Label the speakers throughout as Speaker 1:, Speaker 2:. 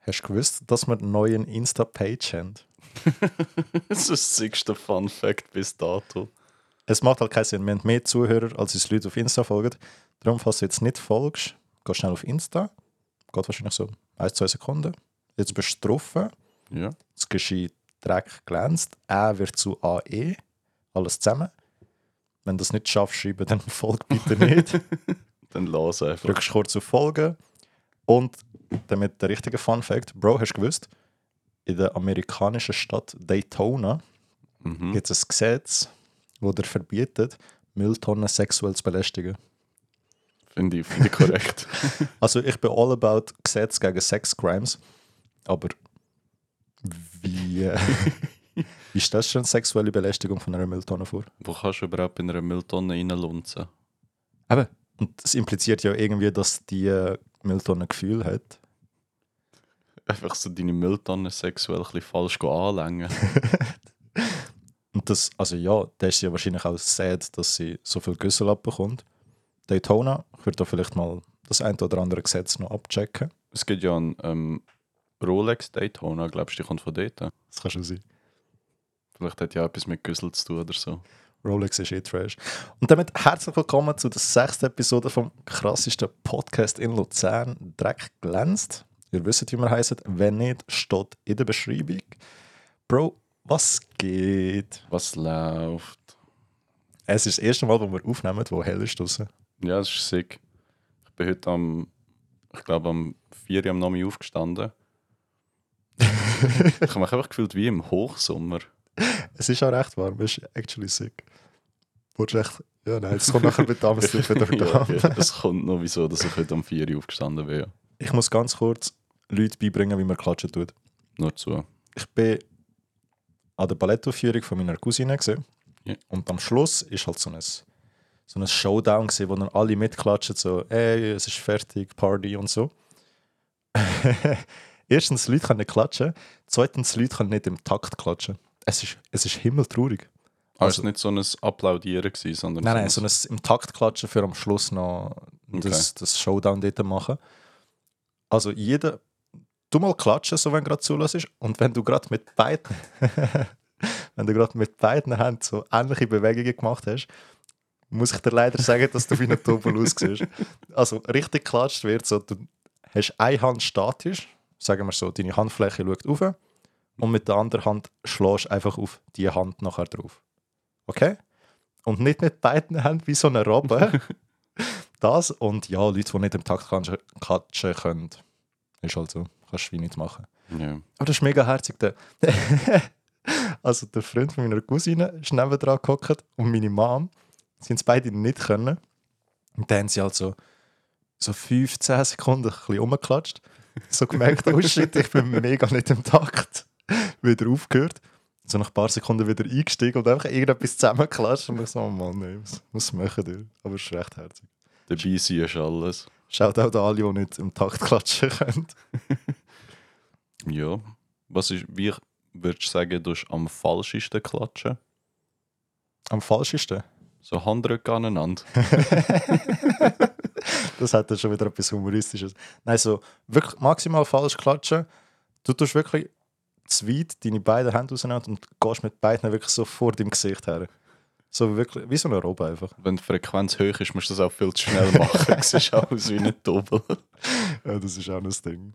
Speaker 1: Hast du gewusst, dass wir einen neuen Insta-Page haben?
Speaker 2: das ist das siegste Fun Fact bis dato.
Speaker 1: Es macht halt keinen Sinn. Wir haben mehr Zuhörer, als uns Leute auf Insta folgen. Darum, falls du jetzt nicht folgst, geh schnell auf Insta. Geht wahrscheinlich so 1, 2 Sekunden. Jetzt bist du getroffen.
Speaker 2: Ja.
Speaker 1: Das Geschehen Dreck glänzt. Ä wird zu AE. Alles zusammen. Wenn du das nicht schaffst, schreiben, dann folg bitte nicht.
Speaker 2: Dann lass einfach.
Speaker 1: drückst kurz auf Folgen. Und damit der richtige Fun Fact, Bro, hast du gewusst, in der amerikanischen Stadt Daytona
Speaker 2: Mhm.
Speaker 1: gibt es ein Gesetz, das dir verbietet, Mülltonnen sexuell zu belästigen.
Speaker 2: Finde ich, find ich korrekt.
Speaker 1: Also ich bin all about Gesetz gegen Sex Crimes, aber wie, äh, wie stellst du eine sexuelle Belästigung von einer Mülltonne vor?
Speaker 2: Wo kannst du überhaupt in einer Mülltonne reinlunzen?
Speaker 1: Eben. Und das impliziert ja irgendwie, dass die äh, Mülltonne ein Gefühl hat.
Speaker 2: Einfach so deine Mülltonne sexuell ein bisschen falsch go anlängen.
Speaker 1: Und das, also ja, da ist sie ja wahrscheinlich auch sad, dass sie so viel Güssel abbekommt. Daytona, ich würde da vielleicht mal das ein oder andere Gesetz noch abchecken.
Speaker 2: Es gibt ja einen ähm, Rolex Daytona, glaubst du, die kommt von dort?
Speaker 1: Das kann schon sein.
Speaker 2: Vielleicht hat ja etwas mit Güssel zu tun oder so.
Speaker 1: Rolex ist eh trash. Und damit herzlich willkommen zu der sechsten Episode vom krassesten Podcast in Luzern, Dreck glänzt. Ihr wisst, wie wir heißen. Wenn nicht, steht in der Beschreibung. Bro, was geht?
Speaker 2: Was läuft?
Speaker 1: Es ist das erste Mal, wo wir aufnehmen, wo hell ist draußen.
Speaker 2: Ja, das ist sick. Ich bin heute am, ich glaube, am 4 Uhr am Nachmittag aufgestanden. ich habe mich einfach gefühlt wie im Hochsommer.
Speaker 1: Es ist auch recht warm, es ist actually sick. Wurdest echt. Ja, nein, es kommt nachher mit Damen wieder
Speaker 2: ja,
Speaker 1: da.
Speaker 2: ja, es kommt noch wieso, dass ich heute am 4 Uhr aufgestanden bin.
Speaker 1: Ich muss ganz kurz Leute beibringen, wie man klatschen tut.
Speaker 2: Nur zu. Ah,
Speaker 1: Ich bin an der Ballettaufführung von meiner Cousine gesehen.
Speaker 2: Ja.
Speaker 1: Und am Schluss ist halt so ein, so ein Showdown, gewesen, wo dann alle mitklatschen, so, ey, es ist fertig, Party und so. Erstens, Leute können nicht klatschen. Zweitens, Leute können nicht im Takt klatschen. Es ist, es ist himmeltraurig.
Speaker 2: Aber
Speaker 1: Also-
Speaker 2: es war nicht so ein Applaudieren, gewesen, sondern
Speaker 1: Nein, nein, so ein im Takt klatschen für am Schluss noch das, das Showdown dort machen. Also jeder, du mal klatschen, so wenn du gerade zulässt und wenn du gerade mit beiden, wenn du gerade mit beiden Händen so ähnliche Bewegungen gemacht hast, muss ich dir leider sagen, dass du wie ein Tobol aussiehst. Also richtig klatscht wird so, du hast eine Hand statisch, sagen wir so, deine Handfläche schaut auf und mit der anderen Hand schlägst du einfach auf die Hand nachher drauf. Okay? und nicht mit beiden Händen wie so eine Robbe. das und ja, Leute, die nicht im Takt klatschen- klatschen können. Ist halt so, kannst du wie nichts machen.
Speaker 2: Ja.
Speaker 1: Aber Ah, das ist mega herzig. Der also der Freund von meiner Cousine ist nebendran gehockt und meine Mom. Sie haben es beide nicht können. Und dann haben sie halt so, so 15 Sekunden ein bisschen rumgeklatscht. So gemerkt, oh shit, ich bin mega nicht im Takt. Wieder aufgehört. So nach ein paar Sekunden wieder eingestiegen und einfach irgendetwas zusammengeklatscht. Und ich so, oh Mann, nee, was, was machen die? Aber es ist recht herzig.
Speaker 2: Dabei sein ist alles.
Speaker 1: Schaut auch an alle, die nicht im Takt klatschen können.
Speaker 2: Ja. Was ist, wie würdest du sagen, du hast am falschesten klatschen?
Speaker 1: Am falschesten.
Speaker 2: So Handrücken aneinander.
Speaker 1: Das hat dann schon wieder etwas Humoristisches. Nein, so wirklich maximal falsch klatschen. Du tust wirklich zu weit deine beiden Hände auseinander und gehst mit beiden wirklich so vor deinem Gesicht her. So wirklich, wie so eine Robbe einfach.
Speaker 2: Wenn die Frequenz hoch ist, musst du das auch viel zu schnell machen. Du siehst aus wie ein Double.
Speaker 1: Ja, das ist auch ein Ding.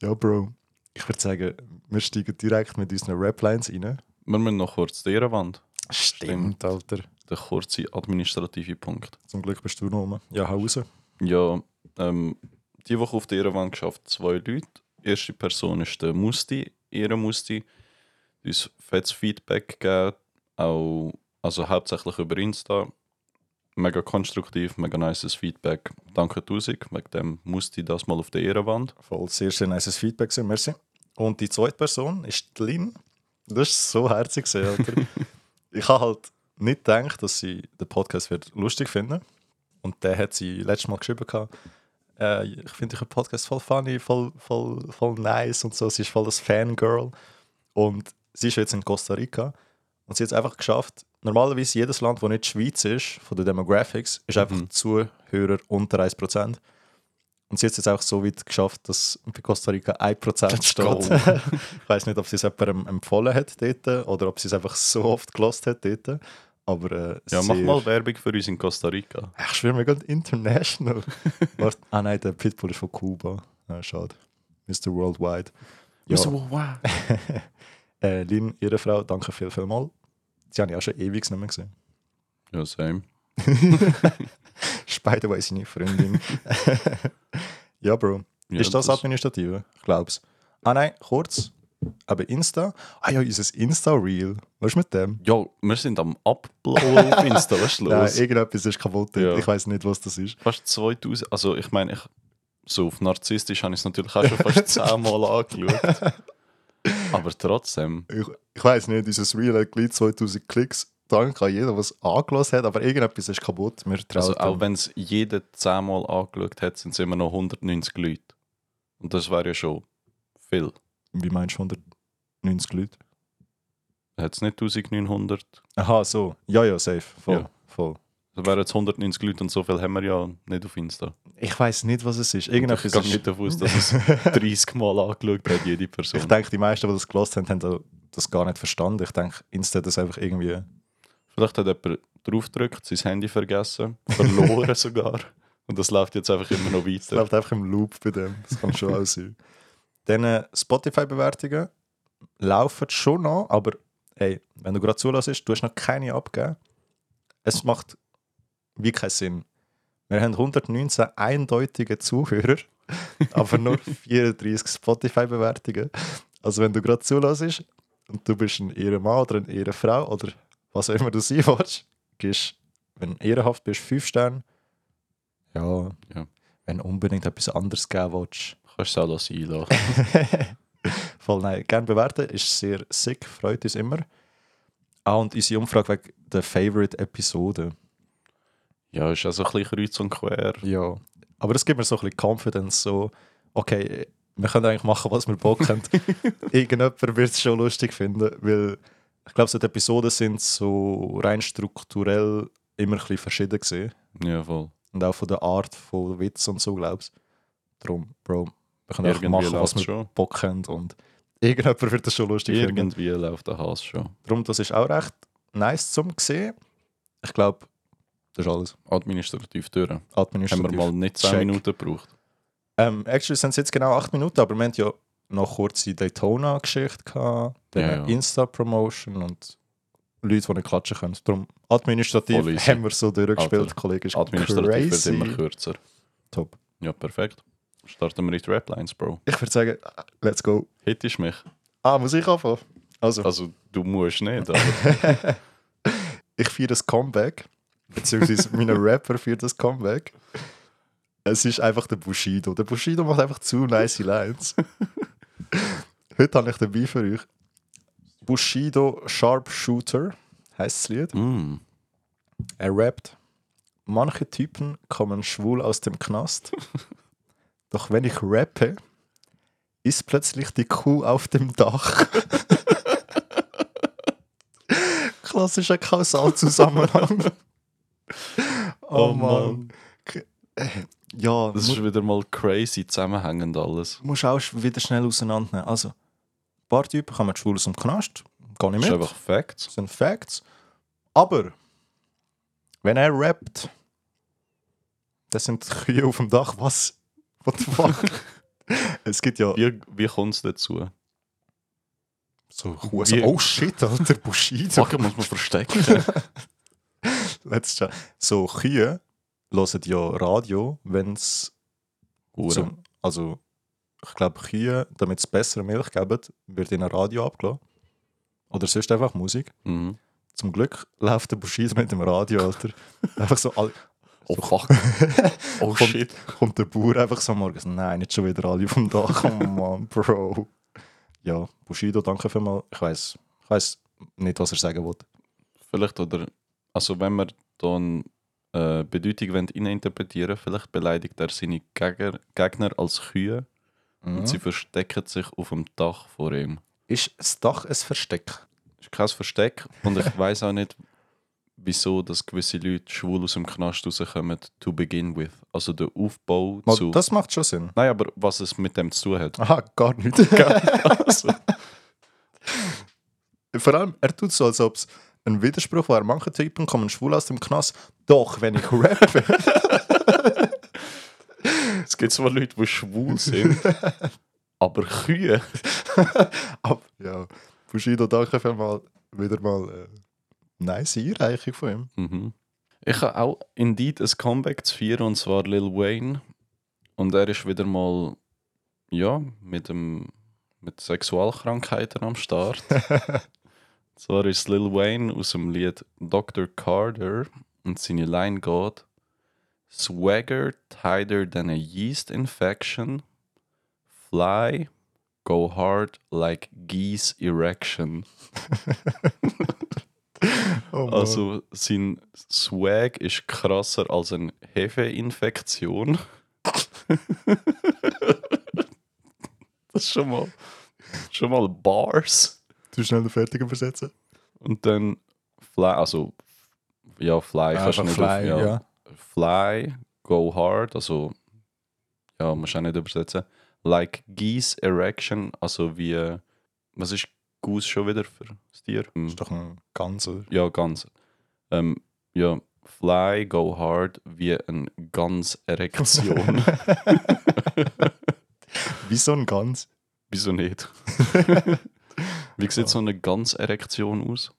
Speaker 1: Ja, Bro. Ich würde sagen, wir steigen direkt mit unseren Raplines rein.
Speaker 2: Wir müssen noch kurz die Ehrenwand. Stimmt.
Speaker 1: Alter.
Speaker 2: Der kurze administrative Punkt.
Speaker 1: Zum Glück bist du noch rum. Ja, hau raus.
Speaker 2: Ja, ähm, die Woche auf der Ehrenwand geschafft, zwei Leute. Die erste Person ist der Musti, Ehrenmusti. Die uns fettes Feedback gegeben, auch, also hauptsächlich über Insta. Mega konstruktiv, mega nices Feedback. Danke tausend, wegen dem Musti das mal auf der Ehrenwand.
Speaker 1: Voll, sehr, sehr nice Feedback, gewesen, merci. Und die zweite Person ist die Lin. Das ist so herzig, gewesen, Alter. ich habe halt nicht gedacht, dass sie den Podcast wird lustig finden Und der hat sie letztes Mal geschrieben. gehabt, Äh, ich finde euren Podcast voll funny, voll, voll, voll nice und so. Sie ist voll das Fangirl. Und sie ist jetzt in Costa Rica. Und sie hat es einfach geschafft. Normalerweise jedes Land, wo nicht die Schweiz ist, von den Demographics, ist einfach Zuhörer unter 1%. Und sie hat es jetzt auch so weit geschafft, dass bei Costa Rica 1%
Speaker 2: Let's go.
Speaker 1: steht. ich weiß nicht, ob sie es jemandem empfohlen hat dort oder ob sie es einfach so oft gelost hat dort. Aber äh,
Speaker 2: Ja, mach
Speaker 1: sehr-
Speaker 2: mal Werbung für uns in Costa Rica.
Speaker 1: Ich schwöre, wir gehen international. Warte, ah nein, der Pitbull ist von Kuba. Ah, schade. Mr. Worldwide. Ja,
Speaker 2: wow.
Speaker 1: äh, Lin, ihre Frau, danke viel, viel mal. Sie haben ja auch schon ewig nicht mehr gesehen.
Speaker 2: Ja, same.
Speaker 1: Spider-Way ist seine Freundin. ja, Bro.
Speaker 2: Ja,
Speaker 1: ist das, Administrative? Ich glaub's. Ah nein, kurz. Aber Insta? Ah ja, unser Insta-Reel. Was ist mit dem?
Speaker 2: Ja, wir sind am Uploaden auf Insta, was ist
Speaker 1: Nein,
Speaker 2: los?
Speaker 1: irgendetwas ist kaputt.
Speaker 2: Ja.
Speaker 1: Ich weiß nicht, was das ist.
Speaker 2: fast 2000, also ich meine, ich, so auf narzisstisch habe ich es natürlich auch schon fast 10 Mal angeschaut. Aber trotzdem,
Speaker 1: Ich, ich weiß nicht, unser Reel hat gleich 2000 Klicks. Danke an jeden, der es angelassen hat. Aber irgendetwas ist kaputt. Wir trauen
Speaker 2: also auch
Speaker 1: dem.
Speaker 2: wenn es jeder 10 Mal angeschaut hat, sind es immer noch 190 Leute. Und das wäre ja schon viel.
Speaker 1: Wie meinst du 190 Leute?
Speaker 2: Hat es nicht 1900?
Speaker 1: Aha, so. Ja, ja, safe. Voll.
Speaker 2: Ja.
Speaker 1: Voll.
Speaker 2: Das wären jetzt 190 Leute und so viel haben wir ja nicht auf Insta.
Speaker 1: Ich weiß nicht, was es ist.
Speaker 2: Ich
Speaker 1: Irgendetwas
Speaker 2: gehe
Speaker 1: ist...
Speaker 2: nicht davon aus, dass es 30 Mal angeschaut hat, jede
Speaker 1: Ich
Speaker 2: Person.
Speaker 1: denke, die meisten, die das gelesen haben, haben das gar nicht verstanden. Ich denke, Insta hat das einfach irgendwie...
Speaker 2: Vielleicht hat jemand draufgedrückt, sein Handy vergessen, verloren sogar. Und das läuft jetzt einfach immer noch
Speaker 1: Es
Speaker 2: weiter.
Speaker 1: läuft einfach im Loop bei dem. Das kann schon auch sein. Dann äh, Spotify-Bewertungen laufen schon noch, aber hey, wenn du gerade zulässt, du hast noch keine abgegeben. Es macht wie keinen Sinn. Wir haben 119 eindeutige Zuhörer, aber nur 34 Spotify-Bewertungen. Also wenn du gerade zulässt und du bist ein Ehrenmann oder eine Ehrenfrau oder was auch immer du sein willst, gibst, wenn du ehrenhaft bist, 5 Sterne. Ja, wenn du unbedingt etwas anderes geben willst.
Speaker 2: Kannst du es auch lassen, einlachen.
Speaker 1: Voll nein, gerne bewerten, ist sehr sick, freut uns immer. Ah, und unsere Umfrage wegen der Favorite Episode.
Speaker 2: Ja, ist also ein bisschen kreuz und quer.
Speaker 1: Ja. Aber das gibt mir so ein bisschen Confidence, so, okay, wir können eigentlich machen, was wir Bock haben. Irgendjemand wird es schon lustig finden, weil ich glaube, so die Episoden sind so rein strukturell immer ein bisschen verschieden gewesen.
Speaker 2: Ja, voll.
Speaker 1: Und auch von der Art von Witz und so, glaubst du. Darum, Bro, wir können
Speaker 2: Irgendwie
Speaker 1: einfach machen, was
Speaker 2: läuft
Speaker 1: wir
Speaker 2: schon.
Speaker 1: Bock haben und irgendjemand wird das schon lustig finden.
Speaker 2: Irgendwie läuft der Hass schon.
Speaker 1: Darum, das ist auch recht nice zum sehen. Ich glaube, das ist alles.
Speaker 2: Administrativ durch. Haben
Speaker 1: Administrativ.
Speaker 2: wir mal nicht 10
Speaker 1: Check.
Speaker 2: Minuten gebraucht.
Speaker 1: ähm, actually sind es jetzt genau 8 Minuten, aber wir hatten ja noch kurze Daytona-Geschichte, gehabt, dann
Speaker 2: Ja,
Speaker 1: eine
Speaker 2: ja.
Speaker 1: Insta-Promotion und Leute, die nicht klatschen können. Darum, administrativ
Speaker 2: Voll easy.
Speaker 1: haben wir so durchgespielt,
Speaker 2: Alter,
Speaker 1: Kollege. Ist
Speaker 2: Administrativ wird
Speaker 1: crazy.
Speaker 2: immer kürzer.
Speaker 1: Top.
Speaker 2: Ja, perfekt. Starten wir in die Raplines, Bro.
Speaker 1: Ich würde sagen, let's go.
Speaker 2: Hittest mich.
Speaker 1: Ah, muss ich anfangen? Also,
Speaker 2: Also, du musst nicht, aber
Speaker 1: ich feiere das Comeback, beziehungsweise mein Rapper feiert das Comeback. Es ist einfach der Bushido. Der Bushido macht einfach zu nice Lines. Heute habe ich dabei für euch Bushido Sharpshooter, heißt das Lied.
Speaker 2: mm,
Speaker 1: Er rappt: Manche Typen kommen schwul aus dem Knast, doch wenn ich rappe, ist plötzlich die Kuh auf dem Dach. Klassischer Kausalzusammenhang. oh,
Speaker 2: Oh
Speaker 1: Mann. Ja,
Speaker 2: das
Speaker 1: mu
Speaker 2: ist wieder mal crazy zusammenhängend alles.
Speaker 1: musst auch sch- wieder schnell auseinandernehmen. Also, ein paar Typen kommen schwul aus dem Knast, gar nicht
Speaker 2: Das
Speaker 1: mit.
Speaker 2: ist einfach Facts.
Speaker 1: Das sind Facts. Aber wenn er rappt, das sind Kühe auf dem Dach. Was? What the fuck? es gibt ja
Speaker 2: Wie, wie kommt es dazu?
Speaker 1: so
Speaker 2: wie-
Speaker 1: Kuh. Oh shit, Alter, Bushido.
Speaker 2: Fuck, muss man verstecken.
Speaker 1: Let's check. So Kühe hören ja Radio, wenn es
Speaker 2: Hure.
Speaker 1: zum. Also, ich glaube, Kühe, damit es bessere Milch geben, wird in ein Radio abgelassen. Oder sonst einfach Musik.
Speaker 2: Mhm.
Speaker 1: Zum Glück läuft der Bushido nicht im Radio, Alter. einfach so. all-
Speaker 2: Oh fuck. Oh
Speaker 1: Kommt-
Speaker 2: shit.
Speaker 1: kommt der Bauer einfach so morgens, nein, nicht schon wieder alle vom Dach, oh Mann, Bro. Ja, Bushido, danke vielmals. Ich weiß ich weiss nicht, was er sagen wollte.
Speaker 2: vielleicht oder also wenn wir dann äh, Bedeutung wollen interpretieren, vielleicht beleidigt er seine Gegner, Gegner als Kühe
Speaker 1: Mhm.
Speaker 2: und sie verstecken sich auf dem Dach vor ihm.
Speaker 1: Ist das Dach ein Versteck?
Speaker 2: Ist kein Versteck und ich weiß auch nicht, wieso dass gewisse Leute schwul aus dem Knast rauskommen, to begin with. Also der Aufbau
Speaker 1: Mal,
Speaker 2: zu.
Speaker 1: Das macht schon Sinn.
Speaker 2: Nein, aber was es mit dem zu tun hat.
Speaker 1: Aha, gar nicht.
Speaker 2: also,
Speaker 1: Vor allem, er tut so, als ob es ein Widerspruch wäre. Manche Typen kommen schwul aus dem Knast. Doch, wenn ich rappe.
Speaker 2: es gibt zwar Leute, die schwul sind, aber Kühe.
Speaker 1: Aber, ja, Bushido, danke vielmals. Wieder mal äh, nice Einreichung von ihm.
Speaker 2: Mhm. Ich habe auch Indeed ein Comeback zu feiern, und zwar Lil Wayne. Und er ist wieder mal, ja, mit, dem, mit Sexualkrankheiten am Start. Und zwar ist Lil Wayne aus dem Lied Dr. Carter und seine Line geht Swagger tighter than a yeast infection. Fly, go hard like geese erection.
Speaker 1: Oh Mann.
Speaker 2: Also sein Swag ist krasser als eine Hefeinfektion. das ist schon mal, schon mal Bars.
Speaker 1: du schnell den Fertigen versetzen.
Speaker 2: Und dann Fly, also ja, Fly kannst du nicht auf- ja. Fly, go hard, also ja, musst du auch nicht übersetzen. Like geese erection, also wie, was ist Goose schon wieder für das Tier? Hm.
Speaker 1: Ist doch ein ganzer.
Speaker 2: Ja, ganz. Ähm, ja, fly, go hard, wie eine Gans-Erektion.
Speaker 1: Wie so ein Gans.
Speaker 2: Wieso nicht? wie sieht so eine Gans-Erektion aus?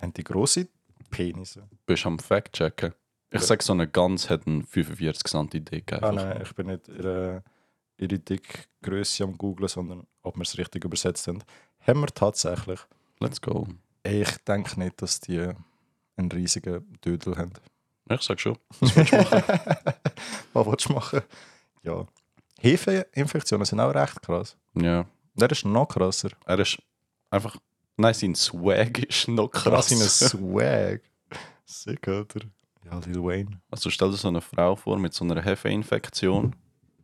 Speaker 1: Haben die grosse Penisse?
Speaker 2: Bist am Fact-Checken? Ich sag, so eine Gans hat einen 45 cm Dick einfach.
Speaker 1: Ah, nein, ich bin nicht ihre, ihre Dickgröße am Googlen, sondern ob wir es richtig übersetzt haben. Haben wir tatsächlich.
Speaker 2: Let's go.
Speaker 1: Ey, Ich denke nicht, dass die einen riesigen Dödel haben.
Speaker 2: Ich sag schon.
Speaker 1: Was willst du machen? Ja. Hefeinfektionen sind auch recht krass.
Speaker 2: Ja.
Speaker 1: Der ist noch krasser.
Speaker 2: Er ist einfach. Nein, sein Swag ist noch
Speaker 1: Krass in
Speaker 2: krass.
Speaker 1: Swag. Sick, Alter. Ja, Lil Wayne.
Speaker 2: Also stell dir so eine Frau vor mit so einer Hefeinfektion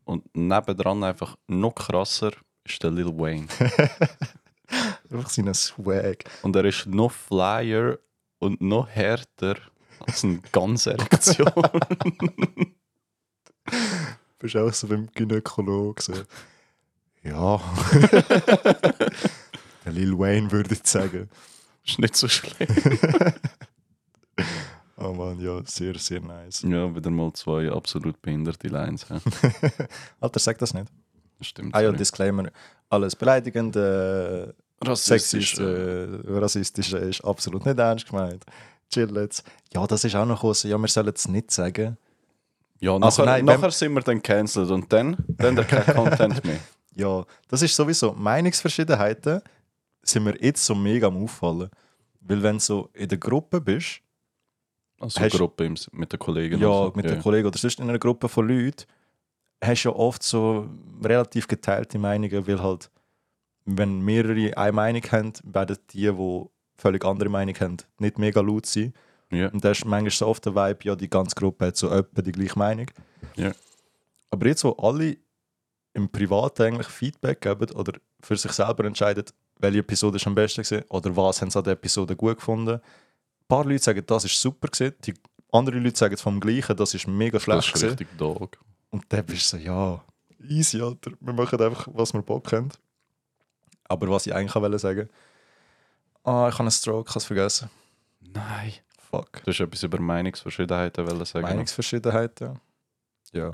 Speaker 2: und nebendran einfach noch krasser ist der Lil Wayne.
Speaker 1: Einfach seinen Swag.
Speaker 2: Und er ist noch flyer und noch härter als eine Ganserektion.
Speaker 1: Du bist auch so beim Gynäkologen. So. Ja. Der Lil Wayne würde ich sagen.
Speaker 2: ist nicht so schlecht.
Speaker 1: Oh Mann, ja, sehr, sehr nice.
Speaker 2: Ja, wieder mal zwei absolut behinderte Lines. hä?
Speaker 1: Alter, sag das nicht.
Speaker 2: Stimmt.
Speaker 1: Ah ja,
Speaker 2: sorry.
Speaker 1: Disclaimer. Alles beleidigend, äh,
Speaker 2: Rassistisch,
Speaker 1: sexistisch, äh, rassistisch äh, ist absolut nicht ernst gemeint. Chill jetzt. Ja, das ist auch noch raus. Ja, wir sollen es nicht sagen.
Speaker 2: Ja,
Speaker 1: Also
Speaker 2: nachher,
Speaker 1: nein, wenn-
Speaker 2: nachher sind wir dann cancelled und dann, dann der kein Content mehr.
Speaker 1: Ja, das ist sowieso. Meinungsverschiedenheiten sind mir jetzt so mega am Auffallen. Weil wenn du so in der Gruppe bist,
Speaker 2: Also
Speaker 1: Hast-
Speaker 2: Gruppe im S- mit den Kollegen. und
Speaker 1: ja,
Speaker 2: Genau so.
Speaker 1: mit den Kollegen oder sonst in einer Gruppe von Leuten, hast du ja oft so relativ geteilte Meinungen, weil halt, wenn mehrere eine Meinung haben, werden die, die völlig andere Meinung haben, nicht mega laut sein.
Speaker 2: Ja.
Speaker 1: Und da ist manchmal so oft der Vibe, ja, die ganze Gruppe hat so etwa die gleiche Meinung.
Speaker 2: Ja.
Speaker 1: Aber jetzt, wo alle im Privaten eigentlich Feedback geben oder für sich selber entscheiden, welche Episode ist am besten gewesen oder was haben sie an der Episode gut gefunden. Ein paar Leute sagen, das ist super gewesen, die andere Leute sagen vom Gleichen, das ist mega
Speaker 2: Das
Speaker 1: schlecht
Speaker 2: ist
Speaker 1: gewesen.
Speaker 2: richtig Dog.
Speaker 1: Und dann bist du so, ja, easy, Alter. Wir machen einfach, was wir Bock haben. Aber was ich eigentlich auch wollte sagen, ah, ich habe einen Stroke, ich habe es vergessen.
Speaker 2: Nein.
Speaker 1: Fuck.
Speaker 2: Du hast etwas über Meinungsverschiedenheiten wollen sagen. ne?
Speaker 1: Meinungsverschiedenheiten. Ja.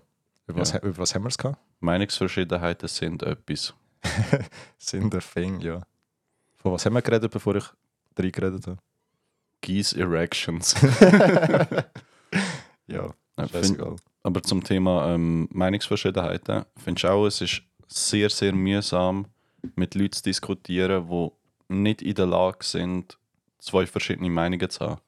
Speaker 1: Über, Was,
Speaker 2: Ja.
Speaker 1: über was haben wir es gehabt?
Speaker 2: Meinungsverschiedenheiten sind etwas.
Speaker 1: Sind der Fing, ja. Von was haben wir geredet, bevor ich drei geredet habe?
Speaker 2: Geese Erections.
Speaker 1: Ja,
Speaker 2: Nein, find-
Speaker 1: scheißegal.
Speaker 2: Aber zum Thema ähm, Meinungsverschiedenheiten, findest du auch, es ist sehr, sehr mühsam, mit Leuten zu diskutieren, die nicht in der Lage sind, zwei verschiedene Meinungen zu haben.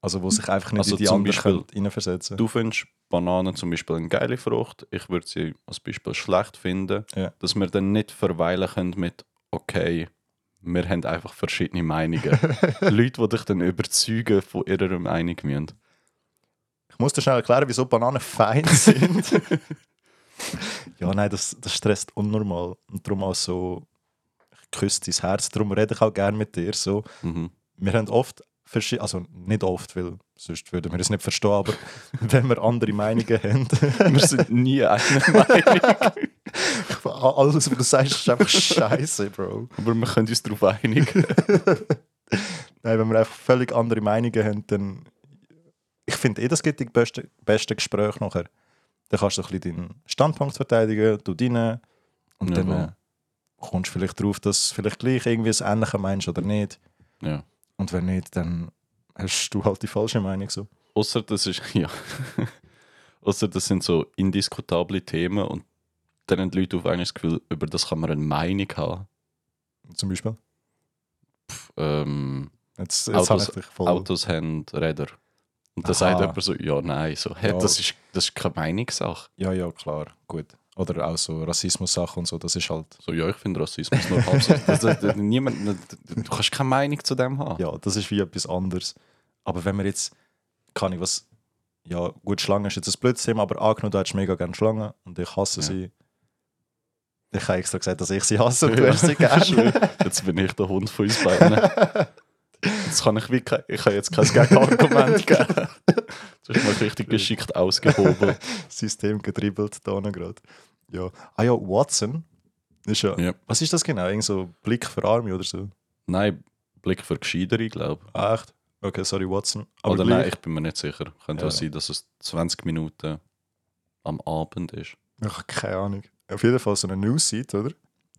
Speaker 1: Also, wo sich einfach nicht
Speaker 2: Also
Speaker 1: in die
Speaker 2: zum
Speaker 1: andere
Speaker 2: Beispiel-
Speaker 1: Welt reinversetzen.
Speaker 2: Du findest Bananen zum Beispiel eine geile Frucht, ich würde sie als Beispiel schlecht finden,
Speaker 1: Ja.
Speaker 2: dass wir dann nicht verweilen können mit, okay, wir haben einfach verschiedene Meinungen. Leute, die dich dann überzeugen von ihrer Meinung müssen.
Speaker 1: Ich muss dir schnell erklären, wieso Bananen fein sind. ja, nein, das, das stresst unnormal. Und darum auch so, ich küsse dein Herz, darum rede ich auch gerne mit dir. So.
Speaker 2: Mhm.
Speaker 1: Wir haben oft verschiedene, also nicht oft, weil sonst würden wir es nicht verstehen, aber wenn wir andere Meinungen haben,
Speaker 2: Wir sind nie einer Meinung.
Speaker 1: alles, was du sagst, ist einfach scheiße, Bro.
Speaker 2: Aber wir können uns darauf einigen.
Speaker 1: Nein, wenn wir einfach völlig andere Meinungen haben, dann. Ich finde eh, das gibt die besten beste Gespräche nachher. Dann kannst du ein bisschen deinen Standpunkt verteidigen, du deinen. Und dann
Speaker 2: Jawohl.
Speaker 1: äh, kommst du vielleicht drauf, dass du vielleicht gleich irgendwie das Ähnliche meinst oder nicht.
Speaker 2: Ja.
Speaker 1: Und wenn nicht, dann hast du halt die falsche Meinung so.
Speaker 2: Außer das ist. Ja. Außer das sind so indiskutable Themen und dann haben die Leute auf einmal das Gefühl, über das kann man eine Meinung haben.
Speaker 1: Zum Beispiel.
Speaker 2: Ähm,
Speaker 1: Jetzt, jetzt habe
Speaker 2: Autos-
Speaker 1: ich dich voll.
Speaker 2: Autos haben Räder. Und dann
Speaker 1: Aha.
Speaker 2: sagt jemand so, ja, nein, so, hä,
Speaker 1: Ja.
Speaker 2: das, ist, das ist keine Meinungssache.
Speaker 1: Ja, ja, klar, gut. Oder auch so Rassismus-Sachen und so, das ist halt.
Speaker 2: So, ja, ich finde Rassismus nur halb so. Das, das, das, niemand, du kannst keine Meinung zu dem haben.
Speaker 1: Ja, das ist wie etwas anderes. Aber wenn wir jetzt, kann ich was. Ja, gut, Schlangen ist jetzt ein blödes Thema, aber angenommen, du hättest mega gerne Schlangen und ich hasse
Speaker 2: Ja.
Speaker 1: sie. Ich habe extra gesagt, dass ich sie hasse und du
Speaker 2: Ja.
Speaker 1: hast sie gerne.
Speaker 2: Jetzt bin ich der Hund von uns beiden. Jetzt kann ich, wie, kein- ich kann jetzt kein Gegenargument geben. Du hast mal richtig geschickt ausgehoben.
Speaker 1: System getribbelt da unten gerade. Ja. Ah ja, Watson. Ist ja,
Speaker 2: Ja.
Speaker 1: Was ist das genau? Irgend so Blick für Arme oder so?
Speaker 2: Nein, Blick für Gescheitere, glaube ich.
Speaker 1: Ah, echt? Okay, sorry, Watson. Aber
Speaker 2: Oder
Speaker 1: gleich-
Speaker 2: nein, ich bin mir nicht sicher. Könnte
Speaker 1: Ja.
Speaker 2: auch sein, dass es 20 Minuten am Abend ist.
Speaker 1: Ich habe keine Ahnung. Auf jeden Fall so eine News-Seite, oder?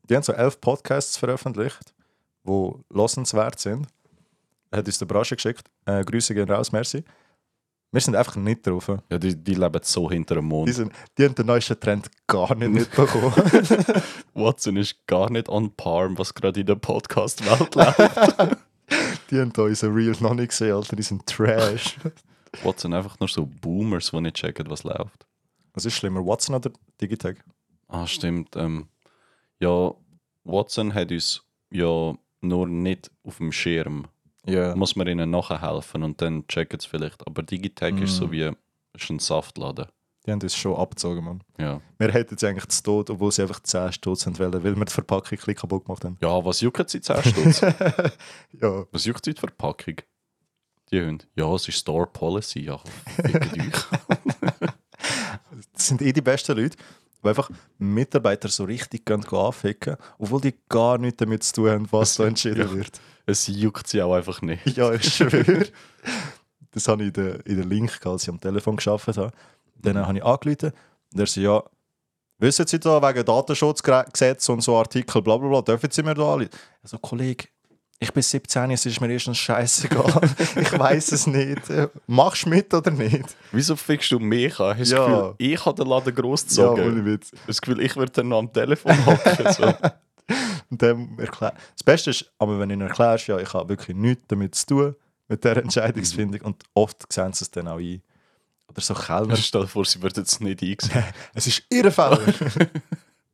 Speaker 1: Die haben so elf Podcasts veröffentlicht, die losenswert sind. Hat uns der Brasche geschickt. Äh, Grüße gehen raus, merci. Wir sind einfach nicht drauf.
Speaker 2: Ja, die, die leben so hinter dem
Speaker 1: Die,
Speaker 2: Mond.
Speaker 1: sind, die haben den neuesten Trend gar nicht mitbekommen.
Speaker 2: Watson ist gar nicht on par, was gerade in der Podcast-Welt läuft.
Speaker 1: die haben da unseren Real noch nicht gesehen, Alter. Die sind Trash.
Speaker 2: Watson einfach nur so Boomers, die nicht checken, was läuft.
Speaker 1: Was ist schlimmer, Watson oder Digitag?
Speaker 2: Ah, stimmt. Ähm, ja, Watson hat uns ja nur nicht auf dem Schirm.
Speaker 1: Ja.
Speaker 2: Muss man ihnen nachhelfen und dann checken sie vielleicht. Aber Digitech ist so wie ist ein Saftladen.
Speaker 1: Die haben uns schon abgezogen, Mann.
Speaker 2: Ja.
Speaker 1: Wir hätten sie eigentlich zu tot, obwohl sie einfach 10 Stutz haben wollen, weil wir die Verpackung ein bisschen kaputt gemacht haben.
Speaker 2: ja, was juckt sie 10 Stutz?
Speaker 1: Ja.
Speaker 2: was juckt sie die Verpackung? Die Hunde. Ja, es ist Store Policy. Ja, fickt euch.
Speaker 1: das sind eh die besten Leute, die einfach Mitarbeiter so richtig gehen gehen anficken, obwohl die gar nichts damit zu tun haben, was da entschieden
Speaker 2: Ja.
Speaker 1: wird.
Speaker 2: es juckt sie auch einfach nicht.
Speaker 1: Ja, ich schwöre. Das habe ich in der, in der Link, gehabt, als ich am Telefon gearbeitet habe. Dann habe ich angerufen und er so, ja, wissen Sie da wegen Datenschutzgesetz und so Artikel, bla bla bla, dürfen Sie mir da alle? Also, Kollege, ich bin 17, es ist mir erstens scheißegal. ich weiß es nicht. Machst du mit oder nicht?
Speaker 2: Wieso fickst du mich an? Hast du
Speaker 1: Ja.
Speaker 2: das Gefühl, ich habe den Laden
Speaker 1: So,
Speaker 2: großgezogen?
Speaker 1: ja,
Speaker 2: Ja,
Speaker 1: ohne Witz.
Speaker 2: das Gefühl, ich würde dann noch am Telefon hocken. So.
Speaker 1: Und dem erklär- das Beste ist, aber wenn du ihnen erklärst, ja, ich habe wirklich nichts damit zu tun, mit dieser Entscheidungsfindung, und oft sehen sie es dann auch ein. Oder so Kellner.
Speaker 2: Stell dir vor, sie würden es nicht eingesehen.
Speaker 1: es ist ihre Fehler.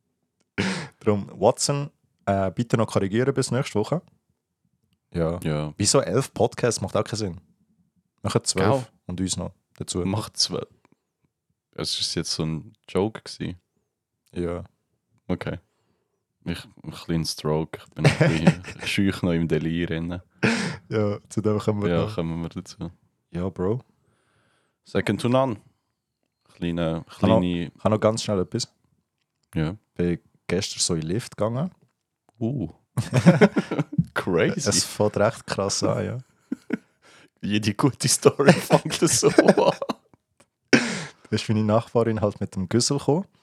Speaker 1: Darum, Watson, äh, bitte noch korrigieren bis nächste Woche. Ja.
Speaker 2: Ja,
Speaker 1: Wieso elf Podcasts? Macht auch keinen Sinn. Machen zwölf
Speaker 2: Genau.
Speaker 1: und uns noch dazu.
Speaker 2: macht es. Es Also, ist jetzt so ein Joke gewesen.
Speaker 1: Ja.
Speaker 2: Okay. Ich, ein kleiner Stroke. Ich bin ein bisschen schüch noch im Delir. drin.
Speaker 1: ja, zu dem kommen wir
Speaker 2: Ja,
Speaker 1: noch.
Speaker 2: kommen wir dazu.
Speaker 1: Ja, Bro.
Speaker 2: Second to none. Kleine, kleine,
Speaker 1: Ich habe noch ganz schnell etwas.
Speaker 2: ja.
Speaker 1: bin gestern so in den Lift gegangen.
Speaker 2: Uh.
Speaker 1: Es
Speaker 2: Crazy.
Speaker 1: fängt recht krass an, ja.
Speaker 2: Jede gute Story fängt so an.
Speaker 1: Da ist meine Nachbarin halt mit dem Güssel gekommen,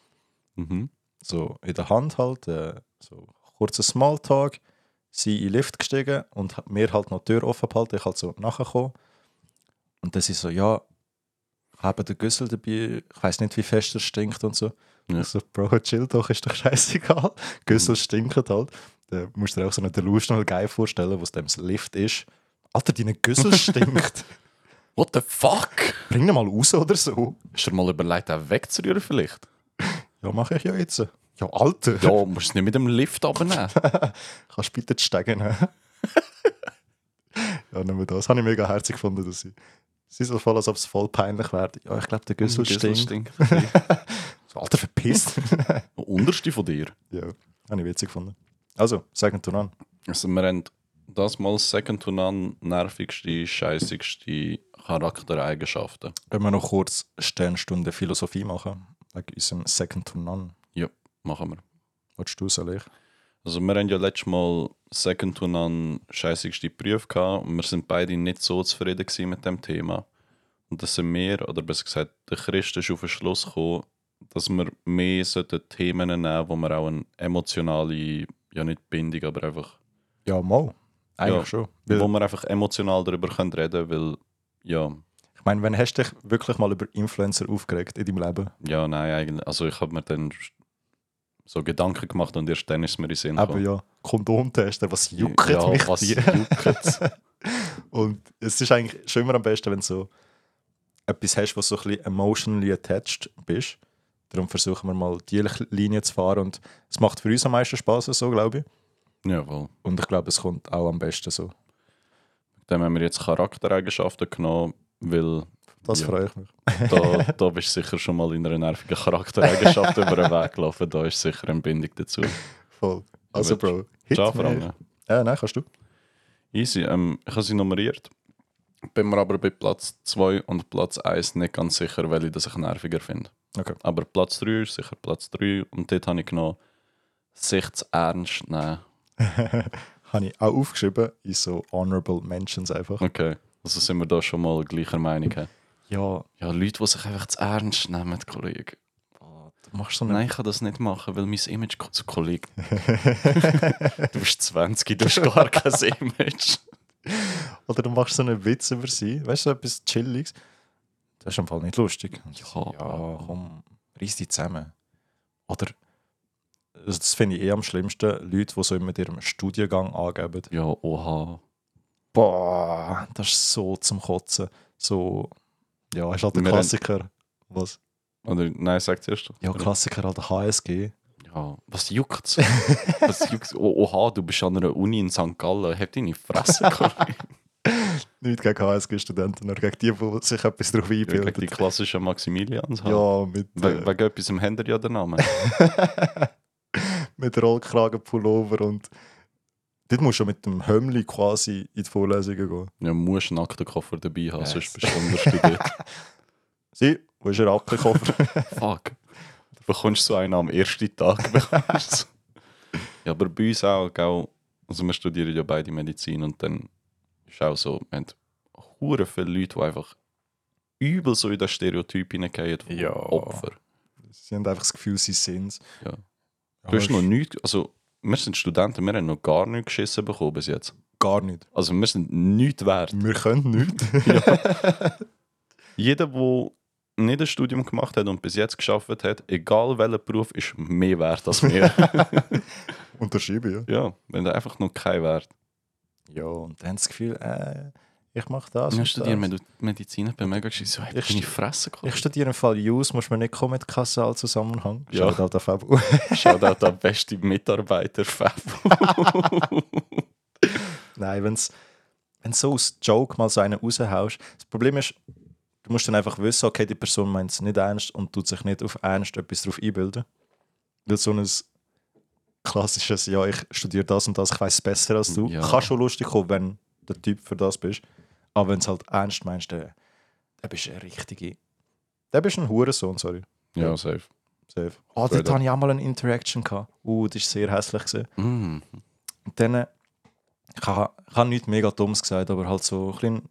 Speaker 2: Mhm.
Speaker 1: so in der Hand halt, äh, so kurzer Smalltalk, sie in den Lift gestiegen und hat mir halt noch die Tür offen gehalten, ich halt so nachgekommen. Und dann sie so, ja, haben den Güssel dabei, ich weiß nicht, wie fest er stinkt und so.
Speaker 2: Ja.
Speaker 1: Ich so, Bro, chill doch, ist doch scheißegal. Güssel stinken halt. Da musst du dir auch so einen Delusional Guy vorstellen, wo es dem Lift ist. Alter, deine Güssel stinkt.
Speaker 2: What the fuck?
Speaker 1: Bring ihn mal raus oder so.
Speaker 2: Hast du dir mal überlegt, den wegzurühren vielleicht?
Speaker 1: Ja, mache ich ja jetzt. Ja, Alter.
Speaker 2: Ja, musst du nicht mit dem Lift abnehmen.
Speaker 1: kannst du bitte die Stege nehmen. ja, nicht mehr das. Habe ich mega herzig gefunden, dass sie. Sie so voll, als ob es voll peinlich wäre. Ja, ich glaube, Mhm, der Güssel stinkt. So, Alter, verpisst.
Speaker 2: Der Unterste von dir.
Speaker 1: ja, habe ich witzig gefunden. Also, sagen wir an.
Speaker 2: Also wir haben das mal second to none nervigste, scheißigste Charaktereigenschaften.
Speaker 1: Können wir noch kurz Sternstunde Philosophie machen? Wegen unserem Second to None.
Speaker 2: Machen wir.
Speaker 1: Willst du, soll ich?
Speaker 2: Also wir haben ja letztes Mal second to none scheissigste Prüfe gehabt und wir sind beide nicht so zufrieden gewesen mit dem Thema. Und dass sind wir, oder besser gesagt, der Christ ist auf den Schluss gekommen, dass wir mehr sollten Themen nehmen, wo wir auch eine emotionale, ja nicht Bindung, aber einfach,
Speaker 1: Ja, mal. Eigentlich
Speaker 2: Ja.
Speaker 1: schon. Weil,
Speaker 2: wo wir einfach emotional darüber können reden weil ja,
Speaker 1: ich meine, wenn hast du dich wirklich mal über Influencer aufgeregt in deinem Leben?
Speaker 2: ja, nein, eigentlich, also ich habe mir dann so Gedanken gemacht und erst dann ist es mir in den Sinn
Speaker 1: Aber ja, Kondomtester, was juckt
Speaker 2: ja,
Speaker 1: mich
Speaker 2: was
Speaker 1: die?
Speaker 2: juckt's?
Speaker 1: Und es ist eigentlich schon immer am besten, wenn du so etwas hast, was so ein bisschen emotionally attached bist. Darum versuchen wir mal, die Linie zu fahren. Und es macht für uns am meisten Spaß, so glaube ich.
Speaker 2: Jawohl.
Speaker 1: Und ich glaube, es kommt auch am besten so.
Speaker 2: Dann haben wir jetzt Charaktereigenschaften genommen, weil
Speaker 1: Das
Speaker 2: Ja.
Speaker 1: freue ich mich.
Speaker 2: da, da bist du sicher schon mal in einer nervigen Charaktereigenschaft über den Weg gelaufen. Da ist sicher eine Bindung dazu.
Speaker 1: Voll. Also,
Speaker 2: willst-
Speaker 1: Bro, hit
Speaker 2: Ciao,
Speaker 1: me.
Speaker 2: Frank.
Speaker 1: Ja, nein, kannst du.
Speaker 2: Easy. Ähm, ich habe sie nummeriert. Bin mir aber bei Platz 2 und Platz 1 nicht ganz sicher, welche das ich nerviger finde.
Speaker 1: Okay.
Speaker 2: Aber Platz 3 ist sicher Platz 3 und dort habe ich genommen, sich zu ernst nehmen.
Speaker 1: Habe ich auch aufgeschrieben, in so Honorable Mentions einfach.
Speaker 2: Okay, also sind wir da schon mal gleicher Meinung. hä?
Speaker 1: Ja,
Speaker 2: Ja, Leute, die sich einfach zu ernst nehmen, Kollege.
Speaker 1: du machst so eine.
Speaker 2: Nein, ich kann das nicht machen, weil mein Image ko- so Kollege. du bist 20, du hast gar kein Image.
Speaker 1: Oder du machst so einen Witz über sie. Weißt du, so etwas Chilliges. Das ist im Fall nicht lustig. Und sie,
Speaker 2: Ja.
Speaker 1: ja komm, reiß dich zusammen. Oder, also das finde ich eh am schlimmsten, Leute, die so mit ihrem Studiengang angeben.
Speaker 2: Ja, oha.
Speaker 1: Boah, das ist so zum Kotzen. So, ja, ist halt der
Speaker 2: Wir haben-
Speaker 1: Klassiker. Was?
Speaker 2: Oder nein, sag zuerst.
Speaker 1: Ja, Klassiker, halt HSG.
Speaker 2: Ja, was juckt's? was juckt's? O- oha, du bist an einer Uni in St. Gallen. Hab deine Fresse, Kollege.
Speaker 1: Nicht gegen HSG-Studenten, nur gegen die, die sich etwas darauf
Speaker 2: Gegen die
Speaker 1: einbilden.
Speaker 2: klassischen Maximilians. halt.
Speaker 1: Ja, mit,
Speaker 2: We
Speaker 1: äh,
Speaker 2: wegen etwas im Händler ja der Name.
Speaker 1: mit Rollkragenpullover und dort musst du mit dem Hömmli quasi in die Vorlesungen gehen.
Speaker 2: ja, musst einen Aktenkoffer dabei haben,
Speaker 1: Yes.
Speaker 2: sonst bist du unterstudiert.
Speaker 1: Sie, wo ist Ihr Aktenkoffer?
Speaker 2: Fuck. Du bekommst so einen am ersten Tag. bekommst du. ja, aber bei uns auch, gell? Also wir studieren ja beide Medizin und dann ist auch so, wir haben hure viele Leute, die einfach übel so in das Stereotyp hineingehen von
Speaker 1: Ja.
Speaker 2: Opfer.
Speaker 1: sie haben einfach das Gefühl, sie sind es.
Speaker 2: Ja. Du hast noch nichts, also wir sind Studenten, wir haben noch gar nichts geschissen bekommen bis jetzt.
Speaker 1: Gar nicht.
Speaker 2: Also wir sind nichts wert.
Speaker 1: Wir können nichts.
Speaker 2: Jeder, der nicht ein Studium gemacht hat und bis jetzt geschafft hat, egal welcher Beruf, ist mehr wert als wir.
Speaker 1: Unterschreiben, ja.
Speaker 2: ja, wenn du einfach noch keinen Wert
Speaker 1: Ja, und dann das Gefühl, äh, ich mache das.
Speaker 2: Ja,
Speaker 1: und
Speaker 2: studieren
Speaker 1: das.
Speaker 2: Med Medizin, ich bin mega geschissen. So,
Speaker 1: Ich
Speaker 2: ich bin
Speaker 1: stu-
Speaker 2: Fresse
Speaker 1: Ich
Speaker 2: gekommen.
Speaker 1: studiere im Fall Use, muss man nicht kommen mit Kassalzusammenhang.
Speaker 2: Ja.
Speaker 1: Schaut halt auf Fabu.
Speaker 2: Schau da der beste Mitarbeiter, Fabo.
Speaker 1: Nein, wenn wenn so aus Joke mal so einen raushaust. Das Problem ist, du musst dann einfach wissen, okay, die Person meint es nicht ernst und tut sich nicht auf ernst etwas drauf einbilden. Weil so ein klassisches, ja, ich studiere das und das, ich weiß besser als du,
Speaker 2: Ja.
Speaker 1: kann schon lustig kommen, wenn der Typ für das bist. Aber wenn es halt ernst meinst, dann, dann bist du ein richtige. Dann bist du ein Hurensohn, sorry.
Speaker 2: Ja, safe.
Speaker 1: Safe. Oh,
Speaker 2: Straight
Speaker 1: dort
Speaker 2: up.
Speaker 1: hatte ich auch mal eine Interaction. gehabt. Uh, das war sehr hässlich. Gewesen.
Speaker 2: Mm.
Speaker 1: Und dann, äh, ich habe ich habe nichts mega Dummes gesagt, aber halt so ein bisschen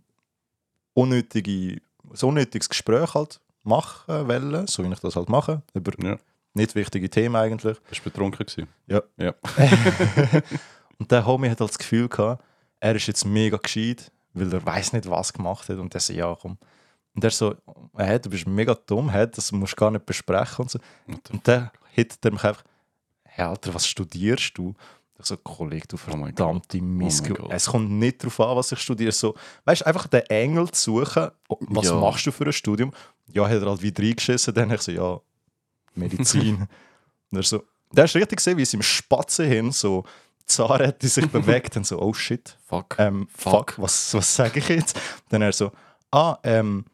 Speaker 1: unnötige, so unnötiges Gespräch halt machen wollen, so wie ich das halt mache, über
Speaker 2: Ja.
Speaker 1: nicht wichtige Themen eigentlich.
Speaker 2: Bist du betrunken gewesen?
Speaker 1: Und der Homie hat halt das Gefühl gehabt, er ist jetzt mega gescheit, weil er weiß nicht, was gemacht hat. Und der so, ja, komm. Und der so, hey, du bist mega dumm, hey, das musst du gar nicht besprechen. Und, so. und dann hittet er mich einfach, hey, Alter, was studierst du? Ich so, Kollege, du
Speaker 2: Oh mein
Speaker 1: verdammte Missgeburt.
Speaker 2: Gott.
Speaker 1: es kommt nicht darauf an, was ich studiere. So, weißt du, einfach den Engel zu suchen, oh, was
Speaker 2: Ja.
Speaker 1: machst du für ein Studium? Ja, hat er halt wieder reingeschissen. Dann ich so, ja, Medizin. Und er so, der hast richtig gesehen, wie es im Spatzen hin so Zahn die sich bewegt und so, oh shit,
Speaker 2: Fuck.
Speaker 1: ähm, fuck,
Speaker 2: Fuck.
Speaker 1: was, was sage ich jetzt? Dann er so, ah, ähm,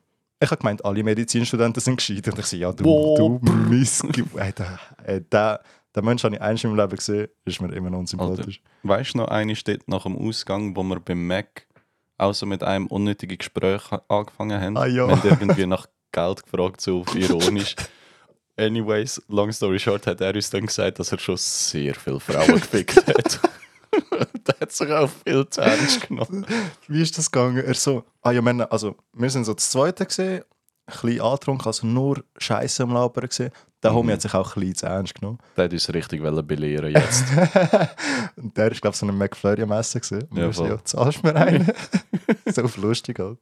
Speaker 1: ich habe gemeint, alle Medizinstudenten sind gescheit. Und ich so, ja, du,
Speaker 2: Boah,
Speaker 1: du Missgeburt. Äh, der, Den Mensch habe ich einst im Leben gesehen, ist mir immer noch
Speaker 2: Alter.
Speaker 1: unsympathisch.
Speaker 2: Weißt du noch, eine steht nach dem Ausgang, wo wir beim Mac außer mit einem unnötigen Gespräch ha- angefangen haben.
Speaker 1: Ah, ja.
Speaker 2: Wir haben irgendwie nach Geld gefragt, so auf ironisch. Anyways, long story short, hat er uns dann gesagt, dass er schon sehr viele Frauen gefickt hat. der hat sich auch viel zu ernst genommen.
Speaker 1: Wie ist das gegangen? Er so, ah ja, Männer, also wir sind so das Zweite gesehen, ein bisschen angetrunken, also nur Scheiße am Labern gesehen. Der
Speaker 2: Mhm.
Speaker 1: Homie hat sich auch ein bisschen zu ernst genommen.
Speaker 2: Der hat uns richtig wollen belehren jetzt.
Speaker 1: Und der ist, glaube ich, so ein McFlurry am Essen gesehen. Und
Speaker 2: Ja,
Speaker 1: wir so,
Speaker 2: voll.
Speaker 1: ja, zahlst du mir einen? so auf lustig halt.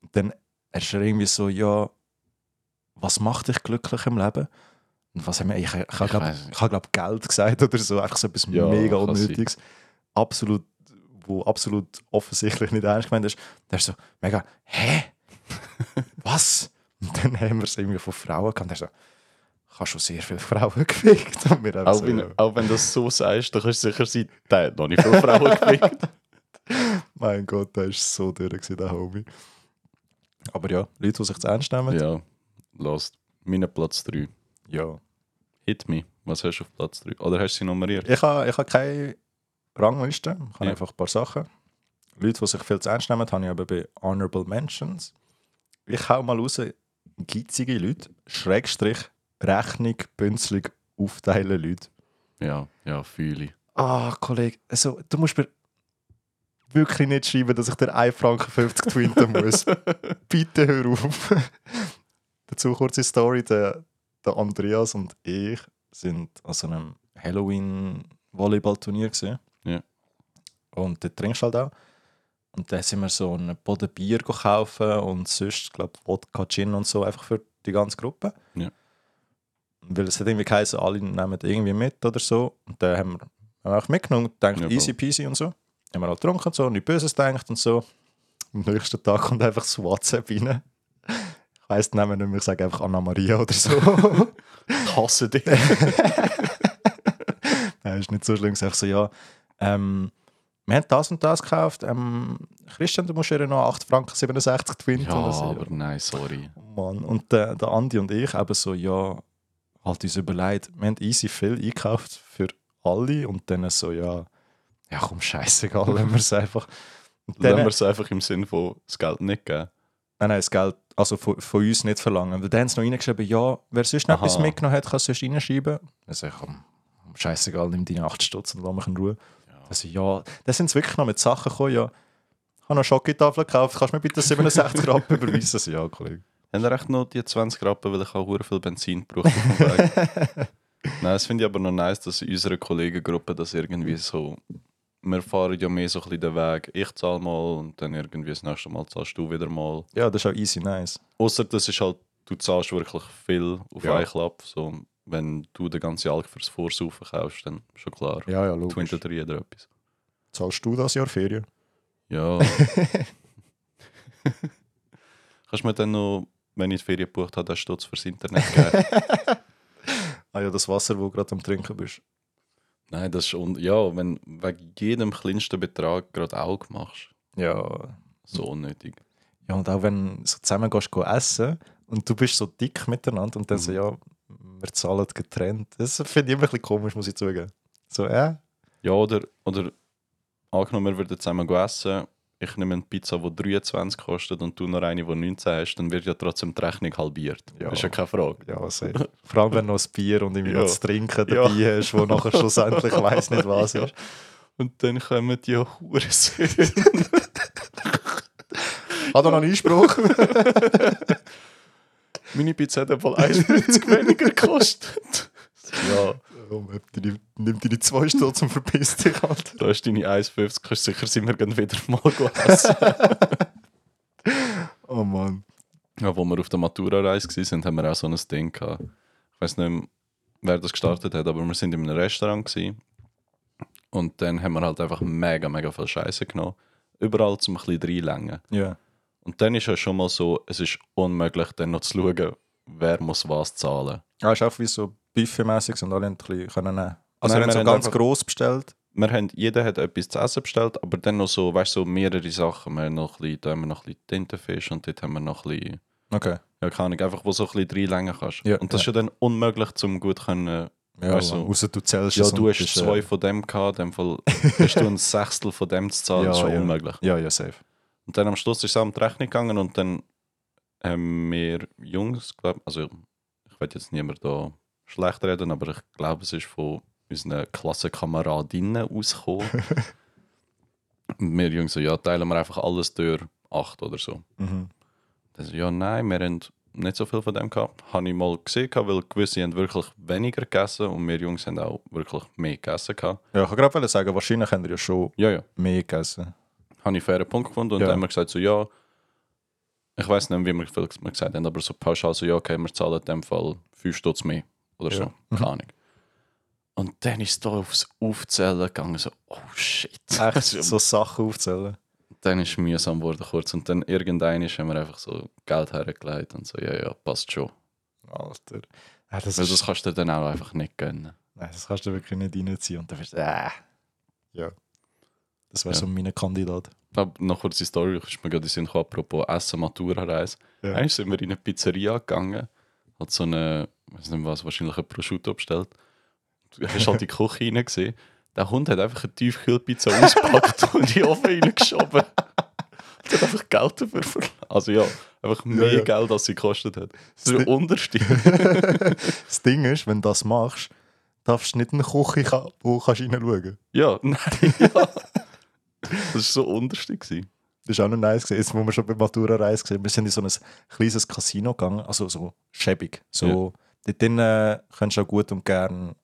Speaker 1: Und dann er ist er irgendwie so, ja, was macht dich glücklich im Leben? Und was haben wir, ich, ich, ich habe,
Speaker 2: Ich
Speaker 1: glaube
Speaker 2: weiss nicht.
Speaker 1: ich, habe, glaub, Geld gesagt oder so, einfach so etwas
Speaker 2: Ja,
Speaker 1: mega
Speaker 2: kann
Speaker 1: Unnötiges. Absolut, wo absolut offensichtlich nicht ernst gemeint ist. Der ist so, mega, hä? was? Und dann haben wir es irgendwie von Frauen gehabt. Und Der ist so, ich habe schon sehr viele Frauen gefickt. Und wir haben
Speaker 2: auch,
Speaker 1: so,
Speaker 2: wenn,
Speaker 1: ja.
Speaker 2: auch wenn du das so sagst, dann kannst du sicher sein, der hat noch nicht viele Frauen gefickt.
Speaker 1: Mein Gott, der ist so durch, gewesen, der Homie. Aber ja, Leute, die sich zu ernst nehmen.
Speaker 2: ja, lost. Mein Platz 3.
Speaker 1: Ja.
Speaker 2: Hit me. Was hast du auf Platz 3? Oder hast du sie nummeriert?
Speaker 1: Ich habe ich ha keine Rangliste, ich habe
Speaker 2: Ja.
Speaker 1: einfach ein paar Sachen. Leute, die sich viel zu ernst nehmen, habe ich eben bei Honorable Mentions. Ich hau mal raus, geizige Leute, Schrägstrich, Rechnung, Bünzlig, aufteilen Leute.
Speaker 2: Ja, ja, fühle ich.
Speaker 1: Ah, Kollege, also, du musst mir wirklich nicht schreiben, dass ich dir 1,50 Franken twinten muss. Bitte hör auf. Dazu kurze Story: der, der Andreas und ich sind an so einem Halloween-Volleyballturnier gesehen.
Speaker 2: Ja.
Speaker 1: Und dort trinkst du halt auch. Und dann sind wir so einen Boden Bier kaufen und sonst, glaube ich, Wodka, Gin und so, einfach für die ganze Gruppe.
Speaker 2: Ja.
Speaker 1: Weil es hat irgendwie geheißen, alle nehmen irgendwie mit oder so. Und dann haben wir, haben wir einfach mitgenommen und gedacht,
Speaker 2: Ja, voll.
Speaker 1: easy peasy und so. Haben wir halt getrunken und so, nichts Böses gedacht und so. Am nächsten Tag kommt einfach das WhatsApp rein. Ich weiss den Namen nicht mehr, ich sage einfach Anna-Maria oder so.
Speaker 2: Ich hasse dich.
Speaker 1: Nein, ist nicht so schlimm. Ich sage so, ja, ähm, wir haben das und das gekauft. Ähm, Christian, du musst ihr noch 8,67 Franken gewinnen.
Speaker 2: ja,
Speaker 1: oder so,
Speaker 2: aber nein, sorry.
Speaker 1: Oh Mann. Und der, der Andi und ich eben so, ja, halt uns überlegt, wir haben easy viel einkauft für alle und dann so, ja, ja komm, scheißegal, wenn wir es einfach... Und
Speaker 2: Lassen
Speaker 1: dann,
Speaker 2: wir es einfach im Sinn von das Geld nicht geben.
Speaker 1: nein, nein, das Geld also von, von uns nicht verlangen. Weil dann haben sie noch reingeschrieben, ja, wer sonst noch
Speaker 2: Aha.
Speaker 1: etwas mitgenommen hat, kann es sonst reinschreiben. Also ich komm, scheißegal, nimm deine 8 Stutz und lass mich in Ruhe. Also ja, da sind sie wirklich noch mit Sachen gekommen, ja. Ich habe noch eine Schokitafel gekauft, kannst du mir bitte 67 Rappen überweisen? Also, ja, Kollege.
Speaker 2: Haben wir echt noch die 20 Rappen, weil ich auch hure viel Benzin brauche auf dem Weg. Nein, das finde ich aber noch nice, dass in unserer Kollegengruppe das irgendwie so. Wir fahren ja mehr so ein bisschen den Weg. Ich zahle mal und dann irgendwie das nächste Mal zahlst du wieder mal.
Speaker 1: Ja, das ist auch easy nice.
Speaker 2: Außer das ist halt, du zahlst wirklich viel auf
Speaker 1: Ja.
Speaker 2: einen Klapp. So, wenn du den ganzen Alk fürs Vorsaufen kaufst, dann schon klar.
Speaker 1: Ja, ja,
Speaker 2: Twintet dir jeder etwas.
Speaker 1: Zahlst du das Jahr Ferien?
Speaker 2: Ja. Kannst du mir dann noch, wenn ich die Ferien gebucht habe, den Stutz fürs Internet geben?
Speaker 1: Ah ja, das Wasser, wo du gerade am Trinken bist.
Speaker 2: Nein, das ist un ja, wenn wegen jedem kleinsten Betrag gerade Auge machst,
Speaker 1: Ja.
Speaker 2: so unnötig.
Speaker 1: Ja, und auch wenn so zusammen gehst, go essen und du bist so dick miteinander und dann so, ja, wir zahlen getrennt. Das finde ich immer ein bisschen komisch, muss ich zugeben. So, äh?
Speaker 2: Ja, oder, oder angenommen, wir würden zusammen go essen, ich nehme eine Pizza, die 23 kostet und du noch eine, die 19 hast, dann wird ja trotzdem die Rechnung halbiert.
Speaker 1: Ja.
Speaker 2: Ist ja keine Frage.
Speaker 1: Ja, sehr. Vor allem, wenn noch ein Bier und irgendwie
Speaker 2: Ja.
Speaker 1: noch zu trinken
Speaker 2: Ja.
Speaker 1: dabei hast, wo nachher schlussendlich weiss nicht was
Speaker 2: Ja.
Speaker 1: ist.
Speaker 2: Und dann kommen die Huren.
Speaker 1: Hat er noch einen Einspruch?
Speaker 2: Meine Pizza hat wohl 1,50 weniger gekostet. ja.
Speaker 1: Oh, Mann, deine- nimm deine zwei Stunden und verpiss dich halt.
Speaker 2: Da ist deine 1,50, kannst sicher sind wir gehen wieder mal essen.
Speaker 1: Oh Mann.
Speaker 2: ja, wo wir auf der Matura-Reise waren, haben wir auch so ein Ding gehabt. Ich weiß nicht, mehr, wer das gestartet hat, aber wir sind in einem Restaurant gewesen. und dann haben wir halt einfach mega, mega viel Scheiße genommen. Überall zum ein bisschen reinlängen.
Speaker 1: Ja.
Speaker 2: Und dann ist ja schon mal so, es ist unmöglich, dann noch zu schauen, wer muss was zahlen.
Speaker 1: Ah, ist auch wie so buffetmäßig und alle haben ein bisschen können nehmen. Also, wir haben
Speaker 2: Nein, wir
Speaker 1: so
Speaker 2: haben
Speaker 1: ganz
Speaker 2: einfach-
Speaker 1: gross bestellt.
Speaker 2: wir haben, jeder hat etwas zu essen bestellt, aber dann noch so, weißt du, so mehrere Sachen. Wir haben noch ein bisschen, da haben wir noch ein bisschen Tintenfisch und dort haben wir noch ein bisschen,
Speaker 1: Okay.
Speaker 2: ja, keine Ahnung, einfach, wo so ein bisschen reinlängen kannst.
Speaker 1: Ja,
Speaker 2: und das ist ja dann unmöglich, zum gut können
Speaker 1: Ja,
Speaker 2: Weißt du,
Speaker 1: also, außer du zählst
Speaker 2: Ja,
Speaker 1: es
Speaker 2: du
Speaker 1: und
Speaker 2: hast
Speaker 1: bist, äh,
Speaker 2: zwei von dem gehabt, in dem Fall hast du ein Sechstel von dem zu zahlen,
Speaker 1: Ja,
Speaker 2: das ist schon
Speaker 1: ja.
Speaker 2: unmöglich.
Speaker 1: Ja, ja, safe.
Speaker 2: Und dann am Schluss ist es am die Rechnung gegangen und dann haben wir Jungs, glaub, also ich will jetzt niemand da schlecht reden, aber ich glaube, es ist von unseren Klassenkameradinnen ausgekommen. und wir Jungs so, ja, teilen wir einfach alles durch acht oder so.
Speaker 1: Mhm.
Speaker 2: Dann so, ja, nein, wir haben nicht so viel von dem gehabt. Habe ich mal gesehen, gehabt, weil gewisse haben wirklich weniger gegessen und wir Jungs haben auch wirklich mehr gegessen gehabt.
Speaker 1: Ja, ich wollte gerade sagen, wahrscheinlich haben wir ja schon
Speaker 2: Ja, ja.
Speaker 1: mehr gegessen.
Speaker 2: habe ich einen fairen Punkt gefunden und
Speaker 1: Ja.
Speaker 2: dann haben wir gesagt, so ja, ich weiß nicht, wie wir viel wir gesagt haben, aber so pauschal so, ja, okay, wir zahlen in dem Fall 5 Stutz mehr oder
Speaker 1: Ja. Mhm.
Speaker 2: so, keine Ahnung. Und dann ist es da aufs Aufzählen gegangen, so, oh shit. Also,
Speaker 1: Echt so Sachen aufzählen.
Speaker 2: Dann ist es mühsam geworden kurz und dann irgendein ist, haben wir einfach so Geld hergelegt und so, ja, ja, passt schon.
Speaker 1: Alter. Ja, das,
Speaker 2: Weil
Speaker 1: ist,
Speaker 2: das kannst du dir dann auch einfach nicht gönnen.
Speaker 1: nein, das kannst du wirklich nicht reinziehen. Und dann wirst du, äh. Ja. Das wäre
Speaker 2: Ja.
Speaker 1: so mein Kandidat.
Speaker 2: Aber noch kurz die Story, ist mir gerade in den Sinn gekommen, apropos Essen, Matura-Reise.
Speaker 1: Ja.
Speaker 2: Eigentlich sind wir in eine Pizzeria gegangen, hat so eine, ich weiß nicht was, wahrscheinlich eine Prosciutto bestellt. Du hast halt die Küche rein gesehen. Der Hund hat einfach eine Tiefkühlpizza ausgepackt und in den Ofen reingeschoben. Der hat einfach Geld dafür verlangt. Also ja, einfach mehr
Speaker 1: ja.
Speaker 2: Geld, als sie gekostet hat. Das ist der unterste.
Speaker 1: Das Ding ist, wenn du das machst, darfst du nicht einen Koch haben, wo kannst reinschauen kannst.
Speaker 2: ja, nein, ja. Das war so unterste. Gewesen.
Speaker 1: Das war auch noch nice. Gewesen. Jetzt, wo wir schon bei Matura-Reise gesehen wir sind in so ein kleines Casino gegangen, also so schäbig. So, Dort drin, äh, könntest du auch gut und gern.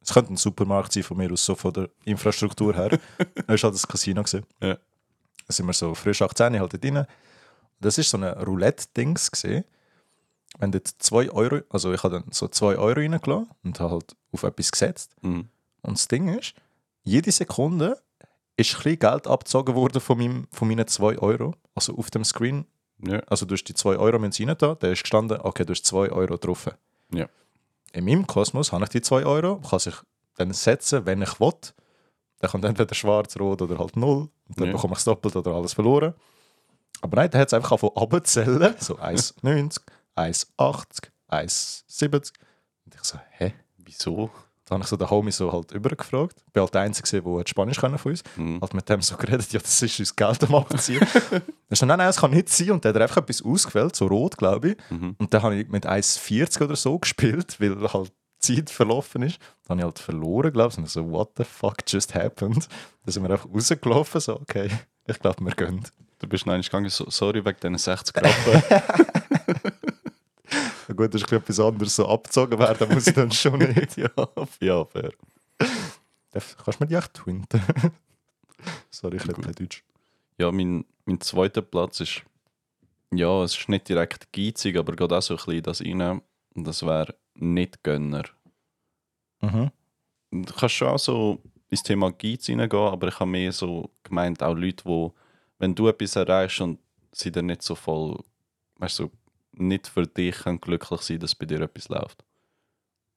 Speaker 1: Es könnte ein Supermarkt sein von mir aus, so von der Infrastruktur her. da war halt das Casino. Gewesen.
Speaker 2: Ja.
Speaker 1: Da sind wir so frisch 18 halt dort drin. Das war so ein Roulette-Dings. gewesen. Wenn dort 2 Euro, also ich habe dann so 2 Euro reingelassen und habe halt auf etwas gesetzt.
Speaker 2: Mhm.
Speaker 1: Und das Ding ist, jede Sekunde ist ein bisschen Geld abgezogen worden von, meinem, von meinen 2 Euro. Also auf dem Screen,
Speaker 2: Ja.
Speaker 1: also du hast die 2 Euro müssen rein da, der ist gestanden, okay, du hast 2 Euro drauf.
Speaker 2: Ja.
Speaker 1: In meinem Kosmos habe ich die 2 Euro, kann sich dann setzen, wenn ich will. Dann kommt entweder schwarz, rot oder halt null. Und dann
Speaker 2: Ja.
Speaker 1: bekomme ich es doppelt oder alles verloren. Aber nein, der hat es einfach von abzählen. So 1,90, 1,80, 1,70. Und ich so, hä?
Speaker 2: Wieso?
Speaker 1: Da habe ich so den Homie so halt übergefragt. Ich war halt der Einzige, der hat Spanisch können von uns
Speaker 2: Mhm.
Speaker 1: Hat mit dem so geredet, ja, das ist uns Geld am Abziehen. Dann ist er, nein, nein, das kann nicht sein. Und der hat einfach etwas ausgewählt, so rot, glaube ich.
Speaker 2: Mhm.
Speaker 1: Und dann habe ich mit 1,40 oder so gespielt, weil halt die Zeit verlaufen ist. Dann habe ich halt verloren, glaube ich. Und ich so, what the fuck just happened? Dann sind wir einfach rausgelaufen, so, okay, ich glaube, wir gehen.
Speaker 2: Du bist noch einmal gegangen, so, sorry wegen diesen 60 Rappen.
Speaker 1: Ja, gut, das ist ein bisschen etwas anderes, so abgezogen werden muss ich dann schon nicht.
Speaker 2: ja, ja, fair.
Speaker 1: Darf- Kannst du mir die echt twinten? Sorry, ich rede kein Deutsch.
Speaker 2: Ja, mein, mein zweiter Platz ist. Ja, es ist nicht direkt geizig, aber geht auch so ein bisschen in das rein. Und das wäre nicht Gönner.
Speaker 1: Mhm.
Speaker 2: Du kannst schon auch so ins Thema Geiz reingehen, aber ich habe mehr so gemeint, auch Leute, die, wenn du etwas erreichst und sie dann nicht so voll, weißt du, nicht für dich können glücklich sein, dass bei dir etwas läuft.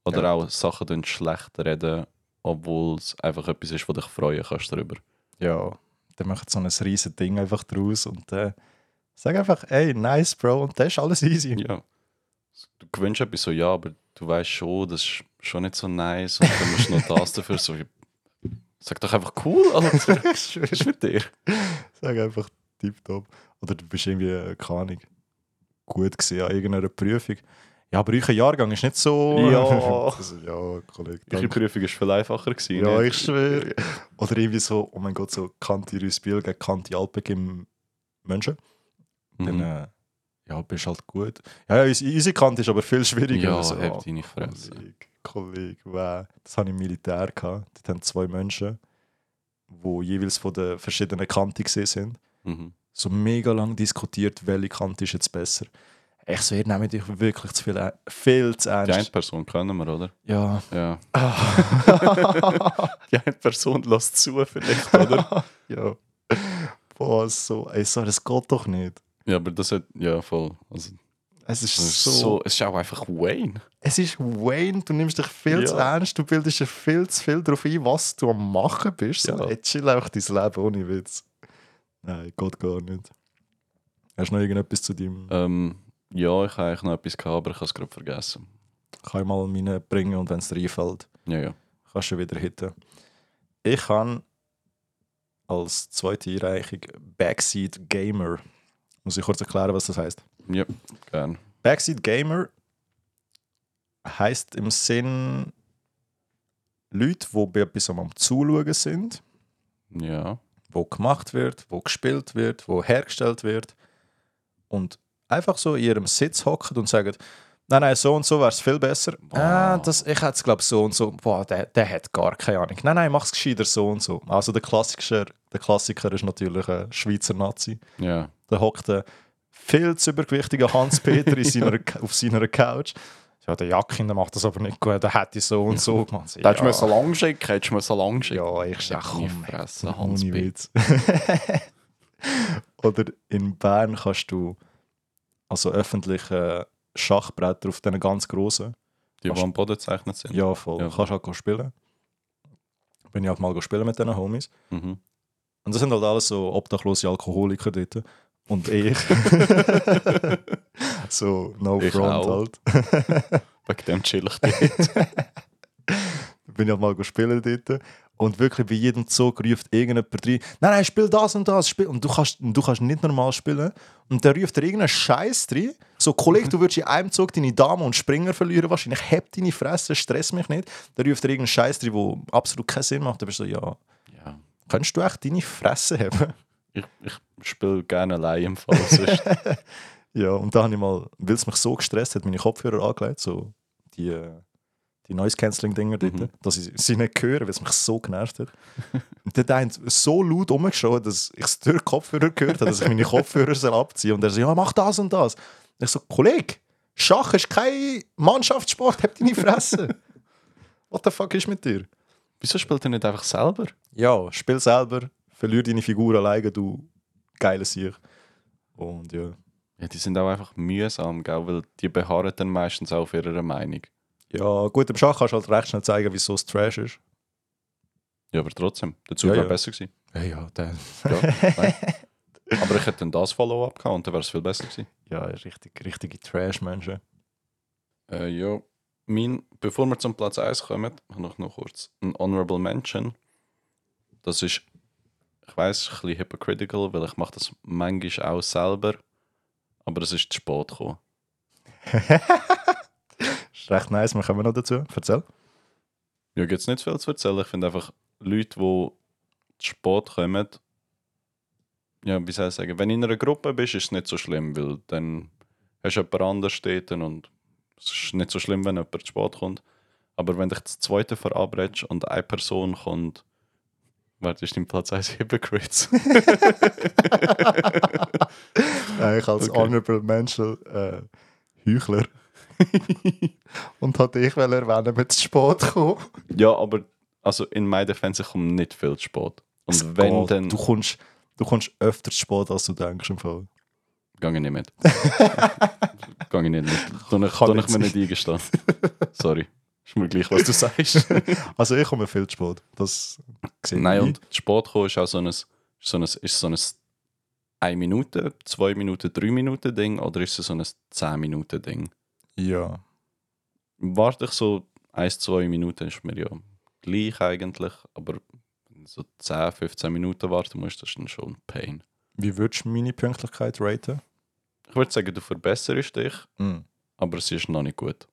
Speaker 2: Oder
Speaker 1: Ja.
Speaker 2: auch Sachen dann schlecht reden, obwohl es einfach etwas ist, wo dich freuen kannst darüber.
Speaker 1: ja, der macht so ein riesen Ding einfach draus und äh, sag einfach, ey, nice, Bro, und das ist alles easy.
Speaker 2: Ja. Du gewünscht etwas so, ja, aber du weißt schon, das ist schon nicht so nice und dann musst du noch das dafür. So, sag doch einfach cool, Alter.
Speaker 1: Ich schwöre,
Speaker 2: Was ist mit dir?
Speaker 1: sag einfach tipptopp. Oder du bist irgendwie, äh, keine Ahnung, gut gesehen an irgendeiner Prüfung. Ja, aber euer Jahrgang ist nicht so.
Speaker 2: Ja.
Speaker 1: Das ist- ja, Kollege.
Speaker 2: Ihre
Speaker 1: danke.
Speaker 2: Prüfung war viel einfacher. Gewesen,
Speaker 1: Ja,
Speaker 2: nicht?
Speaker 1: ich schwöre. Oder irgendwie so, oh mein Gott, so Kanti Rüsbiel gegen Kanti Alpeg im Menschen. Dann,
Speaker 2: Mhm.
Speaker 1: äh, ja, bist halt gut. Ja, ja, uns- unsere Kante ist aber viel schwieriger.
Speaker 2: Ja,
Speaker 1: Also,
Speaker 2: heb
Speaker 1: ah,
Speaker 2: halt deine Fresse.
Speaker 1: Kollege, Kollege, wow. Das habe ich im Militär gehabt. Dort haben zwei Menschen, die jeweils von den verschiedenen Kanten gesehen sind,
Speaker 2: Mhm.
Speaker 1: so mega lang diskutiert, welche Kante ist jetzt besser. Ich so, ihr nehmt euch wirklich zu viel, ein- viel zu
Speaker 2: Die eine
Speaker 1: ernst.
Speaker 2: Person kennen wir, oder?
Speaker 1: Ja.
Speaker 2: Ja.
Speaker 1: Ah.
Speaker 2: Die eine Person lässt zu, vielleicht, oder?
Speaker 1: ja. Boah, so, ey, so, das geht doch nicht.
Speaker 2: ja, aber das hat. Ja, voll. Also,
Speaker 1: Es ist,
Speaker 2: das ist
Speaker 1: so,
Speaker 2: so, es ist auch einfach Wayne.
Speaker 1: Es ist Wayne, du nimmst dich viel
Speaker 2: Ja.
Speaker 1: zu ernst, du bildest dir viel zu viel darauf ein, was du am machen bist. So,
Speaker 2: Ja.
Speaker 1: ey, chill einfach dein Leben ohne Witz. Nein, geht gar nicht. Hast du noch irgendetwas zu deinem.
Speaker 2: Ähm, ja, ich habe eigentlich noch etwas gehabt, aber ich habe es gerade vergessen.
Speaker 1: Kann ich mal meine bringen und wenn es reinfällt,
Speaker 2: Ja, ja.
Speaker 1: kannst du wieder hitten. Ich habe als zweite Einreichung Backseat Gamer. Muss ich kurz erklären, was das heißt.
Speaker 2: Ja, gern.
Speaker 1: Backseat Gamer heißt im Sinn Leute, die bei etwas am Zuschauen sind,
Speaker 2: Ja.
Speaker 1: wo gemacht wird, wo gespielt wird, wo hergestellt wird und einfach so in ihrem Sitz hocken und sagen, nein, nein, so und so wäre es viel besser. Ah, das, ich hätte es glaube so und so. Boah, der, der hat gar keine Ahnung. Nein, nein, mach's gescheiter so und so. Also der Klassiker, der Klassiker ist natürlich ein Schweizer Nazi.
Speaker 2: Ja.
Speaker 1: Da hockt der viel zu übergewichtige Hans-Peter in seiner, auf seiner Couch. Ja, der Jakin, der macht das aber nicht gut, der hätte so und so gemacht.
Speaker 2: Da hättest du
Speaker 1: ja,
Speaker 2: mir so lang schicken, hättest du mir so lang schicken.
Speaker 1: ja, ich
Speaker 2: Ja,
Speaker 1: sag
Speaker 2: komm, fressen, Hans
Speaker 1: ohne
Speaker 2: B.
Speaker 1: Witz. Oder in Bern kannst du also öffentliche Schachbretter auf diesen ganz grossen
Speaker 2: Die, die am Boden gezeichnet sind.
Speaker 1: ja, voll.
Speaker 2: Ja.
Speaker 1: Kannst halt go spielen. Bin ich halt mal go spielen mit diesen Homies.
Speaker 2: Mhm.
Speaker 1: Und das sind halt alles so obdachlose Alkoholiker dort. Und ich. so, no
Speaker 2: Ich
Speaker 1: front
Speaker 2: auch.
Speaker 1: halt.
Speaker 2: Wegen dem chill ich dich.
Speaker 1: Bin ich halt mal go spielen dort. Und wirklich bei jedem Zug ruft irgendjemand rein, nein, nein, spiel das und das. Spiel. Und du kannst, und du kannst nicht normal spielen. Und dann ruft er irgendeinen Scheiß rein. So,
Speaker 2: Mhm.
Speaker 1: Kollege, du würdest in einem Zug deine Dame und Springer verlieren wahrscheinlich. Heb deine Fresse, stress mich nicht. Dann ruft er irgendeinen Scheiß rein, der absolut keinen Sinn macht. Dann bist du so, ja...
Speaker 2: ja.
Speaker 1: Könntest du echt deine Fresse haben?
Speaker 2: Ich, ich spiele gerne allein im Fall. Sonst,
Speaker 1: Ja, und da habe ich mal, weil es mich so gestresst hat, meine Kopfhörer angelegt, so die, äh, die Noise-Canceling-Dinger dort,
Speaker 2: Mhm.
Speaker 1: dass ich sie nicht höre, weil es mich so genervt hat. Und dort haben sie so laut rumgeschrien, dass ich es durch die Kopfhörer gehört habe, dass ich meine Kopfhörer soll abziehen Und er so, ja, mach das und das. Und ich so, Kollege, Schach ist kein Mannschaftssport, hab deine Fresse. What the fuck ist mit dir?
Speaker 2: wieso spielt er nicht einfach selber?
Speaker 1: Ja, spiel selber, verlier deine Figur alleine, du geiler Sieg. Und ja.
Speaker 2: Ja, die sind auch einfach mühsam, gell? weil die beharren dann meistens auch auf ihrer Meinung.
Speaker 1: Ja, gut, im Schach kannst du halt recht schnell zeigen, wieso es Trash ist.
Speaker 2: Ja, aber trotzdem, der Zug
Speaker 1: Ja,
Speaker 2: wäre
Speaker 1: ja.
Speaker 2: besser gewesen.
Speaker 1: Ja, ja, dann.
Speaker 2: Ja, nein. aber ich hätte dann das Follow-up gehabt und dann wäre es viel besser gewesen.
Speaker 1: Ja, richtig, richtige Trash-Menschen.
Speaker 2: Äh, ja, mein, bevor wir zum Platz 1 kommen, habe ich noch kurz ein Honorable Mention. Das ist, ich weiß, ein bisschen hypocritical, weil ich mache das manchmal auch selber, aber es ist zu spät gekommen.
Speaker 1: Ist recht nice, wir kommen noch dazu. Erzähl.
Speaker 2: Ja, gibt es nicht viel zu erzählen. Ich finde einfach, Leute, die zu spät kommen, ja, wie soll ich sagen, wenn du in einer Gruppe bist, ist es nicht so schlimm, weil dann hast du jemand anderes dort und es ist nicht so schlimm, wenn jemand zu spät kommt. Aber wenn dich das zweite verabredest und eine Person kommt, warte, ist dein Platz 1 Hypocrites.
Speaker 1: Äh, Ich als
Speaker 2: Okay.
Speaker 1: Honorable Menschen äh, Heuchler. Und hatte ich will erwähnen, mit zu spät kommen.
Speaker 2: ja, aber also in meiner Defense ich komme nicht viel zu spät. Und wenn, dann
Speaker 1: Du kommst, du kommst öfter zu spät, als du denkst im Fall.
Speaker 2: Gang ich nicht mit. Gang ich nicht mit. Dann ich,
Speaker 1: Kann
Speaker 2: tu ich
Speaker 1: nicht
Speaker 2: mir nicht eingestehen. Sorry. Ist mir gleich, was du sagst.
Speaker 1: Also ich komme viel zu spät. Das sehe
Speaker 2: Nein,
Speaker 1: ich.
Speaker 2: und zu spät kommen ist auch so ein, ist so ein, ist so ein 1 Minute, 2 Minuten, 3 Minuten Ding oder ist es so ein 10 Minuten Ding?
Speaker 1: Ja.
Speaker 2: Warte ich so 1, 2 Minuten, ist mir ja gleich eigentlich, aber wenn du so 10, 15 Minuten warten musst, das ist dann schon ein Pain.
Speaker 1: Wie würdest du meine Pünktlichkeit raten?
Speaker 2: Ich würde sagen, du verbesserst dich,
Speaker 1: Mm.
Speaker 2: aber sie ist noch nicht gut.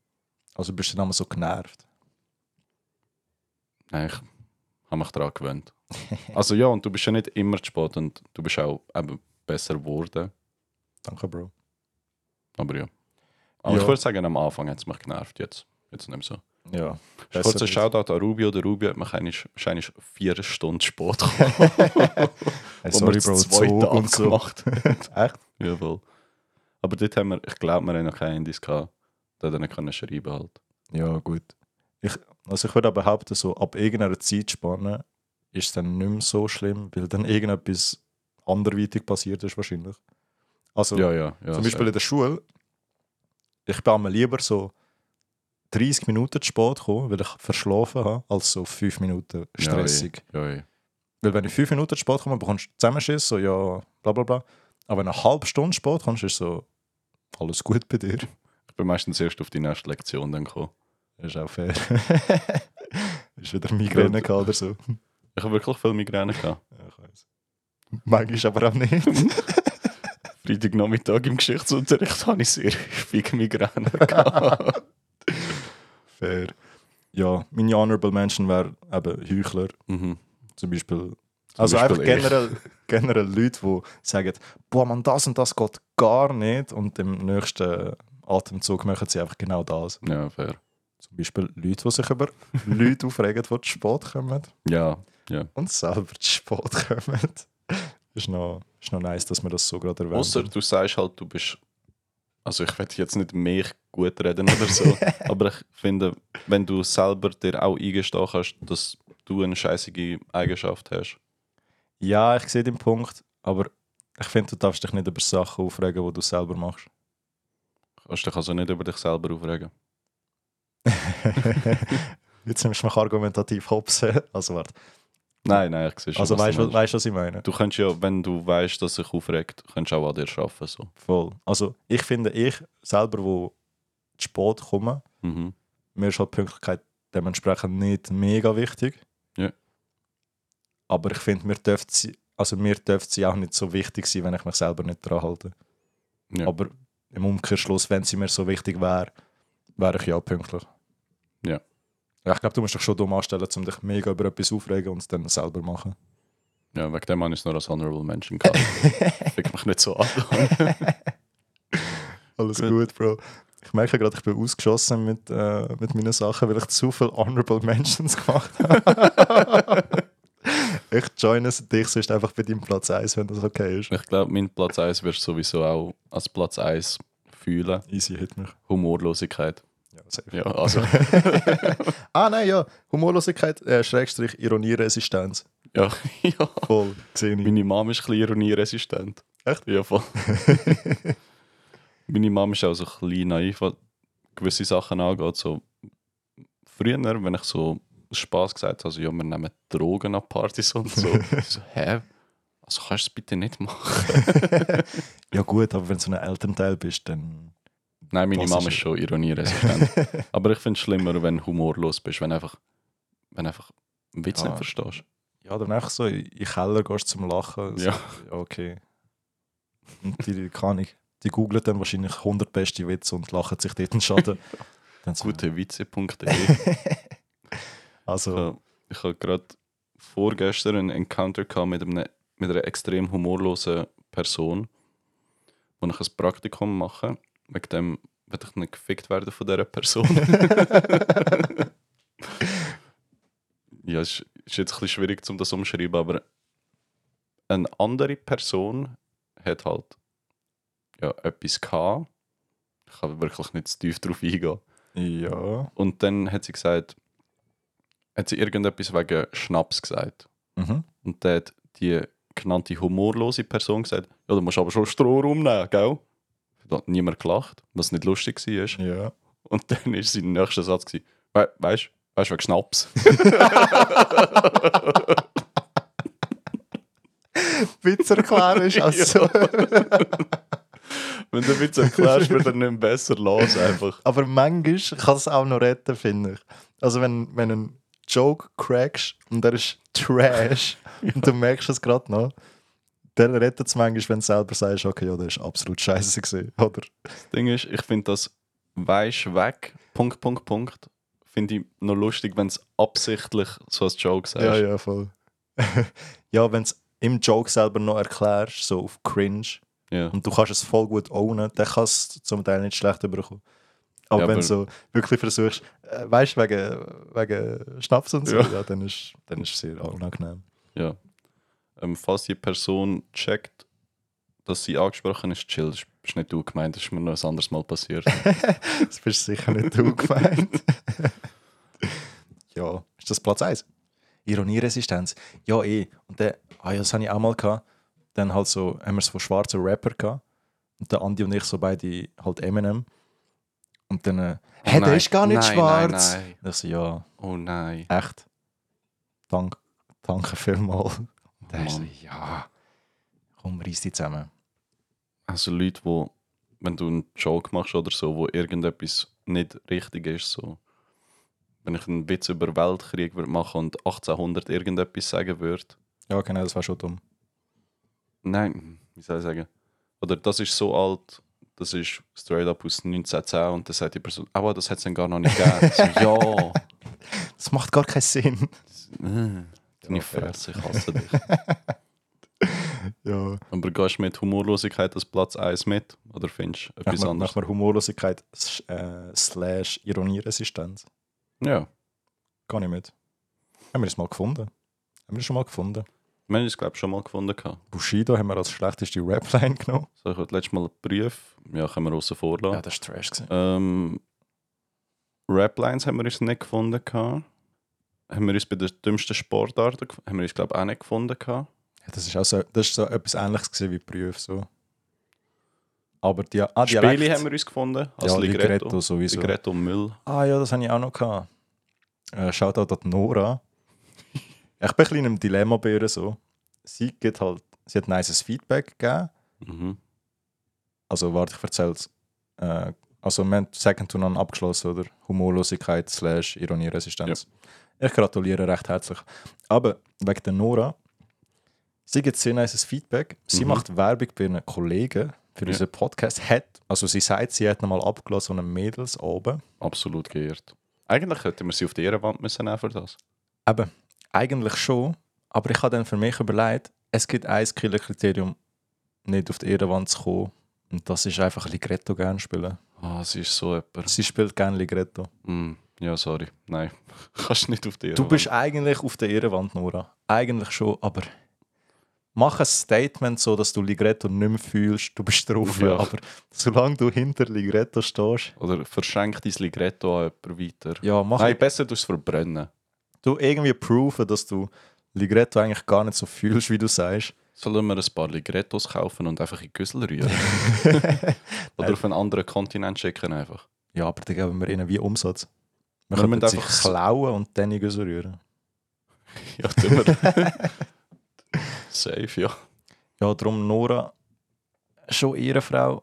Speaker 1: Also bist du dann immer so genervt.
Speaker 2: Nein, ich habe mich daran gewöhnt. Also ja, und du bist ja nicht immer zu spät und du bist auch eben besser geworden.
Speaker 1: Danke, Bro.
Speaker 2: Aber ja. Aber
Speaker 1: Ja.
Speaker 2: ich würde sagen, am Anfang hat es mich genervt, jetzt, jetzt nicht mehr so.
Speaker 1: Ja.
Speaker 2: Kurzer Shoutout an Rubio. Der Rubio hat mich eigentlich- wahrscheinlich vier Stunden spät gekommen.
Speaker 1: Hey,
Speaker 2: wo
Speaker 1: sorry,
Speaker 2: wir
Speaker 1: Bro,
Speaker 2: das zweite
Speaker 1: Zug und so.
Speaker 2: abgemacht
Speaker 1: Echt?
Speaker 2: Jawohl. Aber dort haben wir, ich glaube, wir haben noch kein Indies gehabt. Da dann können schreiben halt.
Speaker 1: Ja, gut. Ich, also ich würde aber behaupten, so ab irgendeiner Zeitspanne ist es dann nicht mehr so schlimm, weil dann irgendetwas anderweitig passiert ist wahrscheinlich. Also
Speaker 2: Ja, ja, ja.
Speaker 1: zum Beispiel
Speaker 2: sehr.
Speaker 1: in der Schule, ich bin einmal lieber so 30 Minuten zu spät gekommen, weil ich verschlafen habe, als so 5 Minuten stressig.
Speaker 2: Ja, ja.
Speaker 1: Weil wenn ich 5 Minuten zu spät komme, bekommst du Zusammenschiss, so ja, bla bla bla. Aber wenn du eine halbe Stunde zu spät kommst, ist so, alles gut bei dir.
Speaker 2: Ich Ich bin meistens erst auf die nächste Lektion dann gekommen.
Speaker 1: Das ist auch fair. ist wieder Migräne gehabt oder so.
Speaker 2: Ich habe wirklich viel Migräne gehabt.
Speaker 1: Ja, ich weiß. Manchmal aber auch nicht.
Speaker 2: Freitagnachmittag im Geschichtsunterricht habe ich sehr häufig Migräne gehabt.
Speaker 1: fair. Ja, meine Honorable Menschen wären eben Heuchler,
Speaker 2: mhm.
Speaker 1: zum Beispiel. also
Speaker 2: Beispiel
Speaker 1: einfach
Speaker 2: ich.
Speaker 1: generell, generell Leute, die sagen, boah, man, das und das geht gar nicht. Und im nächsten Atemzug machen sie einfach genau das.
Speaker 2: Ja, fair.
Speaker 1: Zum Beispiel Leute, die sich über Leute aufregen, die zu spät kommen
Speaker 2: Ja,
Speaker 1: und selber zu spät kommen. Ist noch, ist noch nice, dass wir das so gerade erwähnt
Speaker 2: Außer du sagst halt, du bist. Also ich will jetzt nicht mich gut reden oder so, aber ich finde, wenn du selber dir auch eingestehen kannst, dass du eine scheißige Eigenschaft hast.
Speaker 1: Ja, ich sehe den Punkt, aber ich finde, du darfst dich nicht über Sachen aufregen, die du selber machst.
Speaker 2: Kannst dich also nicht über dich selber aufregen.
Speaker 1: Jetzt nimmst du mich argumentativ hops. Also warte.
Speaker 2: Nein, nein, ich sehe schon.
Speaker 1: Also
Speaker 2: was du
Speaker 1: weißt du,
Speaker 2: meinst.
Speaker 1: weißt, was ich meine?
Speaker 2: Du kannst ja, wenn du weißt, dass sich aufregt, kannst du auch an dir arbeiten. So.
Speaker 1: Voll. Also ich finde, ich selber, wo zu spät komme,
Speaker 2: Mhm.
Speaker 1: mir ist halt die Pünktlichkeit dementsprechend nicht mega wichtig.
Speaker 2: Ja.
Speaker 1: Aber ich finde, mir dürfte sie, also mir dürfte sie auch nicht so wichtig sein, wenn ich mich selber nicht daran halte.
Speaker 2: Ja.
Speaker 1: Aber im Umkehrschluss, wenn sie mir so wichtig wäre, wäre ich ja pünktlich.
Speaker 2: Ja.
Speaker 1: Ja, Ich glaube, du musst dich schon dumm anstellen, um dich mega über etwas aufregen und es dann selber machen.
Speaker 2: Ja, wegen dem habe ich es nur als Honorable Menschen gehabt. Fick mich nicht so an.
Speaker 1: Alles
Speaker 2: Gut.
Speaker 1: gut, Bro. Ich merke gerade, ich bin ausgeschossen mit, äh, mit meinen Sachen, weil ich zu viel Honorable Mentions gemacht habe. ich joine dich sonst einfach bei deinem Platz 1, wenn das okay ist.
Speaker 2: Ich glaube, mein Platz 1 wirst du sowieso auch als Platz 1 fühlen.
Speaker 1: Easy hit mich.
Speaker 2: Humorlosigkeit.
Speaker 1: Ja, safe.
Speaker 2: Ja, also.
Speaker 1: Ah nein, ja. Humorlosigkeit, äh, Schrägstrich, Ironieresistenz.
Speaker 2: Ja, ja.
Speaker 1: Voll, sehe ich.
Speaker 2: Meine Mom ist ein bisschen ironierresistent.
Speaker 1: Echt?
Speaker 2: Ja, voll. Meine Mom ist auch so ein bisschen naiv, was gewisse Sachen angeht. So, früher, wenn ich so aus Spass gesagt habe, also, ja, wir nehmen Drogen an Partys und so. Ich so, hä? Also kannst du es bitte nicht machen?
Speaker 1: Ja gut, aber wenn du so ein Elternteil bist, dann...
Speaker 2: Nein, meine
Speaker 1: Das
Speaker 2: Mom
Speaker 1: ist-
Speaker 2: ist schon ironierresistent. Aber ich finde es schlimmer, wenn du humorlos bist, wenn einfach, wenn einfach einen Witz
Speaker 1: Ja.
Speaker 2: nicht verstehst.
Speaker 1: Ja, dann einfach so in den Keller gehst zum Lachen. So,
Speaker 2: Ja.
Speaker 1: ja, okay. Und die, keine Ahnung, die googeln dann wahrscheinlich 100 beste Witze und lachen sich dort einen Schaden. Dann so,
Speaker 2: Gutewitze.de
Speaker 1: Also,
Speaker 2: Ja, ich habe gerade vorgestern einen Encounter gehabt mit, einem, mit einer extrem humorlosen Person, wo ich ein Praktikum mache. Wegen dem werde ich nicht gefickt werden von dieser Person. ja, es ist, ist jetzt ein bisschen schwierig, um das umschreiben, aber eine andere Person hat halt ja, etwas gehabt. Ich kann wirklich nicht zu tief drauf eingehen.
Speaker 1: ja.
Speaker 2: Und dann hat sie gesagt, hat sie irgendetwas wegen Schnaps gesagt.
Speaker 1: Mhm.
Speaker 2: Und dann hat die genannte humorlose Person gesagt, ja, du musst aber schon Stroh rumnehmen, gell? Da hat niemand gelacht, was nicht lustig war.
Speaker 1: Ja.
Speaker 2: Und dann war sein nächster Satz, gewesen, we weißt du, wegen Schnaps.
Speaker 1: Witz erklären ist also.
Speaker 2: Wenn du Witz erklärst, wird er nicht besser los einfach.
Speaker 1: Aber manchmal kann es auch noch retten, finde ich. Also, wenn, wenn ein Joke crackst und der ist trash und du merkst es gerade noch, dann rettet es manchmal, wenn du selber sagst, okay, ja, der ist absolut scheiße gewesen. Oder
Speaker 2: Das Ding ist, ich finde das weisst weg, Punkt, Punkt, Punkt, finde ich noch lustig, wenn es absichtlich so als Joke sagst.
Speaker 1: Ja, ja, voll. ja, wenn es im Joke selber noch erklärst, so auf cringe,
Speaker 2: Ja.
Speaker 1: und du kannst es voll gut ownen, dann kannst du zum Teil nicht schlecht überkommen. Aber
Speaker 2: Ja,
Speaker 1: wenn
Speaker 2: aber-
Speaker 1: du so wirklich versuchst, äh, weißt du, wegen, wegen Schnaps und so,
Speaker 2: Ja.
Speaker 1: ja. dann ist dann ist es sehr unangenehm.
Speaker 2: Ja. Ähm, falls die Person checkt, dass sie angesprochen ist, chill, das ist nicht du gemeint, das ist mir noch ein anderes Mal passiert.
Speaker 1: Das bist sicher nicht du gemeint. ja, ist das Platz 1? Ironieresistenz. Ja, eh. Und der, ah ja, das hatte ich auch mal. Gehabt. Dann halt so, haben wir es von schwarzen Rapper gehabt. Und der Andi und ich so beide halt Eminem. Und dann, äh, hä, der
Speaker 2: nein.
Speaker 1: ist gar nicht
Speaker 2: Nein,
Speaker 1: schwarz.
Speaker 2: nein, nein.
Speaker 1: Und Ich so, ja,
Speaker 2: oh nein.
Speaker 1: echt. Dank, danke vielmals. Und
Speaker 2: Oh,
Speaker 1: der ist so,
Speaker 2: Mann.
Speaker 1: ja, komm, reiss dich zusammen.
Speaker 2: Also Leute, die wenn du einen Joke machst oder so, wo irgendetwas nicht richtig ist, so. Wenn ich einen Witz über Weltkrieg würde machen und 1800 irgendetwas sagen würde.
Speaker 1: Ja, genau, das war schon dumm.
Speaker 2: Nein, wie soll ich sagen? Oder das ist so alt, das ist straight up aus 1910 und dann sagt die Person, aber das hat es dann gar noch nicht gegeben. so, ja,
Speaker 1: Das macht gar keinen Sinn.
Speaker 2: deine
Speaker 1: Ja, fair.
Speaker 2: Fresse, ich hasse dich.
Speaker 1: Ja,
Speaker 2: Aber gehst du mit Humorlosigkeit als Platz 1 mit? Oder findest du etwas
Speaker 1: nach,
Speaker 2: anderes?
Speaker 1: nach einer Humorlosigkeit s- äh, slash Ironieresistenz.
Speaker 2: Ja.
Speaker 1: Gar nicht mit. Haben wir das mal gefunden? Haben wir das schon mal gefunden?
Speaker 2: Wir haben es, glaube ich, schon mal gefunden. gehabt.
Speaker 1: Bushido haben wir als schlechteste Rapline genommen.
Speaker 2: So, ich habe letztes Mal einen Brief, ja, können wir außen vorlassen.
Speaker 1: das war trash. Gewesen.
Speaker 2: Ähm, Raplines haben wir uns nicht gefunden. Gehabt. Haben wir uns bei den dümmsten Sportarten gef- haben wir uns, glaube ich, auch nicht gefunden. Gehabt.
Speaker 1: Ja, das ist auch so, das ist so etwas ähnliches gewesen wie Prüf. So. Aber die, ah, Dialekt.
Speaker 2: Spiele haben wir uns gefunden. Als
Speaker 1: ja,
Speaker 2: Ligretto.
Speaker 1: Ligretto sowieso.
Speaker 2: Ligretto Müll.
Speaker 1: Ah ja, das habe ich auch noch gehabt. Äh, Shoutout an die Nora. Ich bin ein bisschen in einem Dilemma bei ihr so. Sie, gibt halt, sie hat nices Feedback gegeben.
Speaker 2: Mhm.
Speaker 1: Also warte, ich erzähle es. Äh, also wir haben Second to None abgeschlossen, oder? Humorlosigkeit slash Ironieresistenz. Ich gratuliere recht herzlich. Aber wegen der Nora, sie gibt sehr nices Feedback. Sie
Speaker 2: Mhm.
Speaker 1: macht Werbung bei ihren Kollegen für
Speaker 2: Ja.
Speaker 1: unseren Podcast. Hat, also sie sagt, sie hat nochmal abgelassen an Mädels oben.
Speaker 2: Absolut geirrt. Eigentlich hätten wir sie auf die Ehrenwand müssen nehmen für das.
Speaker 1: Eben, eigentlich schon. Aber ich habe dann für mich überlegt, es gibt ein Killerkriterium, nicht auf die Ehrenwand zu kommen. Und das ist einfach Ligretto gerne spielen.
Speaker 2: Ah, sie ist so jemand.
Speaker 1: Sie spielt gerne Ligretto.
Speaker 2: Mm. Ja, sorry. Nein, kannst nicht auf die
Speaker 1: Du
Speaker 2: Ehrenwand.
Speaker 1: bist eigentlich auf der Ehrenwand, Nora. Eigentlich schon, aber mach ein Statement so, dass du Ligretto nicht mehr fühlst. Du bist drauf, ja.
Speaker 2: Ja.
Speaker 1: aber solange du hinter Ligretto stehst,
Speaker 2: Oder verschenk dein Ligretto an jemanden weiter.
Speaker 1: ja, mach
Speaker 2: Nein, besser du es verbrennen.
Speaker 1: du irgendwie proven, dass du Ligretto eigentlich gar nicht so fühlst, wie du sagst.
Speaker 2: Sollen wir ein paar Ligrettos kaufen und einfach in die Güssel rühren? Oder auf einen anderen Kontinent schicken einfach?
Speaker 1: Ja, aber dann geben wir ihnen wie Umsatz. Wir
Speaker 2: Wir
Speaker 1: können
Speaker 2: müssen
Speaker 1: sich
Speaker 2: einfach so-
Speaker 1: klauen und dann irgendwie so rühren.
Speaker 2: Ja, tun wir. Safe, ja.
Speaker 1: Ja, darum Nora, schon ihre Frau,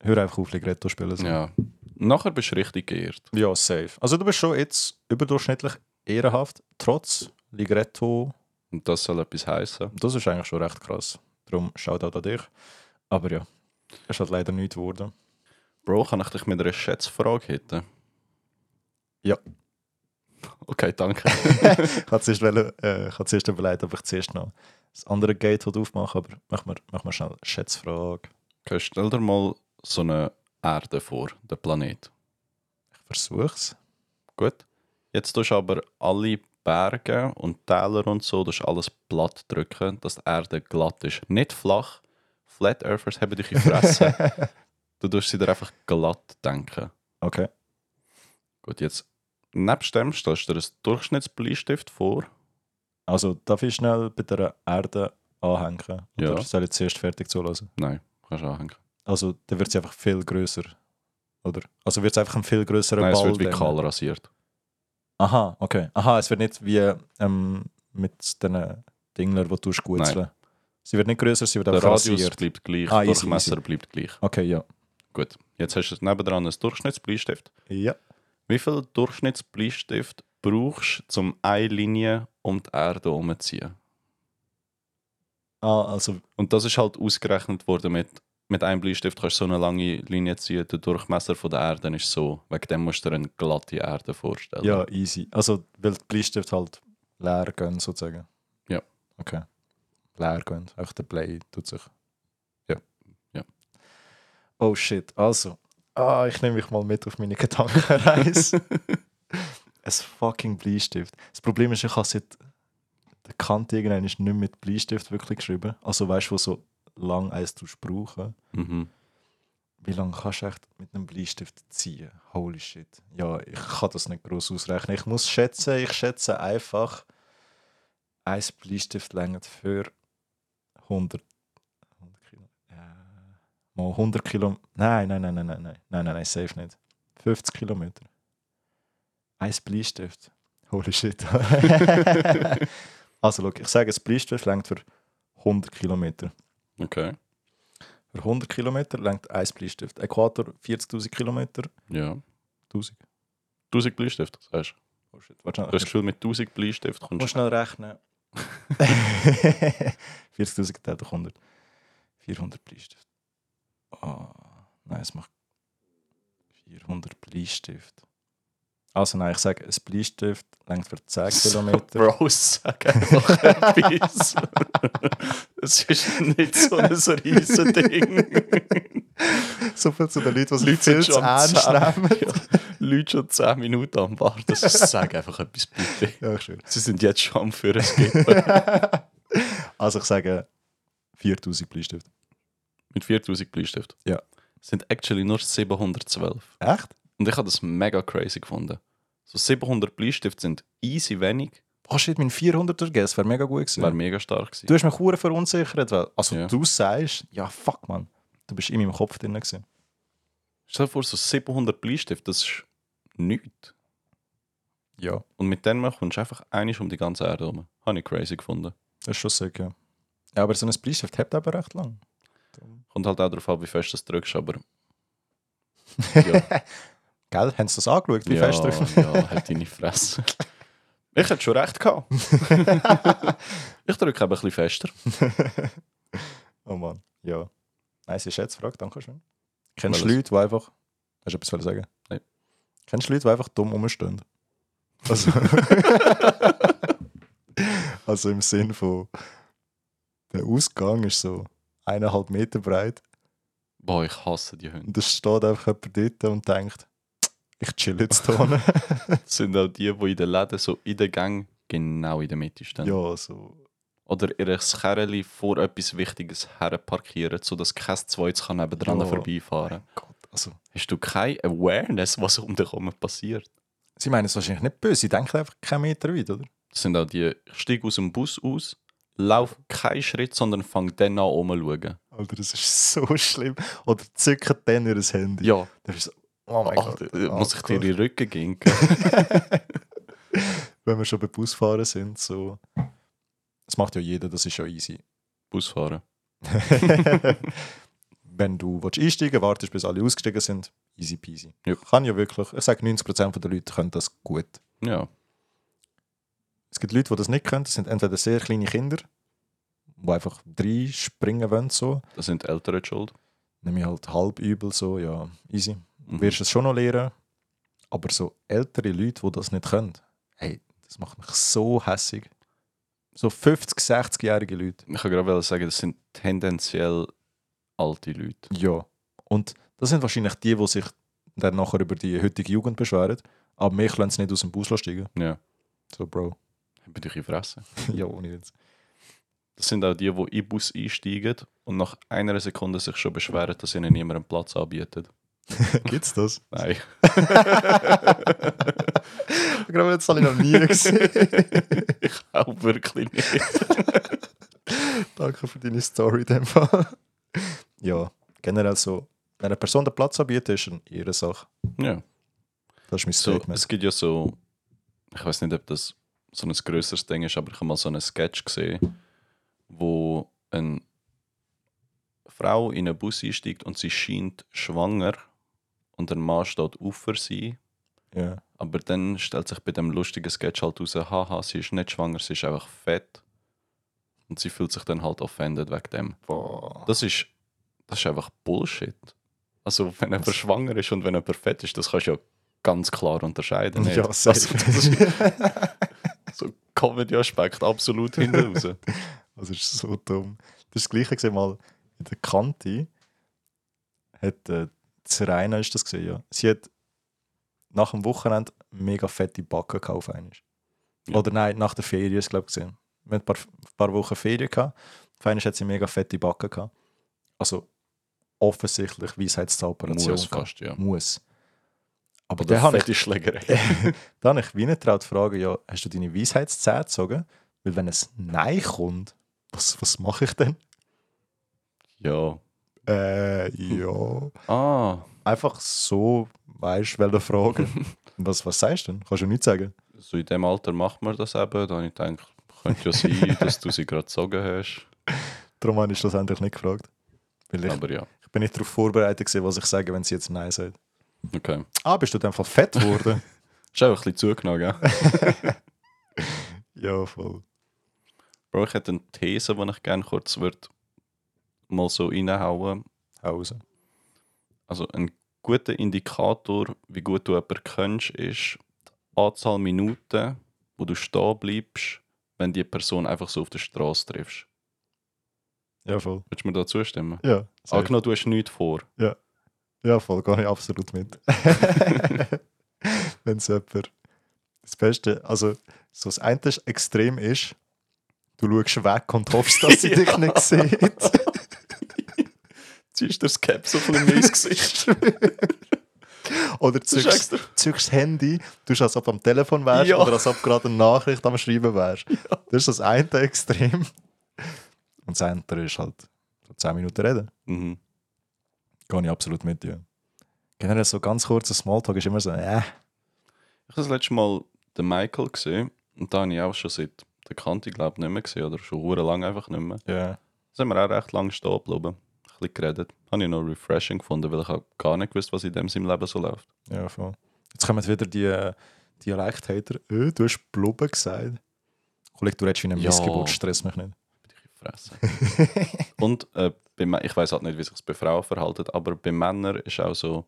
Speaker 1: hör einfach auf, Ligretto spielen. so.
Speaker 2: ja. Nachher bist du richtig geirrt.
Speaker 1: Ja, safe. Also du bist schon jetzt überdurchschnittlich ehrenhaft, trotz Ligretto.
Speaker 2: Und das soll etwas heißen.
Speaker 1: Das ist eigentlich schon recht krass. Darum Shoutout an dich. Aber ja, es hat leider nichts geworden.
Speaker 2: Bro, kann ich dich mit einer Schätzfrage hitten?
Speaker 1: Ja.
Speaker 2: Okay, danke.
Speaker 1: Ich wollte zuerst, wollen, äh, ich wollte zuerst überlegt, ob ich zuerst noch das andere Gate will aufmachen aber machen wir, machen wir schnell Schätzfrage.
Speaker 2: okay, stell dir mal so eine Erde vor, den Planet.
Speaker 1: Ich versuch's.
Speaker 2: Gut. Jetzt tust du aber alle Berge und Täler und so, tust alles platt drücken, dass die Erde glatt ist. Nicht flach. Flat Earthers haben dich in die Fresse. du tust sie dir einfach glatt denken.
Speaker 1: Okay.
Speaker 2: Gut, jetzt nebst dem stellst du dir einen Durchschnittsbleistift vor.
Speaker 1: Also darf ich schnell bei der Erde anhängen? Oder
Speaker 2: Ja.
Speaker 1: soll ich zuerst fertig zulassen?
Speaker 2: Nein, kannst du anhängen.
Speaker 1: Also dann wird sie einfach viel grösser. Oder? Also wird es einfach ein viel größerer
Speaker 2: Nein,
Speaker 1: Ball.
Speaker 2: es wird wie
Speaker 1: dann.
Speaker 2: kahl rasiert.
Speaker 1: Aha, okay. Aha, es wird nicht wie ähm, mit den Dingler, die du gutzeln. Sie wird nicht größer, sie wird
Speaker 2: Der
Speaker 1: einfach
Speaker 2: Radius
Speaker 1: rasiert.
Speaker 2: bleibt gleich,
Speaker 1: Ah, easy,
Speaker 2: Durchmesser bleibt gleich.
Speaker 1: Okay, ja.
Speaker 2: Gut, jetzt hast du nebendran einen Durchschnittsbleistift.
Speaker 1: Ja.
Speaker 2: Wie viel Durchschnittsbleistift brauchst du, um eine Linie um die Erde herumzuziehen?
Speaker 1: Ah, also,
Speaker 2: Und das ist halt ausgerechnet worden mit, mit einem Bleistift kannst du so eine lange Linie ziehen, der Durchmesser von der Erde ist so. Wegen dem musst du dir eine glatte Erde vorstellen.
Speaker 1: ja, easy. Also, weil die Bleistift halt leer gehen, sozusagen.
Speaker 2: Ja.
Speaker 1: Okay. Leer gehen. Auch der Play tut sich.
Speaker 2: Ja. Ja.
Speaker 1: Oh shit, also. Ah, ich nehme mich mal mit auf meine Gedankenreise. Ein fucking Bleistift. Das Problem ist, ich habe seit der Kante irgendwann nicht mehr mit Bleistift wirklich geschrieben. Also weißt du, wo so lang eins du brauchen.
Speaker 2: Mhm.
Speaker 1: Wie lange kannst du echt mit einem Bleistift ziehen? Holy shit. Ja, ich kann das nicht groß ausrechnen. Ich muss schätzen, ich schätze einfach, ein Bleistift längert für 100, 100 Kilo. Äh, mal 100 Kilo. Nein, nein, nein, nein, nein, nein, nein, nein, nein, safe nicht. 50 Kilometer. Ein Bleistift. Holy shit. also, look, ich sage, ein Bleistift längt für 100 Kilometer.
Speaker 2: Okay.
Speaker 1: Für 100 Kilometer lenkt ein Bleistift. Äquator 40.000 Kilometer.
Speaker 2: Ja.
Speaker 1: 1000.
Speaker 2: 1000 Bleistifte, sagst du.
Speaker 1: Oh shit,
Speaker 2: Du hast das Gefühl, mit 1000 Bleistiften
Speaker 1: Du musst
Speaker 2: kommst du.
Speaker 1: schnell rechnen. 40.000 geteilt durch 100. 400 Bleistift. Ah, nein, es macht 400 Bleistift. Also nein, ich sage, ein Bleistift längt für 10 Kilometer.
Speaker 2: Bro, sag einfach etwas. Es ist nicht so ein riesen Ding.
Speaker 1: so viel zu den Leuten, die es
Speaker 2: Leute sind schon am
Speaker 1: nehmen.
Speaker 2: Ja, Leute schon 10 Minuten am Warten. Sag einfach etwas, bitte.
Speaker 1: Ja, schön.
Speaker 2: Sie sind jetzt schon am Führen. es geht mal.
Speaker 1: Also ich sage 4000 Bleistift.
Speaker 2: Mit 4000 Bleistiften.
Speaker 1: Ja.
Speaker 2: Sind actually nur 712.
Speaker 1: Echt?
Speaker 2: Und ich habe das mega crazy gefunden. So 700 Bleistifte sind easy wenig.
Speaker 1: Hast du mit 400 gegeben? Das wäre mega gut gewesen.
Speaker 2: Wäre mega stark gewesen.
Speaker 1: Du hast mich hure verunsichert, weil also
Speaker 2: Ja.
Speaker 1: du sagst, ja fuck man, du bist in meinem Kopf drin gewesen.
Speaker 2: Stell dir vor, so 700 Bleistifte, das ist nichts.
Speaker 1: Ja,
Speaker 2: Und mit denen kommst du einfach einig um die ganze Erde herum. Habe ich crazy gefunden.
Speaker 1: das ist schon sick, ja. ja aber so ein Bleistift hält aber recht lang.
Speaker 2: Kommt halt auch darauf an, wie fest du es drückst, aber
Speaker 1: Gell, haben sie das angeschaut, wie
Speaker 2: ja,
Speaker 1: fest drauf?
Speaker 2: ja, halt deine Fresse. Ich hätte schon recht gehabt. ich drücke eben ein bisschen fester.
Speaker 1: Oh Mann, ja. Nein, es ist jetzt Frage, danke schön. Kennst du
Speaker 2: Welches?
Speaker 1: Leute, die einfach... Hast du etwas wollen sagen?
Speaker 2: Nein.
Speaker 1: Kennst du Leute, die einfach dumm rumstehen? Also... also im Sinn von... Der Ausgang ist so eineinhalb Meter breit
Speaker 2: Boah, ich hasse die Hunde.
Speaker 1: Und es steht einfach jemand dort und denkt, ich chill jetzt hier.
Speaker 2: Das sind auch die, die in den Läden so in den Gang genau in der Mitte stehen.
Speaker 1: ja, so.
Speaker 2: Oder ihr Scherli vor etwas Wichtiges herparkieren, sodass kein zweites kann nebendran
Speaker 1: Ja.
Speaker 2: vorbeifahren kann.
Speaker 1: Gott, also.
Speaker 2: Hast du keine Awareness, was um dich herum passiert?
Speaker 1: Sie meinen es wahrscheinlich nicht böse, sie denken einfach keinen Meter weit, oder?
Speaker 2: Das sind auch die, ich steige aus dem Bus aus, lauf keinen Schritt, sondern fang dann an rumzuschauen.
Speaker 1: Alter, das ist so schlimm. Oder zücken dann ihr Handy.
Speaker 2: Ja,
Speaker 1: Das ist so, oh mein
Speaker 2: Ach,
Speaker 1: Gott.
Speaker 2: äh, muss ich dir in
Speaker 1: Alkohol.
Speaker 2: den Rücken gehen?
Speaker 1: Wenn wir schon bei Busfahren sind, so. Das macht ja jeder, das ist ja easy.
Speaker 2: Busfahren.
Speaker 1: Wenn du willst einsteigen willst, wartest bis alle ausgestiegen sind, easy peasy.
Speaker 2: Ja.
Speaker 1: Kann ja wirklich, ich sage 90% der Leute können das gut.
Speaker 2: Ja,
Speaker 1: Es gibt Leute, die das nicht können. Das sind entweder sehr kleine Kinder, die einfach reinspringen wollen. So.
Speaker 2: das sind Eltern die schuld.
Speaker 1: Nehme ich halt halb übel, so, ja, easy.
Speaker 2: Mhm.
Speaker 1: Wirst es schon noch lernen. Aber so ältere Leute, die das nicht können, hey, das macht mich so hässig. So 50, 60-jährige Leute.
Speaker 2: Ich kann gerade sagen, das sind tendenziell alte Leute.
Speaker 1: Ja. Und das sind wahrscheinlich die, die sich dann nachher über die heutige Jugend beschweren. Aber mich lassen sie nicht aus dem Bus steigen.
Speaker 2: Ja,
Speaker 1: So, Bro.
Speaker 2: bin ich in Fresse.
Speaker 1: ja, ohne Witz.
Speaker 2: Das sind auch die, die in den Bus einsteigen und nach einer Sekunde sich schon beschweren, dass ihnen niemand einen Platz anbietet.
Speaker 1: Gibt's das?
Speaker 2: Nein.
Speaker 1: Ich glaube, das habe ich noch nie gesehen.
Speaker 2: ich auch wirklich nicht.
Speaker 1: Danke für deine Story in dem Fall. ja, generell so, wenn eine Person den Platz anbietet, ist eine ihre Sache.
Speaker 2: Ja.
Speaker 1: Das ist mein
Speaker 2: So,
Speaker 1: Statement.
Speaker 2: es gibt ja so, ich weiß nicht, ob das so ein grösseres Ding ist, aber ich habe mal so einen Sketch gesehen, wo eine Frau in einen Bus einsteigt und sie scheint schwanger und der Mann steht auf für sie.
Speaker 1: ja.
Speaker 2: Aber dann stellt sich bei dem lustigen Sketch halt raus, haha, sie ist nicht schwanger, sie ist einfach fett. Und sie fühlt sich dann halt offended wegen dem.
Speaker 1: Boah.
Speaker 2: Das ist, das ist einfach Bullshit. Also, wenn jemand schwanger ist und wenn jemand fett ist, das kannst du ja ganz klar unterscheiden. nicht?
Speaker 1: Ja,
Speaker 2: also, das
Speaker 1: safe.
Speaker 2: ist so Comedy-Aspekt absolut hinten raus.
Speaker 1: Das Also, ist so dumm. Das ist das gleiche gesehen mal in der Kante hat äh, Serena ist das gesehen, ja. Sie hat nach dem Wochenende mega fette Backen gekauft. einmal.
Speaker 2: Ja.
Speaker 1: Oder nein, nach der Ferien ist glaube ich gesehen. Wir hatten ein paar, ein paar Wochen Ferien gehabt. Auf einmal hat sie mega fette Backen gehabt. Also offensichtlich Weisheitszahnoperation.
Speaker 2: Muss
Speaker 1: gehabt.
Speaker 2: fast, ja.
Speaker 1: Muss. Aber
Speaker 2: Oder
Speaker 1: dann habe ich,
Speaker 2: fette Schlägerei.
Speaker 1: dann habe ich wie nicht traut fragen, ja, hast du deine Weisheitszähne gezogen? Weil wenn es Nein kommt, was, was mache ich denn?
Speaker 2: Ja.
Speaker 1: Äh, ja.
Speaker 2: Ah,
Speaker 1: Einfach so, weißt du, welche Frage. was, was sagst du denn? Kannst du nichts sagen?
Speaker 2: so in dem Alter macht man das eben. Dann habe ich gedacht, könnte ja sein, dass du sie gerade gezogen hast.
Speaker 1: Darum habe ich schlussendlich nicht gefragt. Weil ich,
Speaker 2: Aber ja,
Speaker 1: ich bin nicht darauf vorbereitet, gewesen, was ich sage, wenn sie jetzt Nein sagt.
Speaker 2: okay.
Speaker 1: Ah, bist du in dem Fall fett geworden?
Speaker 2: Ist auch ein bisschen zugenommen, gell?
Speaker 1: ja, voll.
Speaker 2: Bro, ich hätte eine These, die ich gerne kurz würd mal so reinhauen
Speaker 1: Hau raus.
Speaker 2: Also ein guter Indikator, wie gut du jemanden kennst, ist die Anzahl Minuten, wo du stehen bleibst, wenn die Person einfach so auf der Straße triffst.
Speaker 1: Ja, voll.
Speaker 2: Würdest du mir da zustimmen?
Speaker 1: Ja, safe.
Speaker 2: Angenommen, du hast nichts vor.
Speaker 1: ja voll, gar nicht absolut mit. Wenn es jemand... Das Beste, also so das eine ist extrem ist, du schaust weg und hoffst, dass sie
Speaker 2: Ja.
Speaker 1: dich nicht sieht.
Speaker 2: Ziehst du das Cap so von mir ins Gesicht?
Speaker 1: Oder
Speaker 2: ist
Speaker 1: zückst,
Speaker 2: extra.
Speaker 1: zückst das Handy, tust als ob du am Telefon wärst
Speaker 2: Ja.
Speaker 1: oder als ob gerade eine Nachricht am Schreiben wärst. Das ist das eine Extrem. Und das andere ist halt so 10 Minuten reden.
Speaker 2: mhm.
Speaker 1: Gehe ich absolut mit, ja. Generell so ganz kurzer Smalltalk ist immer so, äh,
Speaker 2: Ich habe das letzte Mal den Michael gesehen und da habe ich auch schon seit der Kante, glaube ich, nicht mehr gesehen oder schon hure lang einfach nicht mehr.
Speaker 1: ja.
Speaker 2: Da sind wir auch recht lange stehen geblieben. Ein bisschen geredet. Habe ich noch refreshing gefunden, weil ich auch gar nicht gewusst, was in dem seinem Leben so läuft.
Speaker 1: Ja, voll. Jetzt kommen wieder die äh, Dialekthater. Äh, du hast Blubben gesagt. Kollege, du redest wie ein
Speaker 2: Ja.
Speaker 1: Missgeburt, stress mich nicht.
Speaker 2: Bin ich gefressen. und äh, bei, Mä- ich weiß halt nicht, wie sich das bei Frauen verhaltet, aber bei Männern ist auch so,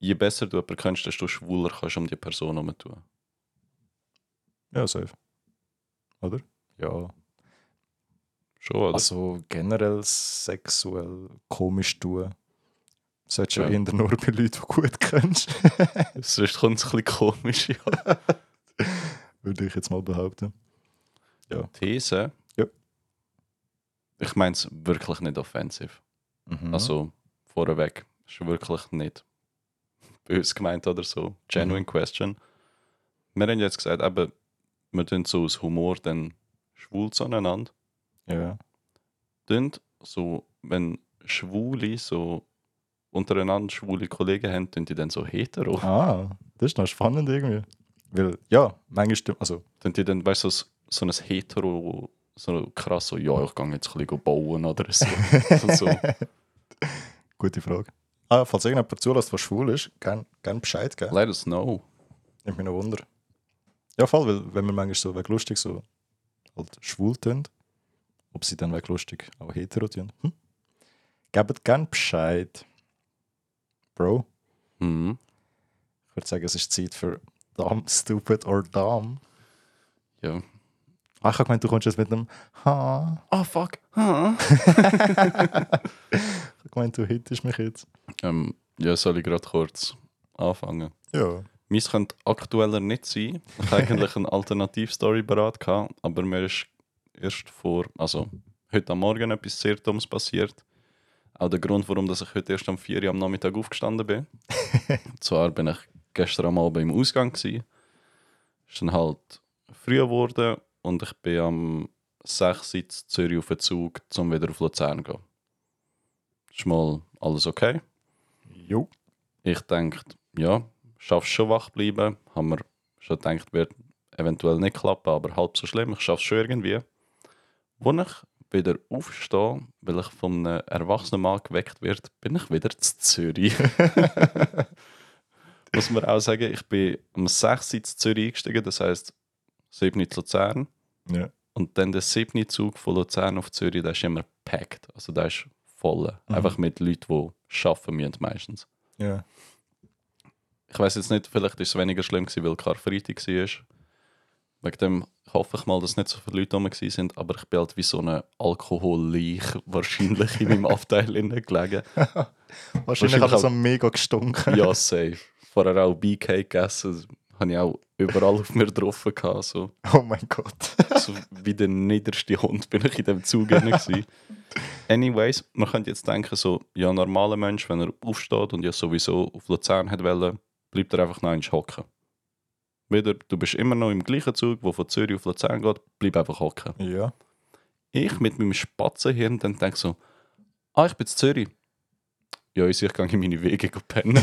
Speaker 2: je besser du jemanden kennst, desto schwuler kannst du um die Person herum tun.
Speaker 1: Ja, safe. Oder? Ja.
Speaker 2: Schon, oder?
Speaker 1: Also generell sexuell komisch tun. Solltest du
Speaker 2: Ja.
Speaker 1: ja. eher nur bei Leuten, die gut kennst.
Speaker 2: Sonst kommt es ein bisschen komisch. Ja.
Speaker 1: Würde ich jetzt mal behaupten. Ja.
Speaker 2: These.
Speaker 1: Ja.
Speaker 2: Ich meine es wirklich nicht offensiv.
Speaker 1: Also,
Speaker 2: Also vorweg, ist wirklich nicht böse gemeint oder so. Genuine question. Wir haben jetzt gesagt, eben, wir tun so aus Humor dann schwul zueinander.
Speaker 1: ja.
Speaker 2: Tun so, wenn Schwule so untereinander schwule Kollegen haben, tun die dann so hetero.
Speaker 1: Ah, das ist noch spannend irgendwie. Weil, ja, manchmal stimmt. Also,
Speaker 2: Tun die dann, weißt du, so, so ein hetero, so krass, so, ja, ich gehe jetzt ein bisschen bauen oder so. so, so.
Speaker 1: gute Frage. Ah, falls irgendjemand zulässt, der schwul ist, gern, gern Bescheid geben.
Speaker 2: Let us know.
Speaker 1: Nimmt mich noch Wunder. Ja, voll, weil wenn man manchmal so wegen lustig so halt schwul tönt, ob sie dann wegen lustig auch hetero tönt. Hm? Gebt gern Bescheid. Bro,
Speaker 2: Mhm.
Speaker 1: ich würde sagen, es ist Zeit für Dumb, Stupid or Dumb.
Speaker 2: Ja.
Speaker 1: Ah, ich habe gemeint, du kommst jetzt mit einem Ha.
Speaker 2: Ah, fuck. Ah.
Speaker 1: Ich habe gemeint, du hittest mich jetzt.
Speaker 2: Ähm, ja, soll ich gerade kurz anfangen?
Speaker 1: Ja.
Speaker 2: Meins könnte aktueller nicht sein. Ich habe eigentlich eine Alternativstory bereit gehabt, aber mir ist erst vor, also heute am Morgen etwas sehr Dummes passiert. Auch der Grund, warum dass ich heute erst um 4 Uhr am Nachmittag aufgestanden bin. Und zwar bin ich gestern am Abend im Ausgang. Gewesen. Ist dann halt früh geworden und ich bin am 6 Uhr in Zürich auf den Zug, um wieder auf Luzern zu gehen. Ist mal alles okay?
Speaker 1: Jo.
Speaker 2: ich denke, ja, schaff's schon wach bleiben. Haben wir schon gedacht, wird eventuell nicht klappen, aber halb so schlimm. Ich schaff's schon irgendwie. Wo ich wieder aufstehe, weil ich von einem erwachsenen Mann geweckt wird, bin ich wieder zu Zürich. Muss man auch sagen, ich bin um 6 Uhr zu Zürich eingestiegen, das heisst 7 Uhr zu Luzern.
Speaker 1: Ja.
Speaker 2: Und dann der 7. Zug von Luzern auf Zürich, der ist immer packt. Also der ist voll.
Speaker 1: Mhm.
Speaker 2: Einfach mit Leuten, die arbeiten müssen meistens.
Speaker 1: Ja.
Speaker 2: Ich weiß jetzt nicht, vielleicht ist es weniger schlimm gewesen, weil Karfreitag war. Wegen dem hoffe ich mal, dass nicht so viele Leute da sind, aber ich bin halt wie so ein Alkoholleich wahrscheinlich in meinem Abteil innen gelegen.
Speaker 1: Wahrscheinlich halt- hat
Speaker 2: auch-
Speaker 1: es so mega gestunken.
Speaker 2: Ja, safe. Vorher auch BK gegessen, habe ich auch überall auf mir getroffen. gehabt, So.
Speaker 1: Oh mein Gott.
Speaker 2: so wie der niederste Hund bin ich in dem Zug drin gewesen. Anyways, man könnte jetzt denken, so, ja, ein normaler Mensch, wenn er aufsteht und ja sowieso auf Luzern hat wollen, bleibt er einfach noch eins hocken. Wieder, du bist immer noch im gleichen Zug, der von Zürich auf Luzern geht, bleib einfach hocken.
Speaker 1: Ja.
Speaker 2: Ich mit meinem Spatzenhirn dann denke so, ah, ich bin zu Zürich. Ja, ich sehe, ich gehe in meine Wege pennen.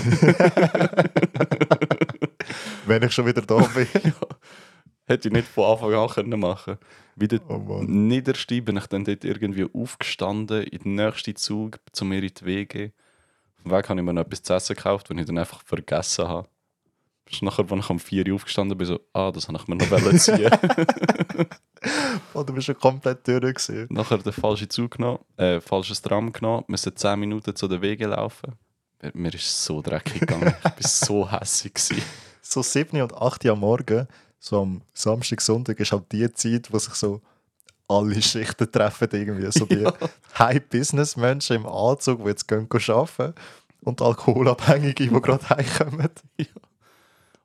Speaker 1: Wenn ich schon wieder da bin.
Speaker 2: ja. Hätte ich nicht von Anfang an können machen Wie der
Speaker 1: Oh Mann.
Speaker 2: Niederste bin ich dann dort irgendwie aufgestanden, in den nächsten Zug zu mir in die WG. Auf dem Weg habe ich mir noch etwas zu essen gekauft, das ich dann einfach vergessen habe. Bis nachher, als ich um 4 Uhr aufgestanden bin, so, ah, das habe ich mir noch wollen ziehen.
Speaker 1: Oh, du bist schon komplett durch. Gewesen.
Speaker 2: nachher den falschen Zug genommen, äh, falsches Tram genommen, müssen 10 Minuten zu der WG laufen. Mir- Mir ist so dreckig gegangen, ich war so hässig. gewesen.
Speaker 1: So 7 und 8 Uhr am Morgen, so am Samstag, Sonntag, ist halt die Zeit, wo sich so alle Schichten treffen. Irgendwie. So die High-Business-Menschen im Anzug, die jetzt gehen arbeiten und Alkoholabhängige, die gerade heimkommen.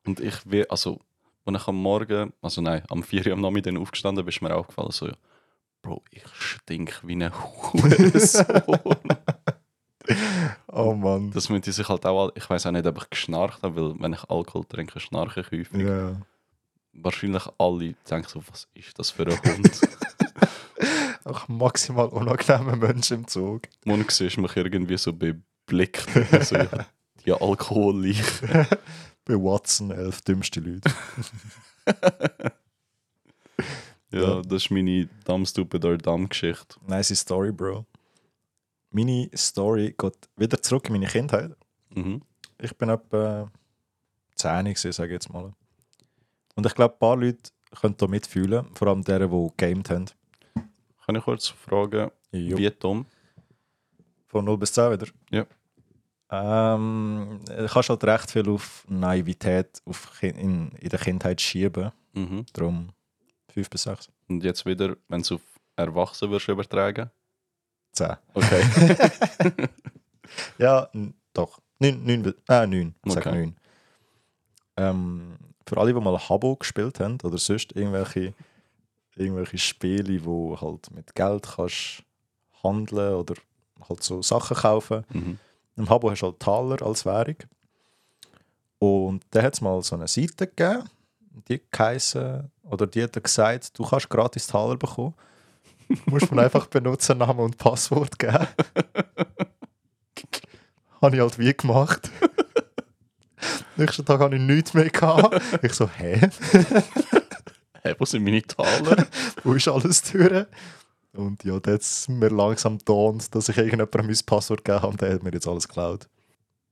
Speaker 2: Und ich will, also, als ich am Morgen, also nein, am 4 Uhr am Nachmittag aufgestanden bin, ist mir aufgefallen, so, ja, Bro, ich stink wie ein Hurensohn.
Speaker 1: Oh Mann.
Speaker 2: das müsste sich halt auch, all- ich weiß auch nicht, ob ich geschnarcht habe, weil wenn ich Alkohol trinke, schnarche ich häufig.
Speaker 1: Ja.
Speaker 2: Wahrscheinlich alle denken so, was ist das für ein Hund?
Speaker 1: Auch maximal unangenehme Menschen im Zug.
Speaker 2: Und siehst mich irgendwie so beblickt. so, ja, die Alkohol
Speaker 1: Bei Watson, elf dümmste Leute.
Speaker 2: Ja, das ist meine Dumb Stupid or Dumb Geschichte.
Speaker 1: Nice Story, Bro. Meine Story geht wieder zurück in meine Kindheit.
Speaker 2: Mhm.
Speaker 1: Ich bin etwa 10 gewesen, sage ich jetzt mal. Und ich glaube, ein paar Leute können da mitfühlen, vor allem deren, die gegamed haben.
Speaker 2: Kann ich kurz fragen, wie dumm?
Speaker 1: Von 0 bis 10 wieder.
Speaker 2: Ja.
Speaker 1: Ähm, du kannst halt recht viel auf Naivität auf Kin- in, in der Kindheit schieben.
Speaker 2: Mhm.
Speaker 1: Darum 5 bis 6.
Speaker 2: Und jetzt wieder, wenn du auf Erwachsene würdest übertragen.
Speaker 1: 10.
Speaker 2: Okay.
Speaker 1: Ja, n- doch. 9, 9, äh, 9. Sag
Speaker 2: Okay.
Speaker 1: 9. Ähm, für alle, die mal Habo gespielt haben oder sonst irgendwelche, irgendwelche Spiele, wo halt mit Geld kannst handeln oder halt so Sachen kaufen.
Speaker 2: mhm.
Speaker 1: Im Habo hast du halt Taler als Währung. Und da hat es mal so eine Seite gegeben, die geheißen, oder die hat gesagt, du kannst gratis Taler bekommen. Musst man einfach Benutzernamen und Passwort geben. habe ich halt wie gemacht. Nächsten Tag habe ich nichts mehr gehabt. Ich so, hä?
Speaker 2: Hey, wo sind meine Taler?
Speaker 1: Wo ist alles durch? Und ja, da hat es mir langsam dawnt, dass ich irgendjemandem mein Passwort gegeben habe und der hat mir jetzt alles geklaut.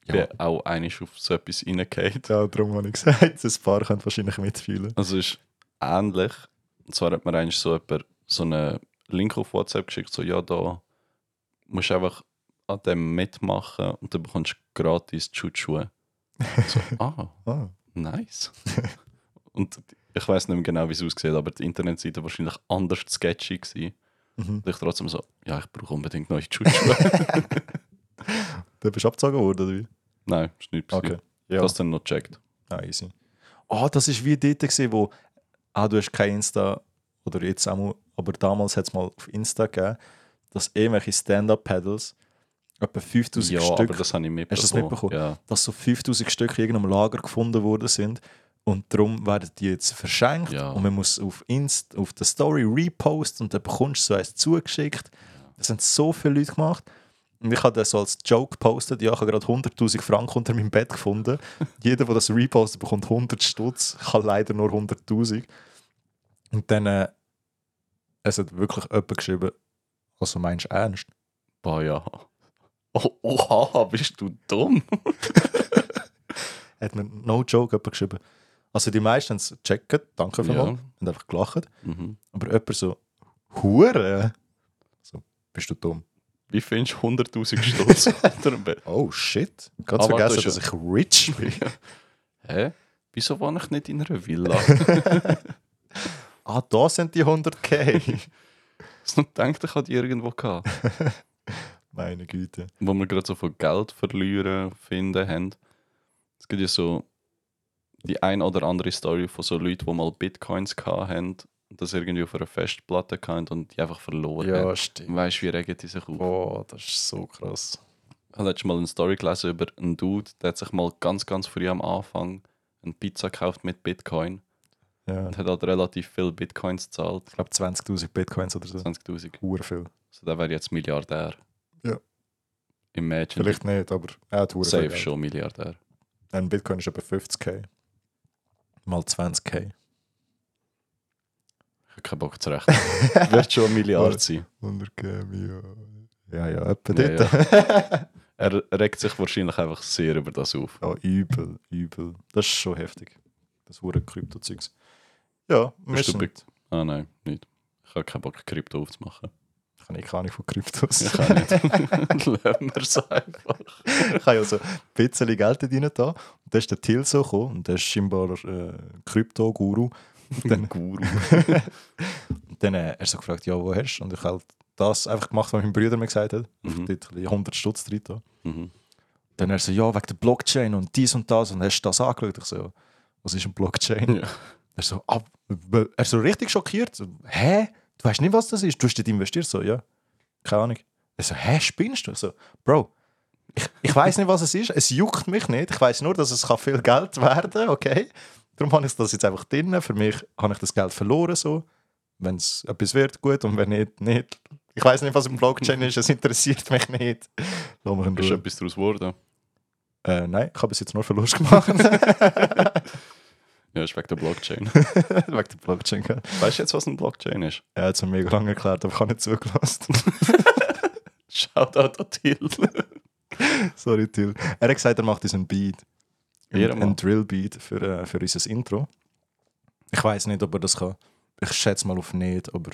Speaker 2: Ich bin auch einig auf so etwas reingefallen.
Speaker 1: Ja, darum habe ich gesagt, ein paar können wahrscheinlich mitfühlen.
Speaker 2: Also es ist ähnlich. Und zwar hat mir eigentlich so jemand so einen Link auf WhatsApp geschickt, so ja, da musst du einfach an dem mitmachen und dann bekommst du gratis die Schutzschuhe. So, ah,
Speaker 1: Ah,
Speaker 2: nice. Und ich weiß nicht mehr genau, wie es aussieht, aber die Internetseite war wahrscheinlich anders sketchy. Gewesen.
Speaker 1: Mhm.
Speaker 2: Und ich trotzdem so, ja, ich brauche unbedingt neue Schutzschuhe.
Speaker 1: du bist abgezogen worden, oder wie?
Speaker 2: Nein, ist nicht passiert. Ich
Speaker 1: Ja,
Speaker 2: habe es dann noch gecheckt.
Speaker 1: ah, easy. Ah, das ist wie dort, gewesen, wo ah, du hast kein Insta, oder jetzt auch mal, aber damals hat es mal auf Insta gegeben, dass irgendwelche Stand-Up-Pedals etwa 5000
Speaker 2: Ja,
Speaker 1: Stück,
Speaker 2: aber das habe ich mitbekommen.
Speaker 1: Hast du das mitbekommen?
Speaker 2: Ja.
Speaker 1: dass so 5000 Stück in irgendeinem Lager gefunden worden sind. Und darum werden die jetzt verschenkt
Speaker 2: Ja.
Speaker 1: und man muss auf Insta, auf der Story reposten und dann bekommst du so eins zugeschickt. Das haben so viele Leute gemacht. Und ich habe das so als Joke gepostet. Ja, ich habe gerade 100'000 Franken unter meinem Bett gefunden. Jeder, der das repostet, bekommt 100 Stutz. Ich habe leider nur 100'000. Und dann äh, es hat wirklich jemand geschrieben, also meinst du ernst?
Speaker 2: Boah, ja. Oh, oha, bist du dumm?
Speaker 1: Hat mir no joke jemand geschrieben. Also die meisten haben es gecheckt, danke für
Speaker 2: Ja.
Speaker 1: mal, und einfach gelacht.
Speaker 2: Mhm.
Speaker 1: Aber jemand so, Hure? So, bist du dumm?
Speaker 2: Wie findest du 100.000 Stutz unter dem Bett?
Speaker 1: Oh shit. Ganz
Speaker 2: Ah, warte,
Speaker 1: vergessen,
Speaker 2: ist ja-
Speaker 1: dass ich rich bin.
Speaker 2: Hä? Wieso wohne ich nicht in einer Villa?
Speaker 1: ah, da sind die 100k.
Speaker 2: Hast du noch gedacht, ich hatte die irgendwo gehabt?
Speaker 1: Meine Güte.
Speaker 2: Wo wir gerade so von Geld verlieren, finden haben. Es gibt ja so die ein oder andere Story von so Leuten, die mal Bitcoins gehabt haben und das irgendwie auf einer Festplatte hatten und die einfach verloren haben.
Speaker 1: stimmt.
Speaker 2: Weißt du, wie regen die sich auf?
Speaker 1: Boah, das ist so krass.
Speaker 2: Ich habe letztes Mal eine Story gelesen über einen Dude, der hat sich mal ganz, ganz früh am Anfang eine Pizza gekauft mit Bitcoin
Speaker 1: Ja,
Speaker 2: und hat halt relativ viel Bitcoins gezahlt.
Speaker 1: ich glaube 20'000 Bitcoins oder so.
Speaker 2: 20.000.
Speaker 1: Hure viel.
Speaker 2: So, der wäre jetzt Milliardär.
Speaker 1: Ja.
Speaker 2: Imagine.
Speaker 1: Vielleicht nicht, aber er hat hure viel
Speaker 2: safe
Speaker 1: Geld.
Speaker 2: schon Milliardär.
Speaker 1: Ein Bitcoin ist etwa 50k. Mal 20k.
Speaker 2: habe keinen Bock zu rechnen. Wird schon eine Milliarde sein.
Speaker 1: 100 Millionen. Ja, ja, etwa
Speaker 2: Ja,
Speaker 1: dort. Ja,
Speaker 2: Er regt sich wahrscheinlich einfach sehr über das auf.
Speaker 1: Oh. übel, übel. Das ist schon heftig. Das wurde Krypto-Zeugs. Ja, wir
Speaker 2: Bist
Speaker 1: sind-
Speaker 2: du be- Ah nein, nicht. Ich habe keinen Bock, Krypto aufzumachen.
Speaker 1: Ich habe eh keine Ahnung von Kryptos.
Speaker 2: Ich kann nicht. Lassen wir es einfach.
Speaker 1: ich habe ja so ein bisschen Geld dort rein da. Und dann ist der Till so gekommen und der ist scheinbar äh, Krypto-Guru.
Speaker 2: Den Guru.
Speaker 1: Und dann äh, er so gefragt, ja, wo hast du? Und ich habe halt das einfach gemacht, was mein Bruder mir gesagt hat.
Speaker 2: Mhm.
Speaker 1: Dort ein bisschen 100 Stutz drin da.
Speaker 2: Mhm.
Speaker 1: Dann er so, ja, wegen der Blockchain und dies und das. Und hast du das angeschaut? Ich so, ja, was ist eine Blockchain?
Speaker 2: Ja.
Speaker 1: Er so, ab, er so richtig schockiert. So, Hä? Du weißt nicht, was das ist? Du hast dort investiert? So, ja. Keine Ahnung. Er so, hä, spinnst du? Ich so, Bro, ich, ich weiß nicht, was es ist. Es juckt mich nicht. Ich weiß nur, dass es kann viel Geld werden kann, okay? Darum habe ich das jetzt einfach drin. Für mich habe ich das Geld verloren. So. Wenn es etwas wird, gut. Und wenn nicht, nicht. Ich weiß nicht, was im Blockchain ist. Es interessiert mich nicht. Lass mich in
Speaker 2: Ist
Speaker 1: Ruhe.
Speaker 2: etwas daraus geworden?
Speaker 1: Äh, nein, ich habe bis jetzt nur Verlust gemacht. Wegen
Speaker 2: Ja, ist wegen der Blockchain.
Speaker 1: der Blockchain. gell?
Speaker 2: Weißt du jetzt, was eine Blockchain ist?
Speaker 1: Er hat es mir mega lange erklärt, aber ich habe nicht zugelassen.
Speaker 2: Shoutout an Till.
Speaker 1: Sorry, Till. Er hat gesagt, er macht uns einen Beat.
Speaker 2: Ja,
Speaker 1: Ein, ein
Speaker 2: Mann.
Speaker 1: Drill-Beat für, äh, für unser Intro. Ich weiß nicht, ob er das kann. Ich schätze mal auf nicht, aber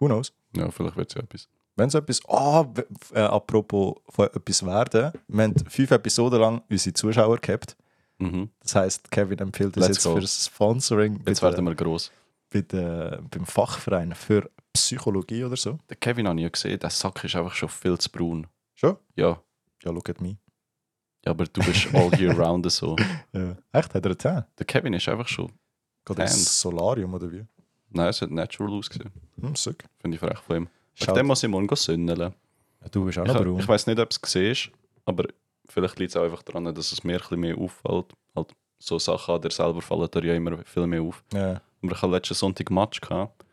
Speaker 1: who knows.
Speaker 2: Ja, vielleicht wird es ja etwas.
Speaker 1: Wenn es etwas. Ah, w- f- äh, apropos von etwas werden. Wir haben fünf Episoden lang unsere Zuschauer gehabt.
Speaker 2: Mhm.
Speaker 1: Das heisst, Kevin empfiehlt uns
Speaker 2: Let's
Speaker 1: jetzt
Speaker 2: go.
Speaker 1: für Sponsoring bei
Speaker 2: Jetzt
Speaker 1: der,
Speaker 2: werden wir gross.
Speaker 1: bei der, beim Fachverein für Psychologie oder so.
Speaker 2: Den Kevin habe ich ja gesehen, der Sack ist einfach schon viel zu braun.
Speaker 1: Schon?
Speaker 2: Ja,
Speaker 1: Ja, look at me.
Speaker 2: ja aber du bist all year round so.
Speaker 1: Ja. Echt? Hat er getan?
Speaker 2: Der Kevin ist einfach schon.
Speaker 1: Geht er
Speaker 2: Tan.
Speaker 1: ins Solarium oder wie?
Speaker 2: Nein, es hat natural ausgesehen.
Speaker 1: Hm, sick.
Speaker 2: Finde ich frech von ihm. Wegen
Speaker 1: Schaut-
Speaker 2: dem muss ich morgen sündeln.
Speaker 1: Ja, du bist auch
Speaker 2: Ich,
Speaker 1: noch
Speaker 2: ich
Speaker 1: braun.
Speaker 2: weiß nicht, ob es gesehen aber vielleicht liegt es auch einfach daran, dass es mir ein bisschen mehr auffällt. Halt, so Sachen an dir selber fallen dir ja immer viel mehr auf.
Speaker 1: Ja.
Speaker 2: Aber ich hatte letzten Sonntag Match gehabt.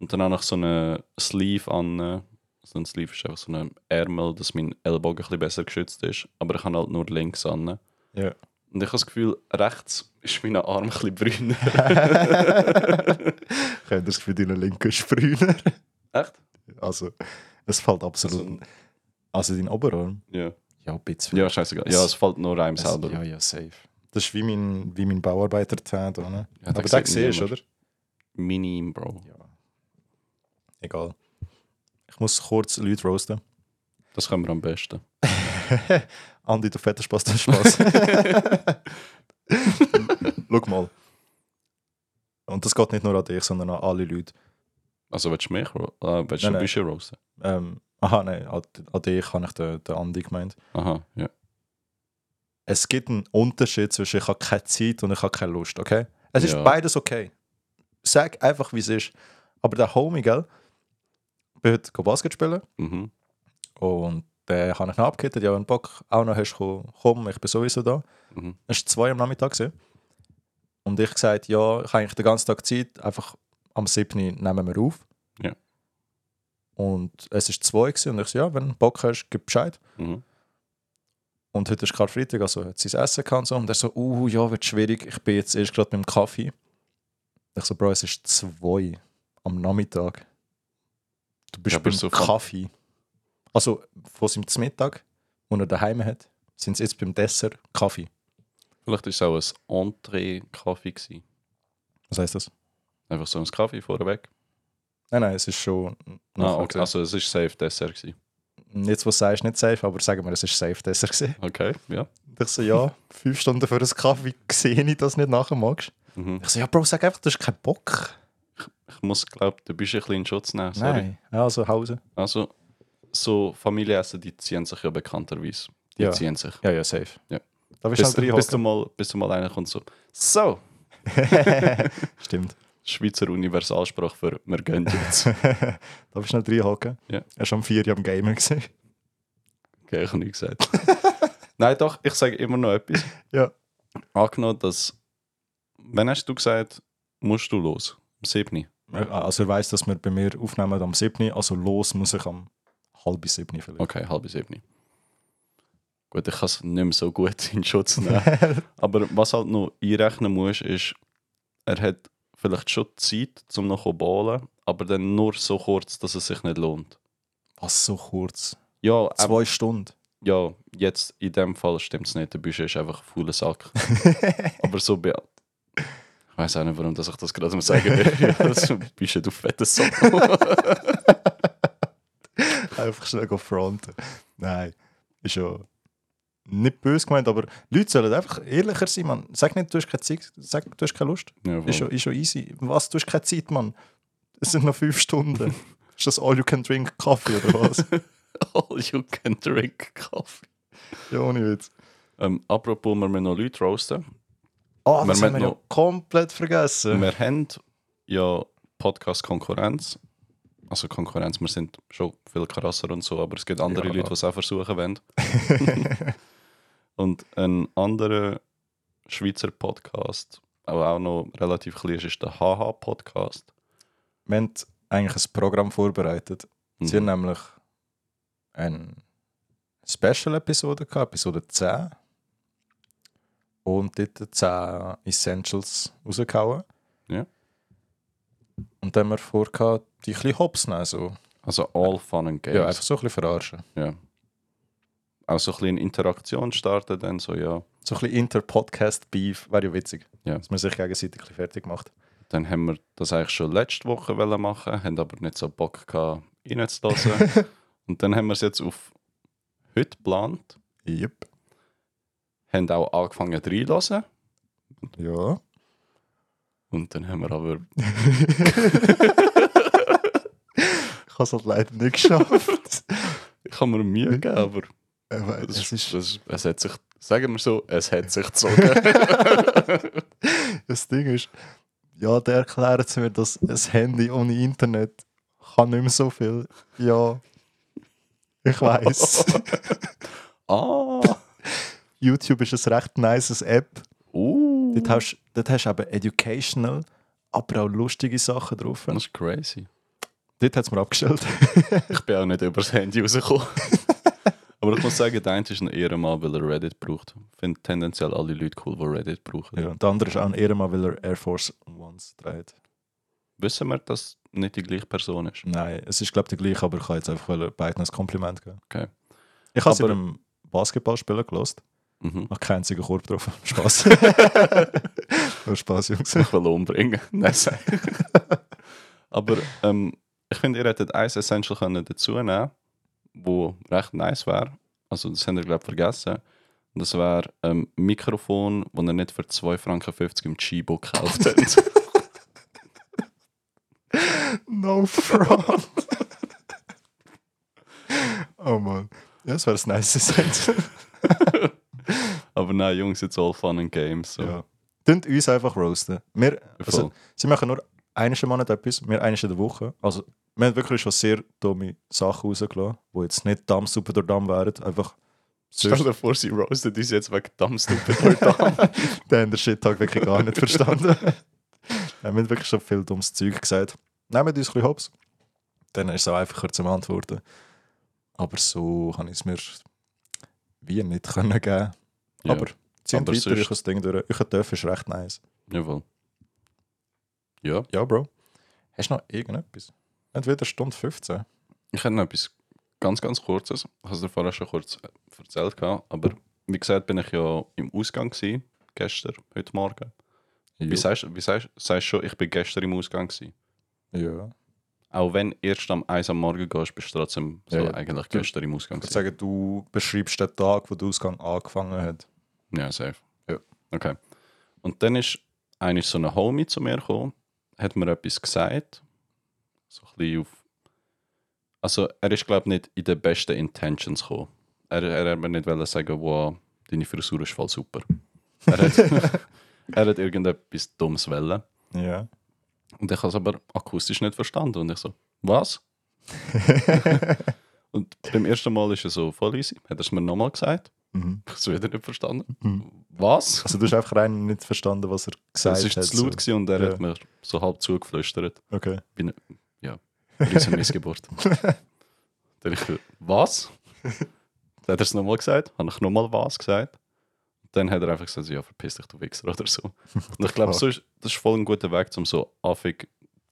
Speaker 2: und dann habe ich so einen Sleeve an. äh, So ein Sleeve ist einfach so ein Ärmel, dass mein Ellbogen ein bisschen besser geschützt ist. Aber ich habe halt nur links an.
Speaker 1: Ja.
Speaker 2: Und ich habe das Gefühl, rechts ist mein Arm ein bisschen brüner.
Speaker 1: Könnt ihr es für deinen linken Sprühner?
Speaker 2: Echt?
Speaker 1: Also, es fällt absolut.
Speaker 2: Also,
Speaker 1: Also, dein Oberarm?
Speaker 2: ja.
Speaker 1: Ja, ein bisschen.
Speaker 2: ja, scheißegal. Ja, es fällt nur einem selber.
Speaker 1: Ja, ja, safe. Das ist Dus wie mein, wie mein Bauarbeiter tat, oder?
Speaker 2: Ja, den
Speaker 1: Aber
Speaker 2: sieht
Speaker 1: das siehst du,
Speaker 2: niemand.
Speaker 1: oder?
Speaker 2: Mini, Bro.
Speaker 1: Ja. Egal. Ich muss kurz Leute roasten.
Speaker 2: Das können wir am besten.
Speaker 1: Andi, du fetter Spaß, der Spaß. Schau mal. Und das geht nicht nur an dich, sondern an alle Leute.
Speaker 2: Also, willst du mich? ro- Äh, willst du
Speaker 1: Nein, nein.
Speaker 2: ein bisschen roasten?
Speaker 1: Ähm, aha, nein, an, an dich habe ich den, den Andi gemeint.
Speaker 2: Aha, ja.
Speaker 1: Es gibt einen Unterschied zwischen ich habe keine Zeit und ich habe keine Lust, okay? Es
Speaker 2: Ja.
Speaker 1: ist beides okay. Sag einfach, wie es ist. Aber der Homie, gell, bin heute go Basket spielen
Speaker 2: Mhm.
Speaker 1: und den habe ich noch abgehittet. Ja, wenn du Bock auch noch hast, komm, komm, ich bin sowieso da.
Speaker 2: Mhm.
Speaker 1: Es war zwei am Nachmittag. Gewesen. Und ich gesagt, ja, ich habe eigentlich den ganzen Tag Zeit, einfach am 7. Uhr nehmen wir auf.
Speaker 2: Ja.
Speaker 1: Und es war zwei gewesen, und ich so, ja, wenn du Bock hast, gib Bescheid.
Speaker 2: Mhm.
Speaker 1: Und heute ist Karfreitag, also hat sein Essen gehabt und so. Und er so, uh, ja, wird schwierig, ich bin jetzt erst gerade mit dem Kaffee. Ich so, Bro, es ist zwei am Nachmittag. Du bist
Speaker 2: Ja, aber
Speaker 1: beim
Speaker 2: so von-
Speaker 1: Kaffee. Also von seinem Mittag, den er daheim hat, sind sie jetzt beim Dessert Kaffee.
Speaker 2: Vielleicht war es auch ein Entree-Kaffee. gewesen.
Speaker 1: Was heisst das?
Speaker 2: Einfach so ein Kaffee vorweg.
Speaker 1: Nein, nein, es ist schon.
Speaker 2: Ah,
Speaker 1: nachher
Speaker 2: okay.
Speaker 1: gewesen.
Speaker 2: Also, es war safe Dessert. Gewesen.
Speaker 1: Jetzt, was du sagst, nicht safe, aber sagen wir, es ist safe Dessert. Gewesen.
Speaker 2: Okay, ja.
Speaker 1: Ich so, ja, fünf Stunden für einen Kaffee sehe ich das nicht nachher magst.
Speaker 2: Mhm.
Speaker 1: Ich so, ja, Bro, sag einfach, du hast keinen Bock.
Speaker 2: Ich muss, glaube du bist ein bisschen in Schutz nehmen. Sorry.
Speaker 1: Nein, also Hause.
Speaker 2: Also, so Familienessen, die ziehen sich ja bekannterweise. Die
Speaker 1: Ja.
Speaker 2: ziehen sich.
Speaker 1: Ja, ja, safe.
Speaker 2: Ja.
Speaker 1: Da bist halt du
Speaker 2: Bis,
Speaker 1: schnell
Speaker 2: bis, du
Speaker 1: reinhocken.
Speaker 2: mal, bis du mal einer kommt so. So,
Speaker 1: Stimmt.
Speaker 2: Schweizer Universalsprache für wir gehen jetzt.
Speaker 1: da bist du schnell reinhocken.
Speaker 2: Ja.
Speaker 1: Er war schon vier Jahre am Gamer. Gewesen.
Speaker 2: okay, ich habe nichts gesagt. Nein, doch, ich sage immer noch etwas.
Speaker 1: Ja.
Speaker 2: Angenommen, dass. Wann hast du gesagt, musst du los? Um Am 7.
Speaker 1: Also er weiss, dass wir bei mir aufnehmen am 7. Also los muss ich am halb 7. vielleicht.
Speaker 2: Okay, halb 7. Gut, ich kann es nicht mehr so gut in Schutz nehmen. Aber was halt noch einrechnen musst, ist, er hat vielleicht schon Zeit, um noch zu ballen, aber dann nur so kurz, dass es sich nicht lohnt.
Speaker 1: Was so kurz?
Speaker 2: Ja, ähm,
Speaker 1: Zwei Stunden.
Speaker 2: ja jetzt in dem Fall stimmt es nicht. Der Budget ist einfach ein fauler Sack. aber so bei. Ich weiß auch nicht, warum dass ich das gerade am sagen will. ja, das Budget, du fetter Sack.
Speaker 1: Einfach schnell go fronten. Nein, ist ja nicht böse gemeint, aber Leute sollen einfach ehrlicher sein, man. Sag nicht, du hast keine Zeit, sag, du hast keine Lust.
Speaker 2: Ja, voll.
Speaker 1: Ist schon, ist schon easy. Was, du hast keine Zeit, Mann? Es sind noch fünf Stunden. ist das all you can drink Kaffee oder was?
Speaker 2: All you can drink Kaffee.
Speaker 1: ja, ohne Witz.
Speaker 2: Ähm, apropos, wir müssen noch Leute roasten.
Speaker 1: Ah,
Speaker 2: Wir
Speaker 1: das haben
Speaker 2: müssen
Speaker 1: wir ja
Speaker 2: noch-
Speaker 1: komplett vergessen.
Speaker 2: Wir haben ja Podcast-Konkurrenz. Also Konkurrenz, wir sind schon viel krasser und so, aber es gibt andere
Speaker 1: Ja.
Speaker 2: Leute, die es auch versuchen wollen. und ein anderer Schweizer Podcast, aber auch noch relativ klein ist, ist der HH-Podcast.
Speaker 1: wir haben eigentlich ein Programm vorbereitet. Sie haben
Speaker 2: Mhm.
Speaker 1: nämlich eine Special-Episode gehabt, Episode 10. Und dort 10 Essentials rausgehauen.
Speaker 2: Ja.
Speaker 1: Und dann haben wir vor, gehabt, die ein bisschen hops nehmen. So.
Speaker 2: Also All Fun and Games.
Speaker 1: Ja, einfach so ein bisschen verarschen.
Speaker 2: Auch so ein bisschen Interaktion starten dann, so ja.
Speaker 1: So ein bisschen Inter-Podcast-Beef wäre ja witzig.
Speaker 2: Ja.
Speaker 1: Dass man sich gegenseitig ein bisschen fertig macht.
Speaker 2: Dann haben wir das eigentlich schon letzte Woche wollen machen, haben aber nicht so Bock gehabt, reinzulassen. und dann haben wir es jetzt auf heute geplant,
Speaker 1: Yep.
Speaker 2: haben auch angefangen reinzulassen.
Speaker 1: Ja.
Speaker 2: Und dann haben wir aber
Speaker 1: Ich habe es halt leider nicht geschafft.
Speaker 2: Ich habe mir Mühe gegeben, aber
Speaker 1: Aber
Speaker 2: das,
Speaker 1: es
Speaker 2: ist,
Speaker 1: ist,
Speaker 2: das, ist- es hat sich, sagen wir so, es hat sich gezogen.
Speaker 1: das Ding ist, ja, der erklärt mir, dass ein Handy ohne Internet kann nicht mehr so viel. Ja. Ich weiß.
Speaker 2: ah!
Speaker 1: YouTube ist ein recht nices App.
Speaker 2: Uh!
Speaker 1: Dort hast, dort hast du eben educational, aber auch lustige Sachen drauf.
Speaker 2: Das ist crazy.
Speaker 1: Dort hat es mir abgestellt.
Speaker 2: Ich bin auch nicht über das Handy rausgekommen. aber ich muss sagen, der eine ist ein Ehrenmann, weil er Reddit braucht. Ich finde tendenziell alle Leute cool, die Reddit brauchen.
Speaker 1: Ja. Und der andere ist auch ein Ehrenmann, weil er Air Force Ones trägt.
Speaker 2: Wissen wir, dass nicht die gleiche Person ist?
Speaker 1: Nein, es ist glaube ich der gleiche, aber ich kann jetzt einfach wollen beiden ein Kompliment geben.
Speaker 2: Okay.
Speaker 1: Ich habe sie
Speaker 2: Aber-
Speaker 1: beim Basketballspielen gelost.
Speaker 2: Mhm.
Speaker 1: Noch keinen einzigen Korb drauf. Spaß. Nur Spaß, Jungs.
Speaker 2: Ich will umbringen. Nein, sei. Aber ähm, ich finde, ihr hättet ein Essential können dazu nehmen wo recht nice wäre. Also, das habt ihr, glaube ich, vergessen. Und Das wäre ähm, Mikrofon, das ihr nicht für 2,50 Franken im Chibo gekauft habt.
Speaker 1: No front. oh Mann. Ja, das wäre ein nice Essential.
Speaker 2: Aber nein, Jungs, jetzt all fun and games. So.
Speaker 1: Ja. Tönt uns einfach roasten. Wir, also,
Speaker 2: Voll.
Speaker 1: sie machen nur eines im Monat etwas, wir eines in der Woche. Also, wir haben wirklich schon sehr dumme Sachen rausgelassen, die jetzt nicht dumm, super oder dumm wären. Einfach
Speaker 2: Stell dir vor, sie roastet uns jetzt wegen Dumb Stupid or Dumb.
Speaker 1: Den haben den Shit-Tag wirklich gar nicht verstanden. Wir haben wirklich schon viel dummes Zeug gesagt. Nehmt uns ein bisschen Hops. Dann ist es auch einfacher zum Antworten. Aber so kann ich es mir wie nicht können geben.
Speaker 2: Ja.
Speaker 1: Aber zieht
Speaker 2: Aber
Speaker 1: weiter,
Speaker 2: sonst-
Speaker 1: ich das Ding durch. Ich Dörf ist recht nice.
Speaker 2: Jawohl. Ja.
Speaker 1: Ja, Bro. Hast du noch irgendetwas? Nicht wieder Stunde 15.
Speaker 2: Ich hätte noch etwas ganz, ganz Kurzes. Ich habe es dir vorher schon kurz äh, erzählt, gehabt, aber wie gesagt, bin ich ja im Ausgang gewesen, gestern, heute Morgen. Wie sagst du wie sagst, sagst schon, ich bin gestern im Ausgang gewesen?
Speaker 1: Ja.
Speaker 2: Auch wenn erst am 1 am Morgen gehst, bist du trotzdem so
Speaker 1: Ja, ja.
Speaker 2: eigentlich
Speaker 1: Du-
Speaker 2: gestern im Ausgang
Speaker 1: Ich würde
Speaker 2: gewesen.
Speaker 1: sagen, du beschreibst den Tag, wo der Ausgang angefangen hat.
Speaker 2: Ja, safe.
Speaker 1: Ja.
Speaker 2: Okay. Und dann ist eigentlich so ein Homie zu mir gekommen, hat mir etwas gesagt. So ein bisschen auf. Also, er ist, glaube ich, nicht in den besten Intentions gekommen. Er, er hat mir nicht wollen sagen, wow, deine Frisur ist voll super. Er hat, er hat irgendetwas Dummes wollen.
Speaker 1: Ja.
Speaker 2: Und ich habe es aber akustisch nicht verstanden. Und ich so, was? und beim ersten Mal ist er so voll easy. Hat er es mir nochmal gesagt?
Speaker 1: Mhm.
Speaker 2: Ich habe es wieder nicht verstanden.
Speaker 1: Mhm.
Speaker 2: Was?
Speaker 1: Also du hast einfach rein nicht verstanden, was er gesagt
Speaker 2: Es war
Speaker 1: hat.
Speaker 2: zu laut gewesen und er
Speaker 1: Ja.
Speaker 2: hat mir so halb zugeflüstert.
Speaker 1: So. Okay.
Speaker 2: Riesen Missgeburt. Dann ich, was? Dann hat er es nochmal gesagt, habe ich nochmal was gesagt. dann hat er einfach gesagt, ja, verpiss dich, du Wichser oder so. Und ich glaube, so ist, das ist voll ein guter Weg, um so affig,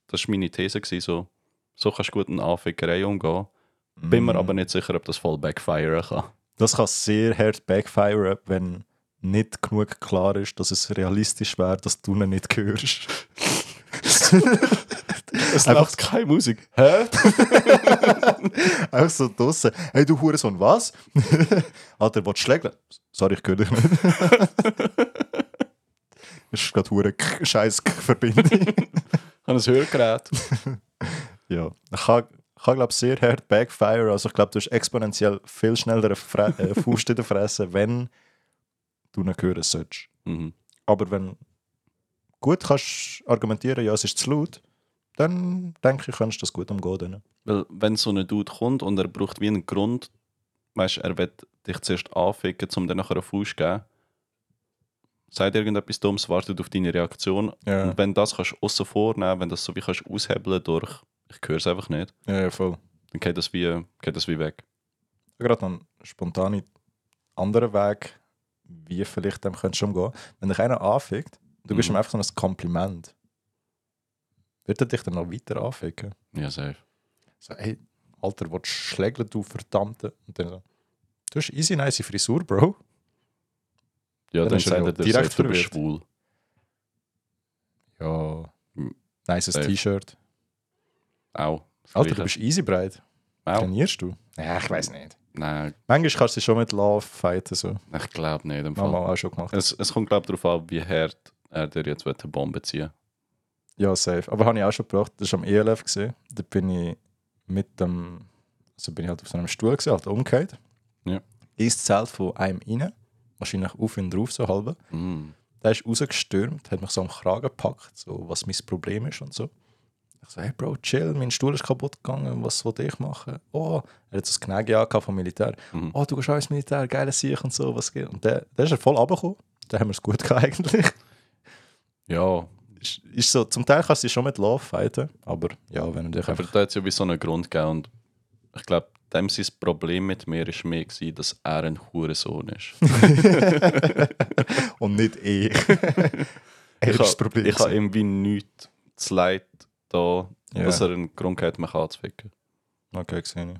Speaker 2: das war meine These, gewesen, so, so kannst du gut in Affiggerei umgehen. Bin
Speaker 1: Mhm.
Speaker 2: mir aber nicht sicher, ob das voll backfiren kann.
Speaker 1: Das kann sehr hart backfire, wenn nicht genug klar ist, dass es realistisch wäre, dass du ihn nicht hörst.
Speaker 2: Es
Speaker 1: Einfach-
Speaker 2: läuft keine Musik. Hä?
Speaker 1: Auch so draussen. Hey, du Hurensohn, was? Alter, willst du schlägeln? Sorry, ich höre dich nicht. Es ist gerade hure scheiß Verbindung.
Speaker 2: Ich habe ein Hörgerät.
Speaker 1: ja. Ich kann, kann glaube sehr hart backfire. Also ich glaube, du hast exponentiell viel schneller eine Fre äh, Faust in der Fresse, wenn du ihn hören sollst.
Speaker 2: Mhm.
Speaker 1: Aber wenn gut kannst argumentieren, ja, es ist zu laut, dann denke ich, kannst du das gut ne? umgehen. Dann.
Speaker 2: Weil, wenn so ein Dude kommt und er braucht wie einen Grund, weißt er will dich zuerst anficken, um dir nachher einen Fuß zu geben, sagt irgendetwas Dummes, wartet auf deine Reaktion.
Speaker 1: Ja,
Speaker 2: Und wenn das kannst außen vornehmen, wenn das so wie kannst aushebeln durch, ich höre es einfach nicht,
Speaker 1: ja, voll.
Speaker 2: dann geht das wie, geht das wie weg.
Speaker 1: gerade einen spontanen anderen Weg, wie vielleicht dem könntest du umgehen. Wenn dich einer anfickt, du gibst
Speaker 2: Mhm.
Speaker 1: ihm einfach so ein Kompliment. Wird er dich dann noch weiter anficken?
Speaker 2: Ja, safe.
Speaker 1: So, hey, Alter, was schlägeln du verdammte? Und dann so, du hast easy nice Frisur, Bro.
Speaker 2: Ja,
Speaker 1: Dann
Speaker 2: dann
Speaker 1: ist er
Speaker 2: sagt
Speaker 1: ja
Speaker 2: er dir
Speaker 1: direkt
Speaker 2: direkt du bist
Speaker 1: verwirrt.
Speaker 2: schwul.
Speaker 1: Ja.
Speaker 2: Mhm.
Speaker 1: Nices
Speaker 2: Safe.
Speaker 1: T-Shirt.
Speaker 2: Auch. Das
Speaker 1: Alter, du bist
Speaker 2: Gleiche.
Speaker 1: easy breit.
Speaker 2: Auch.
Speaker 1: Trainierst du? Ja, ich weiß nicht.
Speaker 2: Nein,
Speaker 1: Manchmal kannst du dich schon mit Love fighten. So.
Speaker 2: ich glaube nicht. Im Fall.
Speaker 1: Mama auch schon gemacht.
Speaker 2: Es, es kommt, glaube ich, darauf an, wie hart er dir jetzt eine Bombe ziehen will.
Speaker 1: Ja, safe. Aber habe ich auch schon gebracht. Das war am E ELF. Gewesen. Da bin ich mit dem. Also bin ich halt auf so einem Stuhl, gewesen, halt umgekehrt.
Speaker 2: Ja.
Speaker 1: Ist Zelt von einem rein. Wahrscheinlich auf und drauf, so halb.
Speaker 2: Mm.
Speaker 1: Der ist rausgestürmt, hat mich so am Kragen gepackt, so, was mein Problem ist und so. Ich so, hey Bro, chill, mein Stuhl ist kaputt gegangen, was will ich machen? Oh, er hat so ein Knäge angehabt vom Militär.
Speaker 2: Mhm.
Speaker 1: Oh, du gehst auch ins Militär, geiles Sieg und so, was geht. Und der, der ist er voll runtergekommen. Da haben wir es gut gehabt eigentlich.
Speaker 2: Ja,
Speaker 1: Ist, ist so, zum Teil kannst du dich schon mit Love fighten, aber ja, wenn du dich
Speaker 2: aber
Speaker 1: einfach...
Speaker 2: da hat es ja wie so einen Grund gegeben. Und ich glaube, dem sein Problem mit mir war mehr, gewesen, dass er ein Hurensohn ist.
Speaker 1: Und nicht eh. ich. er
Speaker 2: ich
Speaker 1: ist das
Speaker 2: habe
Speaker 1: Problem.
Speaker 2: ich habe irgendwie nichts zu leid da,
Speaker 1: Ja.
Speaker 2: dass er einen Grund hat, mich anzuficken.
Speaker 1: Okay, gesehen.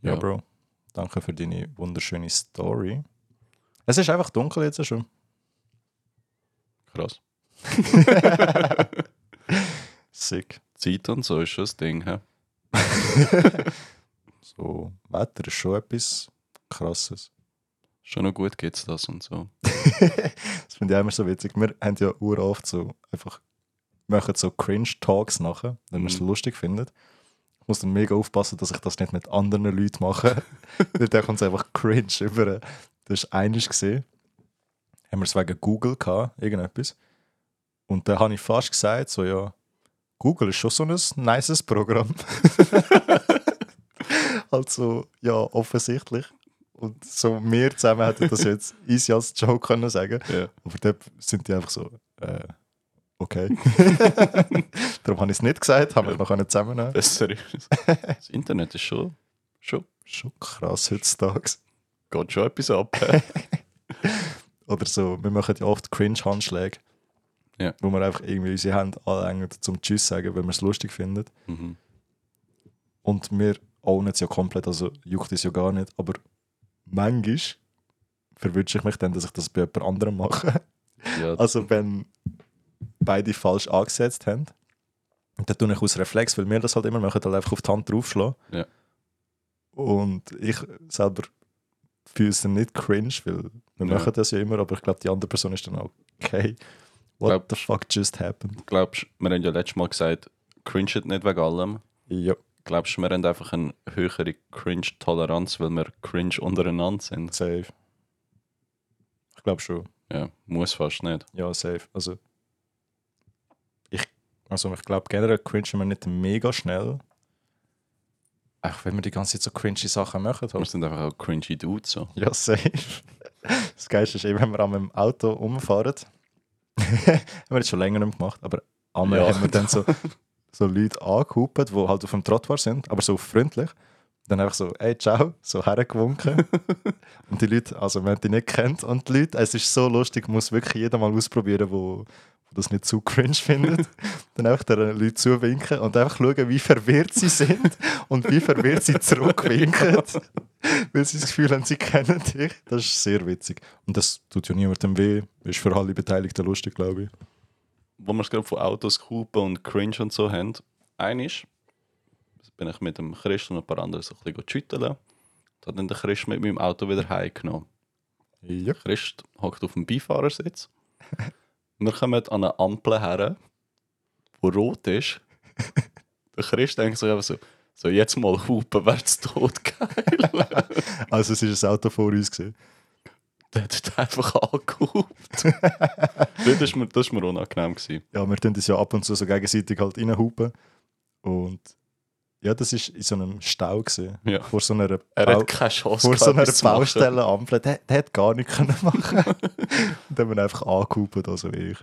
Speaker 1: Ja,
Speaker 2: Ja.
Speaker 1: Bro. Danke für deine wunderschöne Story. Es ist einfach dunkel jetzt schon.
Speaker 2: Krass.
Speaker 1: Sick.
Speaker 2: Zeit und so ist schon das Ding. He?
Speaker 1: So, Wetter ist schon etwas krasses.
Speaker 2: Schon noch gut geht's das und so.
Speaker 1: Das finde ich auch immer so witzig. Wir haben ja uroft so einfach machen so Cringe-Talks nachher, wenn man es
Speaker 2: Mhm.
Speaker 1: lustig findet. Ich muss dann mega aufpassen, dass ich das nicht mit anderen Leuten mache. Weil dann kommt es einfach cringe über. Das ist einiges gesehen. Haben wir es wegen Google gehabt, irgendetwas. Und da habe ich fast gesagt, so ja, Google ist schon so ein nices Programm. also, ja, offensichtlich. Und so wir zusammen hätten das jetzt easy als Joke können sagen.
Speaker 2: Ja.
Speaker 1: Aber dort sind die einfach so, äh, okay. Darum habe ich es nicht gesagt, haben wir noch einen zusammennehmen.
Speaker 2: Besser ist. Das Internet ist schon, schon,
Speaker 1: Schon krass heutzutage.
Speaker 2: geht schon etwas ab. he?
Speaker 1: Oder so, wir machen ja oft Cringe-Handschläge.
Speaker 2: Ja.
Speaker 1: Wo wir einfach irgendwie unsere Hände anlegen, zum Tschüss sagen, wenn wir es lustig finden.
Speaker 2: mhm.
Speaker 1: Und wir ownen es ja komplett, also juckt es ja gar nicht. Aber manchmal verwünsche ich mich dann, dass ich das bei jemand anderem mache.
Speaker 2: Ja,
Speaker 1: Also wenn beide falsch angesetzt haben, dann tue ich aus Reflex, weil wir das halt immer machen, halt einfach auf die Hand draufschlagen.
Speaker 2: Ja.
Speaker 1: Und ich selber fühle es dann nicht cringe, weil wir
Speaker 2: Ja.
Speaker 1: machen das ja immer, aber ich glaube, die andere Person ist dann auch okay. What
Speaker 2: Glaub-
Speaker 1: the fuck just happened?
Speaker 2: glaubst du, wir haben ja letztes Mal gesagt, cringet nicht wegen allem.
Speaker 1: Ja.
Speaker 2: Glaubst du, wir haben einfach eine höhere Cringe-Toleranz, weil wir cringe untereinander sind?
Speaker 1: Safe. Ich glaube schon.
Speaker 2: Ja, muss fast nicht.
Speaker 1: Ja, safe. Also ich, also ich glaube generell cringen wir nicht mega schnell. Auch wenn wir die ganze Zeit so cringy Sachen machen.
Speaker 2: Wir
Speaker 1: Halt.
Speaker 2: sind einfach auch cringy Dudes. So.
Speaker 1: Ja, safe. Das Geilste ist eben, wenn wir an meinem Auto umfahren. haben wir jetzt schon länger nicht mehr gemacht, aber einmal
Speaker 2: Ja.
Speaker 1: haben wir dann so, so Leute angehupet, die halt auf dem Trottoir sind, aber so freundlich. Dann einfach so, hey, ciao, so hergewunken. und die Leute, also wenn die nicht kennt, und die Leute, es ist so lustig, muss wirklich jeder mal ausprobieren, wo, wo das nicht zu cringe findet. dann einfach den Leuten zuwinken und einfach schauen, wie verwirrt sie sind und wie verwirrt sie zurückwinken. weil sie das Gefühl haben, sie kennen dich. Das ist sehr witzig. Und das tut ja niemandem weh. Ist für alle Beteiligten lustig, glaube ich.
Speaker 2: wo wir es gerade von Autos, Kupen und Cringe und so haben, einisch bin ich mit dem Christ und ein paar anderen so ein bisschen schütteln. Da hat dann der Christ mit meinem Auto wieder heimgenommen.
Speaker 1: Ja.
Speaker 2: Christ hockt auf dem Beifahrersitz. wir kommen an eine Ampel her, die rot ist. Der Christ denkt sich einfach so, so jetzt mal hupen, wär's tot geil.
Speaker 1: Also es ist ein Auto vor uns gesehen.
Speaker 2: der hat einfach angehupt. das war mir, das ist mir unangenehm. Gewesen.
Speaker 1: Ja, wir tun das ja ab und zu so gegenseitig halt reinhupen. Und ja, das ist in so einem Stau gesehen.
Speaker 2: Ja.
Speaker 1: Vor so einer,
Speaker 2: Er
Speaker 1: Bau
Speaker 2: hat keine Chance
Speaker 1: vor so
Speaker 2: gehabt,
Speaker 1: einer
Speaker 2: etwas zu machen.
Speaker 1: Baustellenampel. Der, der hat gar nichts können machen. und dann haben wir ihn einfach angehupt, also wie ich.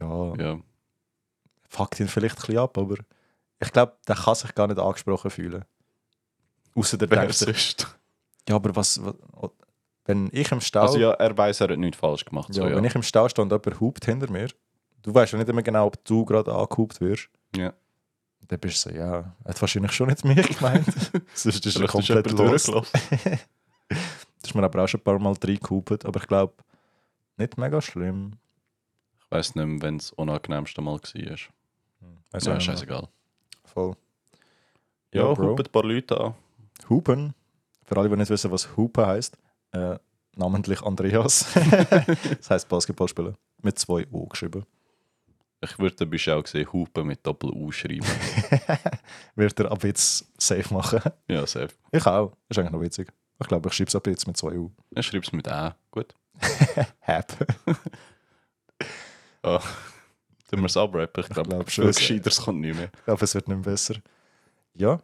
Speaker 1: Ja,
Speaker 2: Ja.
Speaker 1: fuckt ihn vielleicht ein bisschen ab, aber ich glaube, der kann sich gar nicht angesprochen fühlen. Außer der
Speaker 2: Wer
Speaker 1: denkt sich,
Speaker 2: sonst?
Speaker 1: ja, aber was, was wenn ich im Stau...
Speaker 2: Also ja, er weiß, er hat nichts falsch gemacht.
Speaker 1: Ja,
Speaker 2: so, ja.
Speaker 1: Wenn ich im Stau stehe und jemand hupt hinter mir, du weißt ja nicht immer genau, ob du gerade angehupt wirst.
Speaker 2: Ja.
Speaker 1: Dann bist du so, ja, er hat wahrscheinlich schon nicht mich gemeint. Sonst ist er
Speaker 2: Vielleicht
Speaker 1: komplett
Speaker 2: jemand
Speaker 1: los. Das
Speaker 2: durchgelaufen.
Speaker 1: ist mir aber auch schon ein paar Mal reingehupet, aber ich glaube, nicht mega schlimm.
Speaker 2: Ich weiß nicht mehr, wenn es das unangenehmste Mal war.
Speaker 1: Weiss
Speaker 2: Also, ja,
Speaker 1: auch nicht mehr.
Speaker 2: scheißegal.
Speaker 1: ähm, Voll.
Speaker 2: Ja,
Speaker 1: Ja,
Speaker 2: ja
Speaker 1: Bro.
Speaker 2: hupen ein paar Leute an.
Speaker 1: Hupen, für alle, die nicht wissen, was Hupen heisst, äh, namentlich Andreas. das heisst Basketball spielen. Mit zwei O geschrieben.
Speaker 2: Ich würde dabei schon auch sehen, hupen mit Doppel-U schreiben.
Speaker 1: Wird er ab jetzt safe machen.
Speaker 2: ja, safe.
Speaker 1: Ich auch. Ist eigentlich noch witzig. Ich glaube, ich schreibe es ab jetzt mit zwei U.
Speaker 2: Dann schreib's mit A. Gut.
Speaker 1: Hab.
Speaker 2: Tun wir es abrappen. Ich glaube,
Speaker 1: glaub schon.
Speaker 2: viel Gescheiteres kommt nicht mehr.
Speaker 1: Aber es wird nicht mehr besser. Ja,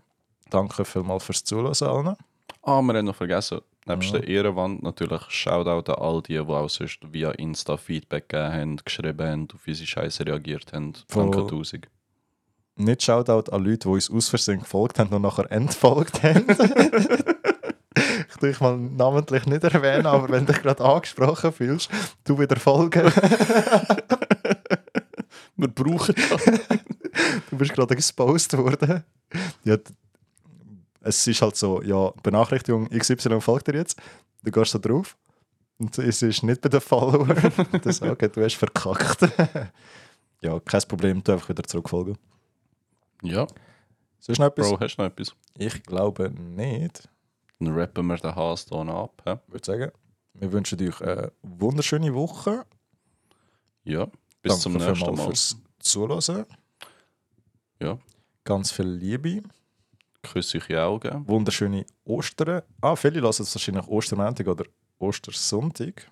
Speaker 1: danke vielmals fürs Zuhören allen.
Speaker 2: Ah, wir haben noch vergessen. Nebst
Speaker 1: Ja.
Speaker 2: der Ehrenwand natürlich Shoutout an all die, die auch sonst via Insta Feedback gegeben haben, geschrieben haben, auf unsere Scheiße reagiert haben.
Speaker 1: Voll.
Speaker 2: Danke tausend.
Speaker 1: Nicht Shoutout an Leute, die uns aus Versehen gefolgt haben und nachher entfolgt haben. ich tue dich mal namentlich nicht erwähnen, aber wenn du dich gerade angesprochen fühlst, du wieder folgen.
Speaker 2: Wir brauchen das.
Speaker 1: Du bist gerade exposed worden. Ja, d- es ist halt so, ja, Benachrichtigung XY folgt dir jetzt. Du gehst da drauf und es ist nicht bei den Follower. Das okay, du hast verkackt. ja, kein Problem, du einfach wieder zurückfolgen.
Speaker 2: ja,
Speaker 1: Sonst noch etwas?
Speaker 2: Bro, hast du noch etwas?
Speaker 1: Ich glaube nicht.
Speaker 2: Dann rappen wir den Haas hier noch ab. hä?
Speaker 1: Ich würde sagen, wir wünschen euch eine wunderschöne Woche.
Speaker 2: Ja, bis zum nächsten
Speaker 1: vielmals
Speaker 2: Mal.
Speaker 1: fürs Zuhören.
Speaker 2: Ja.
Speaker 1: Ganz viel Liebe.
Speaker 2: Küsse euch in die Augen.
Speaker 1: Wunderschöne Ostern. Ah, viele lassen es wahrscheinlich Ostermontag oder Ostersonntag.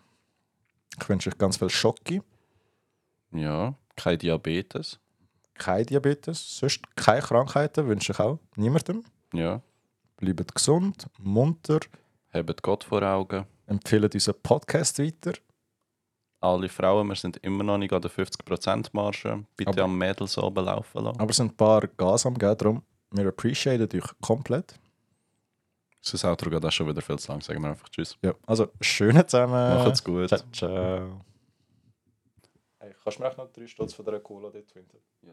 Speaker 1: Ich wünsche euch ganz viel Schocke.
Speaker 2: Ja, kein Diabetes.
Speaker 1: Kein Diabetes, sonst keine Krankheiten wünsche ich auch niemandem.
Speaker 2: Ja,
Speaker 1: Bleibt gesund, munter,
Speaker 2: habt Gott vor Augen.
Speaker 1: empfehlt unseren Podcast weiter.
Speaker 2: Alle Frauen, wir sind immer noch nicht an der 50%-Marge. Bitte
Speaker 1: Aber-
Speaker 2: am Mädels oben laufen lassen.
Speaker 1: Aber es sind ein paar Gas am Gehen, darum wir appreciaten euch komplett.
Speaker 2: Das Outro geht auch schon wieder viel zu lang. Sagen wir einfach Tschüss.
Speaker 1: Ja, also schönen zusammen. Äh,
Speaker 2: Macht's gut.
Speaker 1: Ciao, ciao. Hey, kannst du mir auch noch drei Stutz von dieser Cola dort finden?
Speaker 2: Ja,